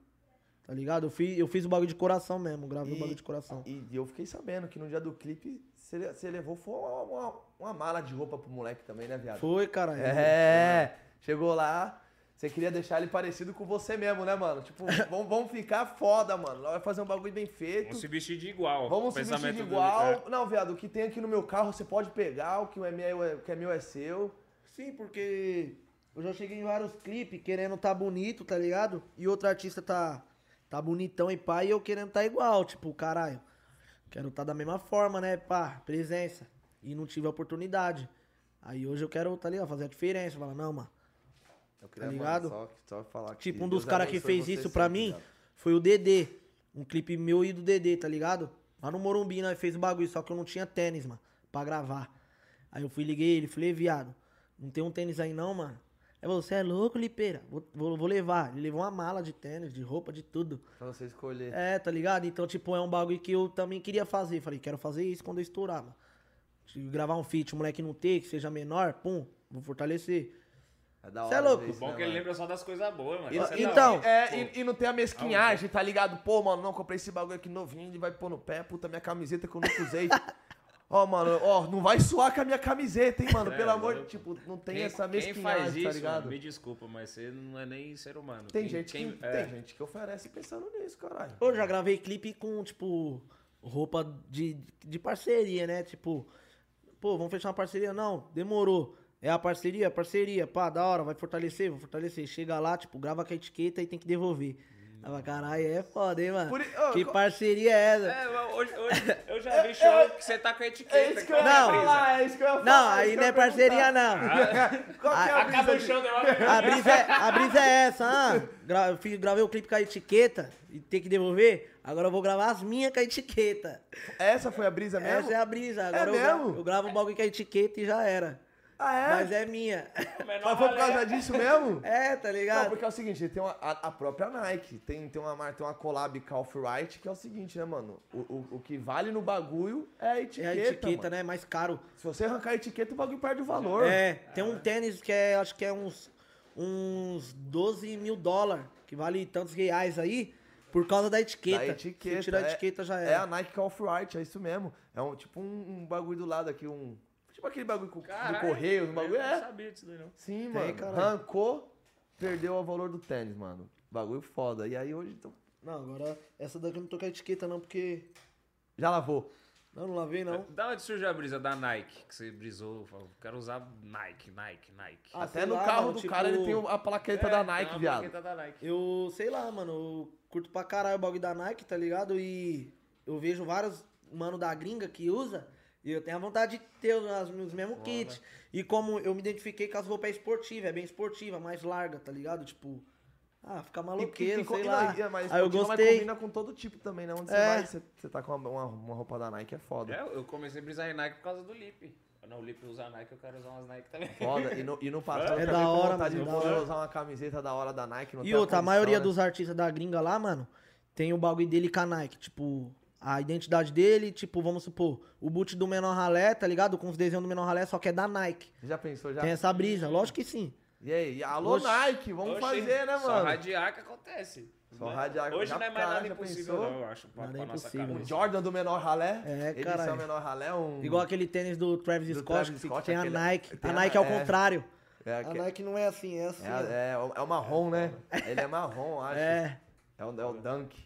S3: Tá ligado? Eu fiz, eu fiz o bagulho de coração mesmo, gravei o
S1: E-
S3: bagulho de coração.
S1: E eu fiquei sabendo que no dia do clipe você le- você levou foi uma, uma- uma mala de roupa pro moleque também, né, viado?
S3: Foi, caralho.
S1: É, chegou lá, você queria deixar ele parecido com você mesmo, né, mano?
S3: (laughs)
S1: Tipo, vamos, vamos ficar foda, mano. Nós Vai fazer um bagulho bem feito.
S2: Vamos se vestir de igual.
S1: Vamos
S2: O
S1: se vestir
S2: pensamento
S1: de
S2: dele,
S1: igual.
S2: é.
S1: Não, viado, o que tem aqui no meu carro você pode pegar, o que é meu é, o que é, meu é seu.
S3: Sim, porque eu já cheguei em vários clipes querendo tá bonito, tá ligado? E outro artista tá, tá bonitão e pá, e eu querendo tá igual, tipo, caralho. Quero tá da mesma forma, né, pá, presença. E não tive a oportunidade. Aí hoje eu quero, tá ligado, fazer a diferença. Falar, não, mano.
S1: Eu
S3: Tá ligado?
S1: mano, só, só falar que
S3: Tipo, um
S1: Deus
S3: dos caras que
S1: abençoe
S3: fez
S1: você
S3: isso pra
S1: sempre,
S3: mim
S1: viado.
S3: foi o Dedê. Um clipe meu e do Dedê, tá ligado? Lá no Morumbi, nós fez o bagulho, só que eu não tinha tênis, mano, pra gravar. Aí eu fui, liguei ele, falei, viado, não tem um tênis aí não, mano? Aí falou, você é louco, Lipeira? Vou, vou, vou levar. Ele levou uma mala de tênis, de roupa, de tudo.
S1: Pra você escolher.
S3: É, tá ligado? Então, tipo, é um bagulho que eu também queria fazer. Falei, quero fazer isso quando eu estourar, mano. Se gravar um feat, o moleque não ter, que seja menor, pum, vou fortalecer.
S1: É da
S3: Cê é
S1: hora
S3: louco.
S1: ver isso,
S2: Bom
S1: né,
S2: que ele
S1: mano?
S2: lembra só das coisas boas, mano.
S1: E-
S2: Isso é da
S3: então,
S2: hora.
S1: É,
S2: Pô.
S1: e, e não tem a mesquinhagem, tá ligado? Pô, mano, não, comprei esse bagulho aqui novinho, ele vai pôr no pé, puta, minha camiseta que eu nunca (laughs) usei. Ó, mano, ó, não vai suar com a minha camiseta, hein, mano?
S2: É,
S1: Pelo amor de
S2: eu-
S1: tipo, não tem
S2: Quem-
S1: essa
S2: Quem faz
S1: mesquinhagem,
S2: isso,
S1: tá ligado?
S2: mano, me desculpa, mas você não é nem ser humano.
S1: Tem,
S2: Quem-
S1: gente
S2: quem-
S1: que,
S2: é.
S1: tem gente que oferece pensando nisso, caralho.
S3: Eu já gravei clipe com, tipo, roupa de, de parceria, né? Tipo, pô, vamos fechar uma parceria? Não, demorou. É a parceria, parceria, pá, da hora, vai fortalecer, vai fortalecer. Chega lá, tipo, grava com a etiqueta e tem que devolver. Aí, vai, Caralho, é foda, hein, mano?
S1: Hum. Por i- ô,
S3: que
S1: co-
S3: parceria é essa?
S2: É, mas hoje, hoje eu
S1: (laughs)
S2: já vi show que você tá com a etiqueta.
S1: É isso que eu ia
S2: qual é a
S3: Não.
S2: brisa?
S1: falar, é isso que eu ia falar.
S3: não,
S1: é
S3: aí
S1: isso
S3: não é
S1: que eu ia
S3: parceria,
S1: perguntar.
S3: não.
S1: (laughs) Qual que é a
S2: Acaba o
S1: brisa
S2: show,
S1: de...
S2: demora.
S3: (laughs) A brisa, é, a brisa é essa, ah, gra- eu fiz- gravei o clipe com a etiqueta e tem que devolver. Agora eu vou gravar as minhas com a etiqueta.
S1: Essa foi a brisa mesmo?
S3: Essa é a brisa. Agora eu,
S1: mesmo?
S3: Gravo, eu gravo o bagulho com a etiqueta e já era.
S1: Ah, é?
S3: Mas é minha. (laughs)
S1: Mas foi por causa disso mesmo?
S3: É, tá
S1: Não,
S3: ligado?
S1: porque é o seguinte, tem uma- a, a própria Nike, tem, tem uma marca, tem uma collab com a Off-Right, que é o seguinte, né, mano? O, o, o que vale no bagulho é a
S3: É
S1: etiqueta,
S3: a etiqueta,
S1: mano.
S3: né? Mais caro.
S1: Se você arrancar a etiqueta, o bagulho perde o valor.
S3: É, tem um tênis que é, acho que é uns, uns 12 mil dólares, que vale tantos reais aí, por causa da etiqueta.
S1: Da etiqueta.
S3: Se tirar a
S1: é-
S3: etiqueta já
S1: É a
S3: era.
S1: Nike com a Off-Right, é isso mesmo. É um, tipo um, um bagulho do lado aqui, um... Tipo aquele bagulho com, do
S2: Caralho,
S1: correio, um bagulho...
S2: Eu não
S1: É,
S2: sabia disso daí, não.
S1: sim, mano.
S3: caralho.
S1: Arrancou, perdeu o valor do tênis, mano. Bagulho foda. E aí hoje... então,
S3: Não, agora essa daqui eu não tô com a etiqueta não, porque...
S1: Já lavou.
S3: Não, não lavei não.
S2: Da onde surgiu a brisa da Nike? Que você brisou, falou, quero usar Nike, Nike, Nike.
S3: Ah,
S1: Até
S3: sei
S1: no
S3: lá,
S1: carro
S3: mano,
S1: do
S3: tipo-
S1: cara ele tem um a plaqueta da Nike, viado.
S2: Tá da Nike.
S3: Eu, sei lá, mano, eu curto pra caralho o bagulho da Nike, tá ligado? E eu vejo vários mano da gringa que usa e eu tenho a vontade de ter os, os mesmos kits. E como eu me identifiquei com as roupas esportivas, é bem esportiva, mais larga, tá ligado? Tipo, ah, fica maloqueiro, sei
S1: combina-
S3: lá.
S1: é, mas
S3: Aí eu
S1: combina, mas
S3: gostei.
S1: combina com todo tipo também, né? Onde você
S3: É.
S1: vai, você, você tá com uma, uma- uma roupa da Nike, é foda.
S2: É, eu comecei a brisar em Nike por causa do Lipe. Não, o Lipe usa Nike, eu quero usar umas Nike também.
S1: Foda. E no, e no passado
S3: É
S1: eu
S3: da
S1: também
S3: hora,
S1: com vontade
S3: mano,
S1: de
S3: é da
S1: poder
S3: hora.
S1: usar uma camiseta da hora da Nike. Não
S3: E
S1: tem
S3: outra, a
S1: condição,
S3: maioria
S1: né?
S3: dos artistas da gringa lá, mano, tem o bagulho dele com a Nike. Tipo, a identidade dele, tipo, vamos supor, o boot do Menor Ralé, tá ligado? Com os desenhos do Menor Ralé, só que é da Nike.
S1: né? Já pensou, já?
S3: Tem essa brisa, lógico que sim.
S1: E aí? E Alô,
S3: Oxi.
S1: Nike, vamos
S2: Oxe,
S1: fazer, né,
S2: Só
S1: mano?
S2: radiar que acontece.
S1: Só radiar.
S2: Hoje
S1: Já
S2: não é mais
S1: caralho,
S2: nada
S1: já
S2: impossível,
S1: pensou?
S2: não, eu acho, pra,
S3: Nada
S2: pra nossa
S3: impossível.
S2: cabeça.
S1: Um Jordan do menor ralé.
S3: É,
S1: Edição
S3: caralho.
S1: menor ralé, um...
S3: Igual aquele tênis do Travis
S1: Do
S3: Scott,
S1: Travis
S3: que
S1: Scott,
S3: tem
S1: aquele-
S3: a Nike.
S1: tem
S3: a
S1: a-
S3: Nike é ao
S1: é.
S3: contrário.
S1: É,
S3: A
S1: aque-
S3: Nike não é assim, é assim.
S1: é,
S3: ó.
S1: é, é o marrom, né? Ele é marrom, acho.
S3: É,
S1: É o, é o Dunk.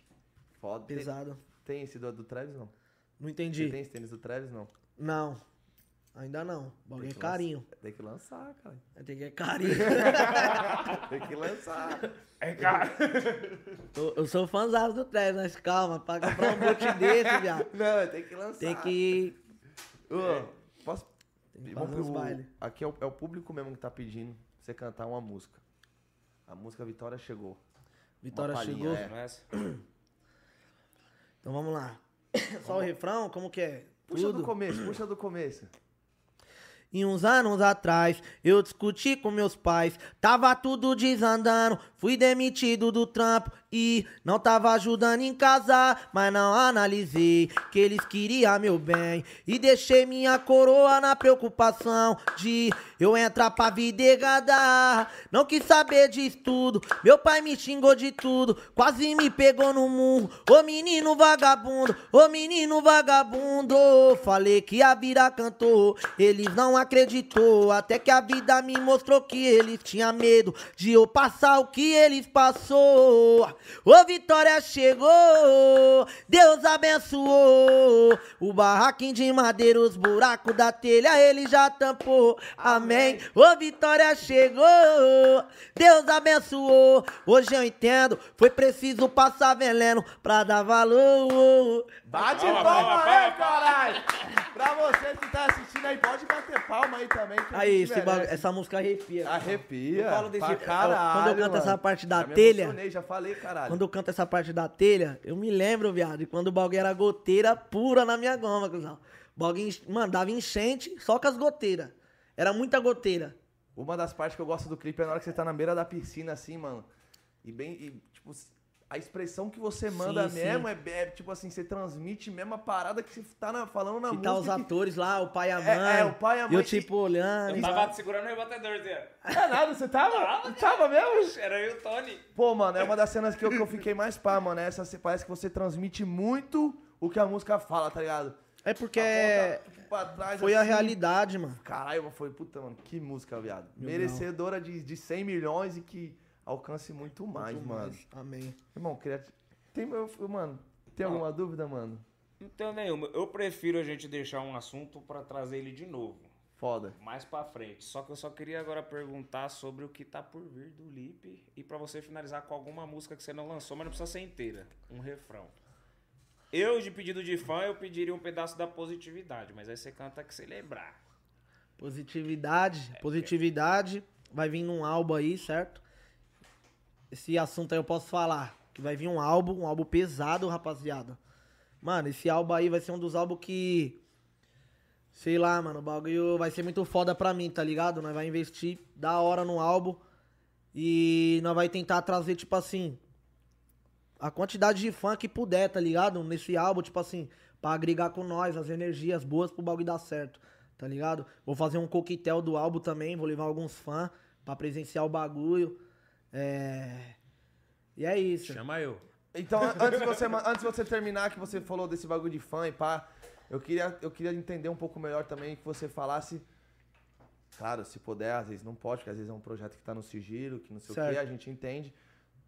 S1: Foda. Tem-
S3: pesado.
S1: Tem esse do, do Travis, não?
S3: Não
S1: Você
S3: entendi.
S1: tem esse tênis do Travis, não?
S3: Não. Ainda não. O bagulho
S1: Tem
S3: é
S1: que assim.
S3: carinho.
S1: lançar- Tem que lançar, cara.
S3: Tem que é carinho. (laughs)
S1: Tem que lançar. (laughs)
S2: É,
S3: eu, eu sou fãzado do Travis, mas calma, pra comprar um boot desse, viado.
S1: Não, tem que lançar.
S3: Tem que. É.
S1: Ô, posso...
S3: Tem que
S1: Vamos
S3: fazer uns
S1: pro-
S3: baile.
S1: Aqui é o, é o público mesmo que tá pedindo pra você cantar uma música. A música Vitória Chegou.
S3: Vitória
S1: palhinha,
S3: chegou.
S1: é.
S2: Não é essa?
S3: Então vamos lá. (coughs) Só o refrão? Como que é?
S1: Puxa
S3: Tudo?
S1: do começo, puxa do começo.
S3: E uns anos atrás, eu discuti com meus pais. Tava tudo desandando, fui demitido do trampo e não tava ajudando em casa. Mas não analisei que eles queriam meu bem. E deixei minha coroa na preocupação de eu entrar pra videgada. Não quis saber de estudo, meu pai me xingou de tudo. Quase me pegou no murro, ô menino vagabundo, ô menino vagabundo. Falei que ia virar cantor, eles não acreditou. Até que a vida me mostrou que eles tinham medo de eu passar o que eles passou. Ô Vitória chegou, Deus abençoou. O barraquinho de madeira, os buracos da telha, ele já tampou. Amém. Ô Vitória chegou, Deus abençoou. Hoje eu entendo, foi preciso passar veneno pra dar valor.
S1: Bate
S2: Palma,
S1: palma,
S2: palma,
S1: aí,
S2: palma.
S1: caralho! Pra você que tá assistindo aí, pode bater palma aí também. que a
S3: Aí,
S1: gente
S3: esse
S1: merece.
S3: bagu- essa música arrepia.
S1: Arrepia.
S3: Eu falo desse-
S1: pra
S3: eu-
S1: caralho,
S3: quando eu canto
S1: mano.
S3: essa parte da
S1: já me
S3: telha-
S1: emocionei, já falei, caralho.
S3: Quando eu canto essa parte da telha, eu me lembro, viado, de quando o bagulho era goteira pura na minha goma, cuzão. O Bagulho, enche- mano, dava enchente só com as goteiras. Era muita goteira.
S1: Uma das partes que eu gosto do clipe é na hora que você tá na beira da piscina, assim, mano. E bem. E, tipo, a expressão que você manda
S3: sim.
S1: mesmo é, é, tipo assim, você transmite mesmo a parada que você tá na- falando na
S3: E
S1: música.
S3: tá os
S1: que-
S3: atores lá, o pai e a mãe.
S1: É, é, o pai e a mãe
S3: Eu,
S1: que- tá,
S3: tipo, olhando.
S2: Eu
S3: e
S2: tava segurando meu batedor, Zé.
S1: É nada, você (laughs) tava?
S3: né?
S1: Tava mesmo?
S2: né? Era eu e o Tony.
S1: Pô, mano, é uma das cenas que eu, que eu fiquei mais pá, mano. É Essa você- parece que você transmite muito o que a música fala, tá ligado?
S3: É porque
S1: A ponta, tipo, pra trás,
S3: foi a
S1: assim.
S3: realidade, mano.
S1: Caralho, mas foi puta, mano. Que música, viado. Merecedora de, de 100 milhões e que alcance muito mais,
S3: Muito
S1: mano.
S3: mais. Amém.
S1: Irmão, queria. te- Tem, eu- eu- mano, tem
S2: Não.
S1: alguma dúvida, mano?
S2: Não tenho nenhuma. Eu prefiro a gente deixar um assunto pra trazer ele de novo.
S1: Foda.
S2: Mais pra frente. Só que eu só queria agora perguntar sobre o que tá por vir do Lipe. E pra você finalizar com alguma música que você não lançou, mas não precisa ser inteira. Um refrão. Eu, de pedido de fã, eu pediria um pedaço da positividade, mas aí você canta que você lembrar.
S3: Positividade. Positividade. Vai vir num álbum aí, certo? Esse assunto aí eu posso falar. Que vai vir um álbum, um álbum pesado, rapaziada. Mano, esse álbum aí vai ser um dos álbuns que. Sei lá, mano, o bagulho vai ser muito foda pra mim, tá ligado? Nós vai investir da hora no álbum. E nós vai tentar trazer, tipo assim. A quantidade de fã que puder, tá ligado? Nesse álbum, tipo assim, pra agregar com nós, as energias boas pro bagulho dar certo, tá ligado? Vou fazer um coquetel do álbum também, vou levar alguns fãs pra presenciar o bagulho. É. E é isso.
S2: Chama eu.
S1: Então, an- antes de, você, ma- antes de você terminar, que você falou desse bagulho de fã e pá, eu queria, eu queria entender um pouco melhor também que você falasse. Claro, se puder, às vezes não pode, porque às vezes é um projeto que tá no sigilo, que não sei o quê,
S3: Certo.
S1: a gente entende.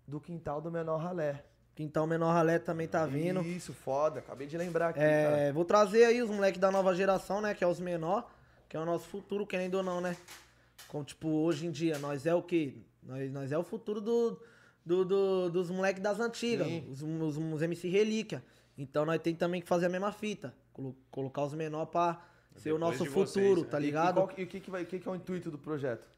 S1: Do quintal do menor ralé.
S3: Quintal Menor Ralé também tá vindo.
S1: Isso, foda. Acabei de lembrar aqui, cara.
S3: É, vou trazer aí os moleques da nova geração, né? Que é os menor, que é o nosso futuro, querendo ou não, né? Como, tipo, hoje em dia, nós é o quê? Nós, nós é o futuro do, do- do- dos moleques das antigas,
S1: Sim.
S3: os, os, os MC Relíquia. Então nós tem também que fazer a mesma fita. colo- Colocar os menor pra ser o
S2: Depois
S3: nosso
S2: de
S3: futuro,
S2: vocês, né?
S3: tá
S1: E-
S3: ligado?
S1: E, qual que- e o que, que, vai, o que, que é o intuito do projeto?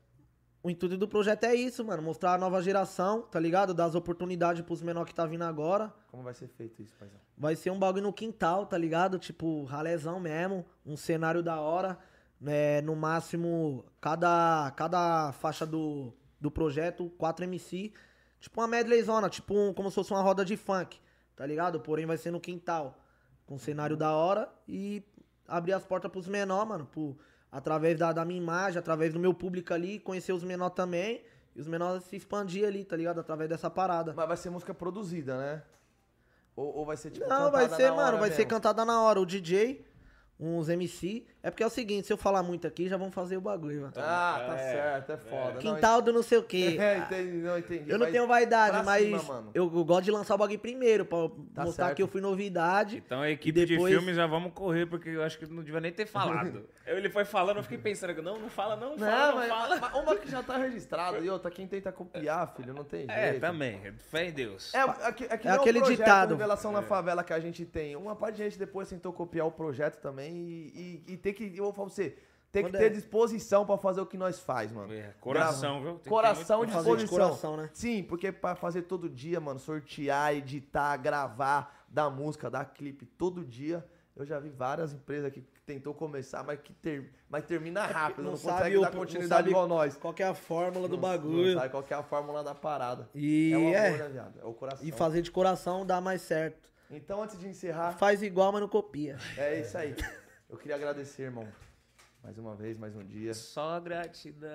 S3: o intuito do projeto é isso, mano. Mostrar a nova geração, tá ligado? Dar as oportunidades pros menor que tá vindo agora.
S1: Como vai ser feito isso, paizão?
S3: Vai ser um bagulho no quintal, tá ligado? Tipo, ralezão mesmo, um cenário da hora. né? no máximo, cada, cada faixa do, do projeto, 4 MC. Tipo uma medleyzona, tipo um, como se fosse uma roda de funk, tá ligado? Porém vai ser no quintal, com um cenário da hora e abrir as portas pros menor, mano. Pro, através da, da minha imagem, através do meu público ali, conhecer os menor também. E os menores se expandir ali, tá ligado? Através dessa parada.
S1: Mas vai ser música produzida, né? Ou, ou vai ser tipo.
S3: Não, vai
S1: cantada
S3: ser,
S1: na
S3: mano,
S1: hora
S3: vai ser
S1: mesmo?
S3: cantada na hora. O DJ, uns MC. É porque é o seguinte, se eu falar muito aqui, já vão fazer o bagulho. mano.
S1: Ah, tá
S2: É,
S1: certo, é foda.
S3: Quintal do não sei o quê.
S1: Não, (laughs) é, entendi, não, entendi.
S3: Eu não
S1: mas
S3: tenho vaidade,
S1: pra
S3: mas
S1: cima, mano.
S3: eu eu gosto de lançar o bagulho primeiro, pra
S1: Tá
S3: mostrar
S1: certo.
S3: que eu fui novidade.
S2: Então a equipe
S3: depois-
S2: de filme já vamos correr, porque eu acho que não devia nem ter falado. (laughs) Eu- ele foi falando, eu fiquei pensando, não, não fala, não,
S1: Não,
S2: fala, não
S1: mas,
S2: fala.
S1: mas uma que já tá registrada e outra, quem tenta copiar, filho, não tem
S2: É,
S1: jeito.
S2: também, fé em Deus.
S1: É, é, que- que
S3: É
S1: nem o
S3: aquele
S1: projeto
S3: ditado.
S1: Revelação
S2: É.
S1: na favela que a gente tem. Uma parte de gente depois tentou copiar o projeto também e, e, e tem que, eu vou falar pra você, tem que
S3: Quando
S1: ter
S3: é?
S1: disposição pra fazer o que nós faz, mano.
S2: É, coração, viu? Tem que ter
S1: coração e
S3: muito- Fazer de
S1: disposição.
S3: coração, né?
S1: Sim, porque é pra fazer todo dia, mano, sortear, editar, gravar, dar música, dar clipe todo dia. Eu já vi várias empresas que tentou começar, mas que ter, mas termina rápido, não, consegue
S3: o-
S1: dar
S3: É não
S1: continuidade
S3: sabe
S1: igual nós.
S3: Qual que é a fórmula do
S1: Não-
S3: bagulho.
S1: Não sabe qual que é a fórmula da parada.
S3: E
S1: é o amor,
S3: é.
S1: né, viado? É o coração.
S3: e fazer de coração dá mais certo.
S1: Então, antes de encerrar,
S3: Faz igual, mas não copia.
S1: é isso aí. Eu queria agradecer, irmão. Mais uma vez, mais um dia.
S2: Só gratidão.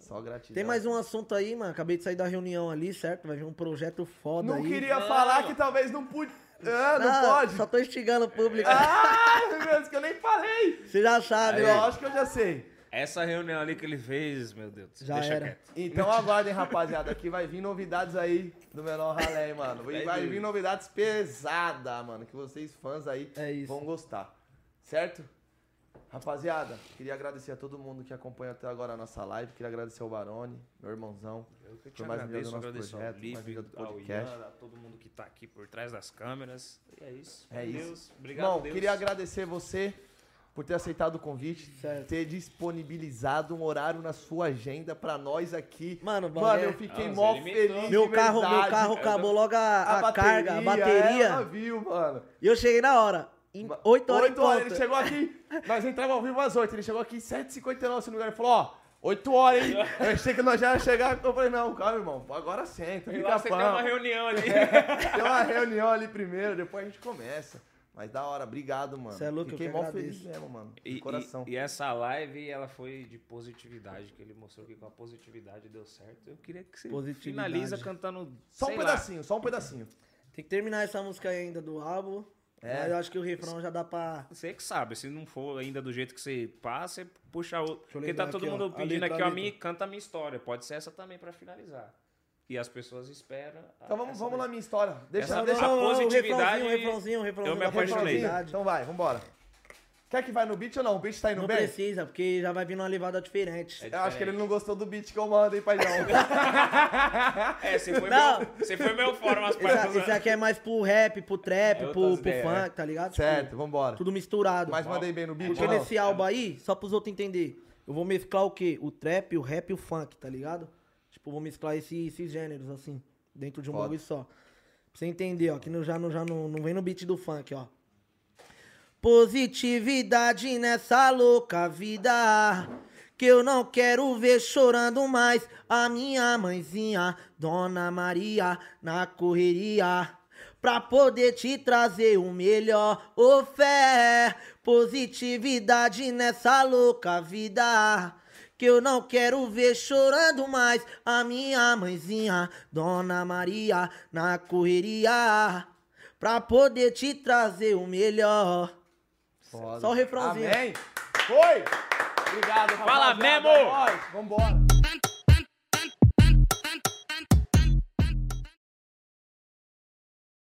S1: Só gratidão.
S3: Tem mais um assunto aí, mano. Acabei de sair da reunião ali, certo? Vai vir um projeto foda
S1: Não
S3: aí.
S1: queria
S2: Não.
S1: falar que talvez não pude. Ah, não, pode?
S3: Só tô instigando o público.
S1: Ah, meu Deus, que eu nem falei.
S3: Você já sabe,
S1: Eu
S3: né?
S1: acho que eu já sei.
S2: Essa reunião ali que ele fez, meu Deus,
S3: Já
S2: deixa
S3: era.
S2: quieto.
S1: Então aguardem, rapaziada, que vai vir novidades aí do Menor Ralé, hein, mano. E
S2: Vai
S1: vai
S2: vir.
S1: vir novidades pesadas, mano, que vocês fãs aí
S3: É isso.
S1: vão gostar. Certo? Rapaziada, queria agradecer a todo mundo que acompanha até agora a nossa live. Queria agradecer ao Barone, meu irmãozão.
S2: Eu É que te
S1: Foi mais um dia do
S2: agradeço, agradeço
S1: nosso
S2: ao
S1: projeto, mais um
S2: Lipe,
S1: dia do
S2: ao
S1: podcast.
S2: Ian, a todo mundo que tá aqui por trás das câmeras. E é isso.
S1: É
S2: Com
S1: isso.
S2: Deus. Obrigado,
S1: Bom,
S2: Deus.
S1: queria agradecer você por ter aceitado o convite,
S3: Certo.
S1: ter disponibilizado um horário na sua agenda pra nós aqui.
S3: Mano,
S1: Mano, eu
S3: bagulho-
S1: fiquei
S2: Não,
S1: mó
S2: você limitou.
S1: feliz.
S3: Meu
S1: de
S3: carro, meu
S1: É verdade.
S3: carro
S2: É.
S3: acabou logo a, a carga,
S1: É,
S3: a
S1: ela
S3: bateria.
S1: viu, mano.
S3: E eu cheguei na hora. Em 8 horas em
S1: Oito horas,
S3: ponto.
S1: ele chegou aqui. Nós entramos ao vivo às 8. Ele chegou aqui às 7h59, se não me engano. Ele falou, ó. 8 horas, hein? Eu achei que nós já ia chegar. Eu falei, não, calma, irmão. Agora senta.
S2: E
S1: Fica
S2: lá você tem
S1: pão.
S2: uma reunião
S1: (laughs)
S2: ali.
S1: Tem uma reunião ali primeiro, depois a gente começa. Mas da hora, obrigado, mano.
S3: Cê é louco, eu
S1: Fiquei
S3: que
S1: mó
S3: agradeço.
S1: feliz mesmo, mano. De
S2: E, e-
S1: coração.
S2: e essa live, ela foi de positividade, que ele mostrou que com a positividade deu certo. Eu queria que você
S3: Positividade.
S2: finaliza cantando.
S1: Só
S2: sei
S1: um
S2: lá.
S1: pedacinho, só um pedacinho.
S3: Tem que terminar essa música aí ainda do álbum.
S1: É.
S3: Mas eu acho que o refrão já dá pra.
S2: Você que sabe, se não for ainda do jeito que você passa, você puxa outro.
S3: eu
S2: Porque tá
S3: lembrar
S2: todo
S3: aqui, ó.
S2: mundo
S3: A
S2: pedindo
S3: letra,
S2: aqui,
S3: a
S2: ó,
S3: letra.
S2: minha, canta a minha história. Pode ser essa também pra finalizar. E as pessoas esperam. a-
S1: Então vamos,
S2: essa
S1: vamos
S2: daí.
S1: na minha história. Deixa,
S2: Essa- é
S1: deixa
S2: a
S3: o
S2: positividade-
S3: refrãozinho, o um refrãozinho, o refrãozinho
S2: eu me
S3: da
S2: apaixonei.
S1: Sozinho?
S3: positividade.
S1: Então vai, vambora. Quer que vai no beat ou não? O beat tá indo
S3: Não
S1: bem?
S3: precisa, porque já vai vir numa levada diferente.
S2: É
S1: Eu acho que ele
S2: diferente.
S1: não gostou do beat que eu mandei pra
S3: (laughs)
S1: João.
S2: É, você foi,
S3: Não.
S2: meu, você foi meu fora umas
S3: Esse,
S2: paradas.
S1: né?
S3: esse aqui é mais pro rap, pro trap,
S2: É
S3: pro,
S2: outras
S3: pro
S2: ideias,
S3: funk, tá ligado? Tipo,
S1: certo, vambora.
S3: Tudo misturado.
S1: Mas mandei bem no beat
S3: Porque
S1: ou não? É.
S3: nesse álbum aí, só pros outros entender, eu vou mesclar o quê? O trap, o rap e o funk, tá ligado? Tipo, eu vou mesclar esse- esses gêneros, assim, dentro de um
S1: Foda.
S3: bagulho só. Pra você entender, ó, que não, já, não, já não, não vem no beat do funk, ó. Positividade nessa louca vida. Que eu não quero ver chorando mais a minha mãezinha, Dona Maria, na correria. Pra poder te trazer o melhor, ô fé. Positividade nessa louca vida. Que eu não quero ver chorando mais a minha mãezinha, Dona Maria, na correria. Pra poder te trazer o melhor.
S1: Foda.
S3: Só o refrãozinho.
S1: Amém? Foi! Obrigado,
S2: Fala
S1: rapaziada.
S2: mesmo!
S1: É nóis, Vambora.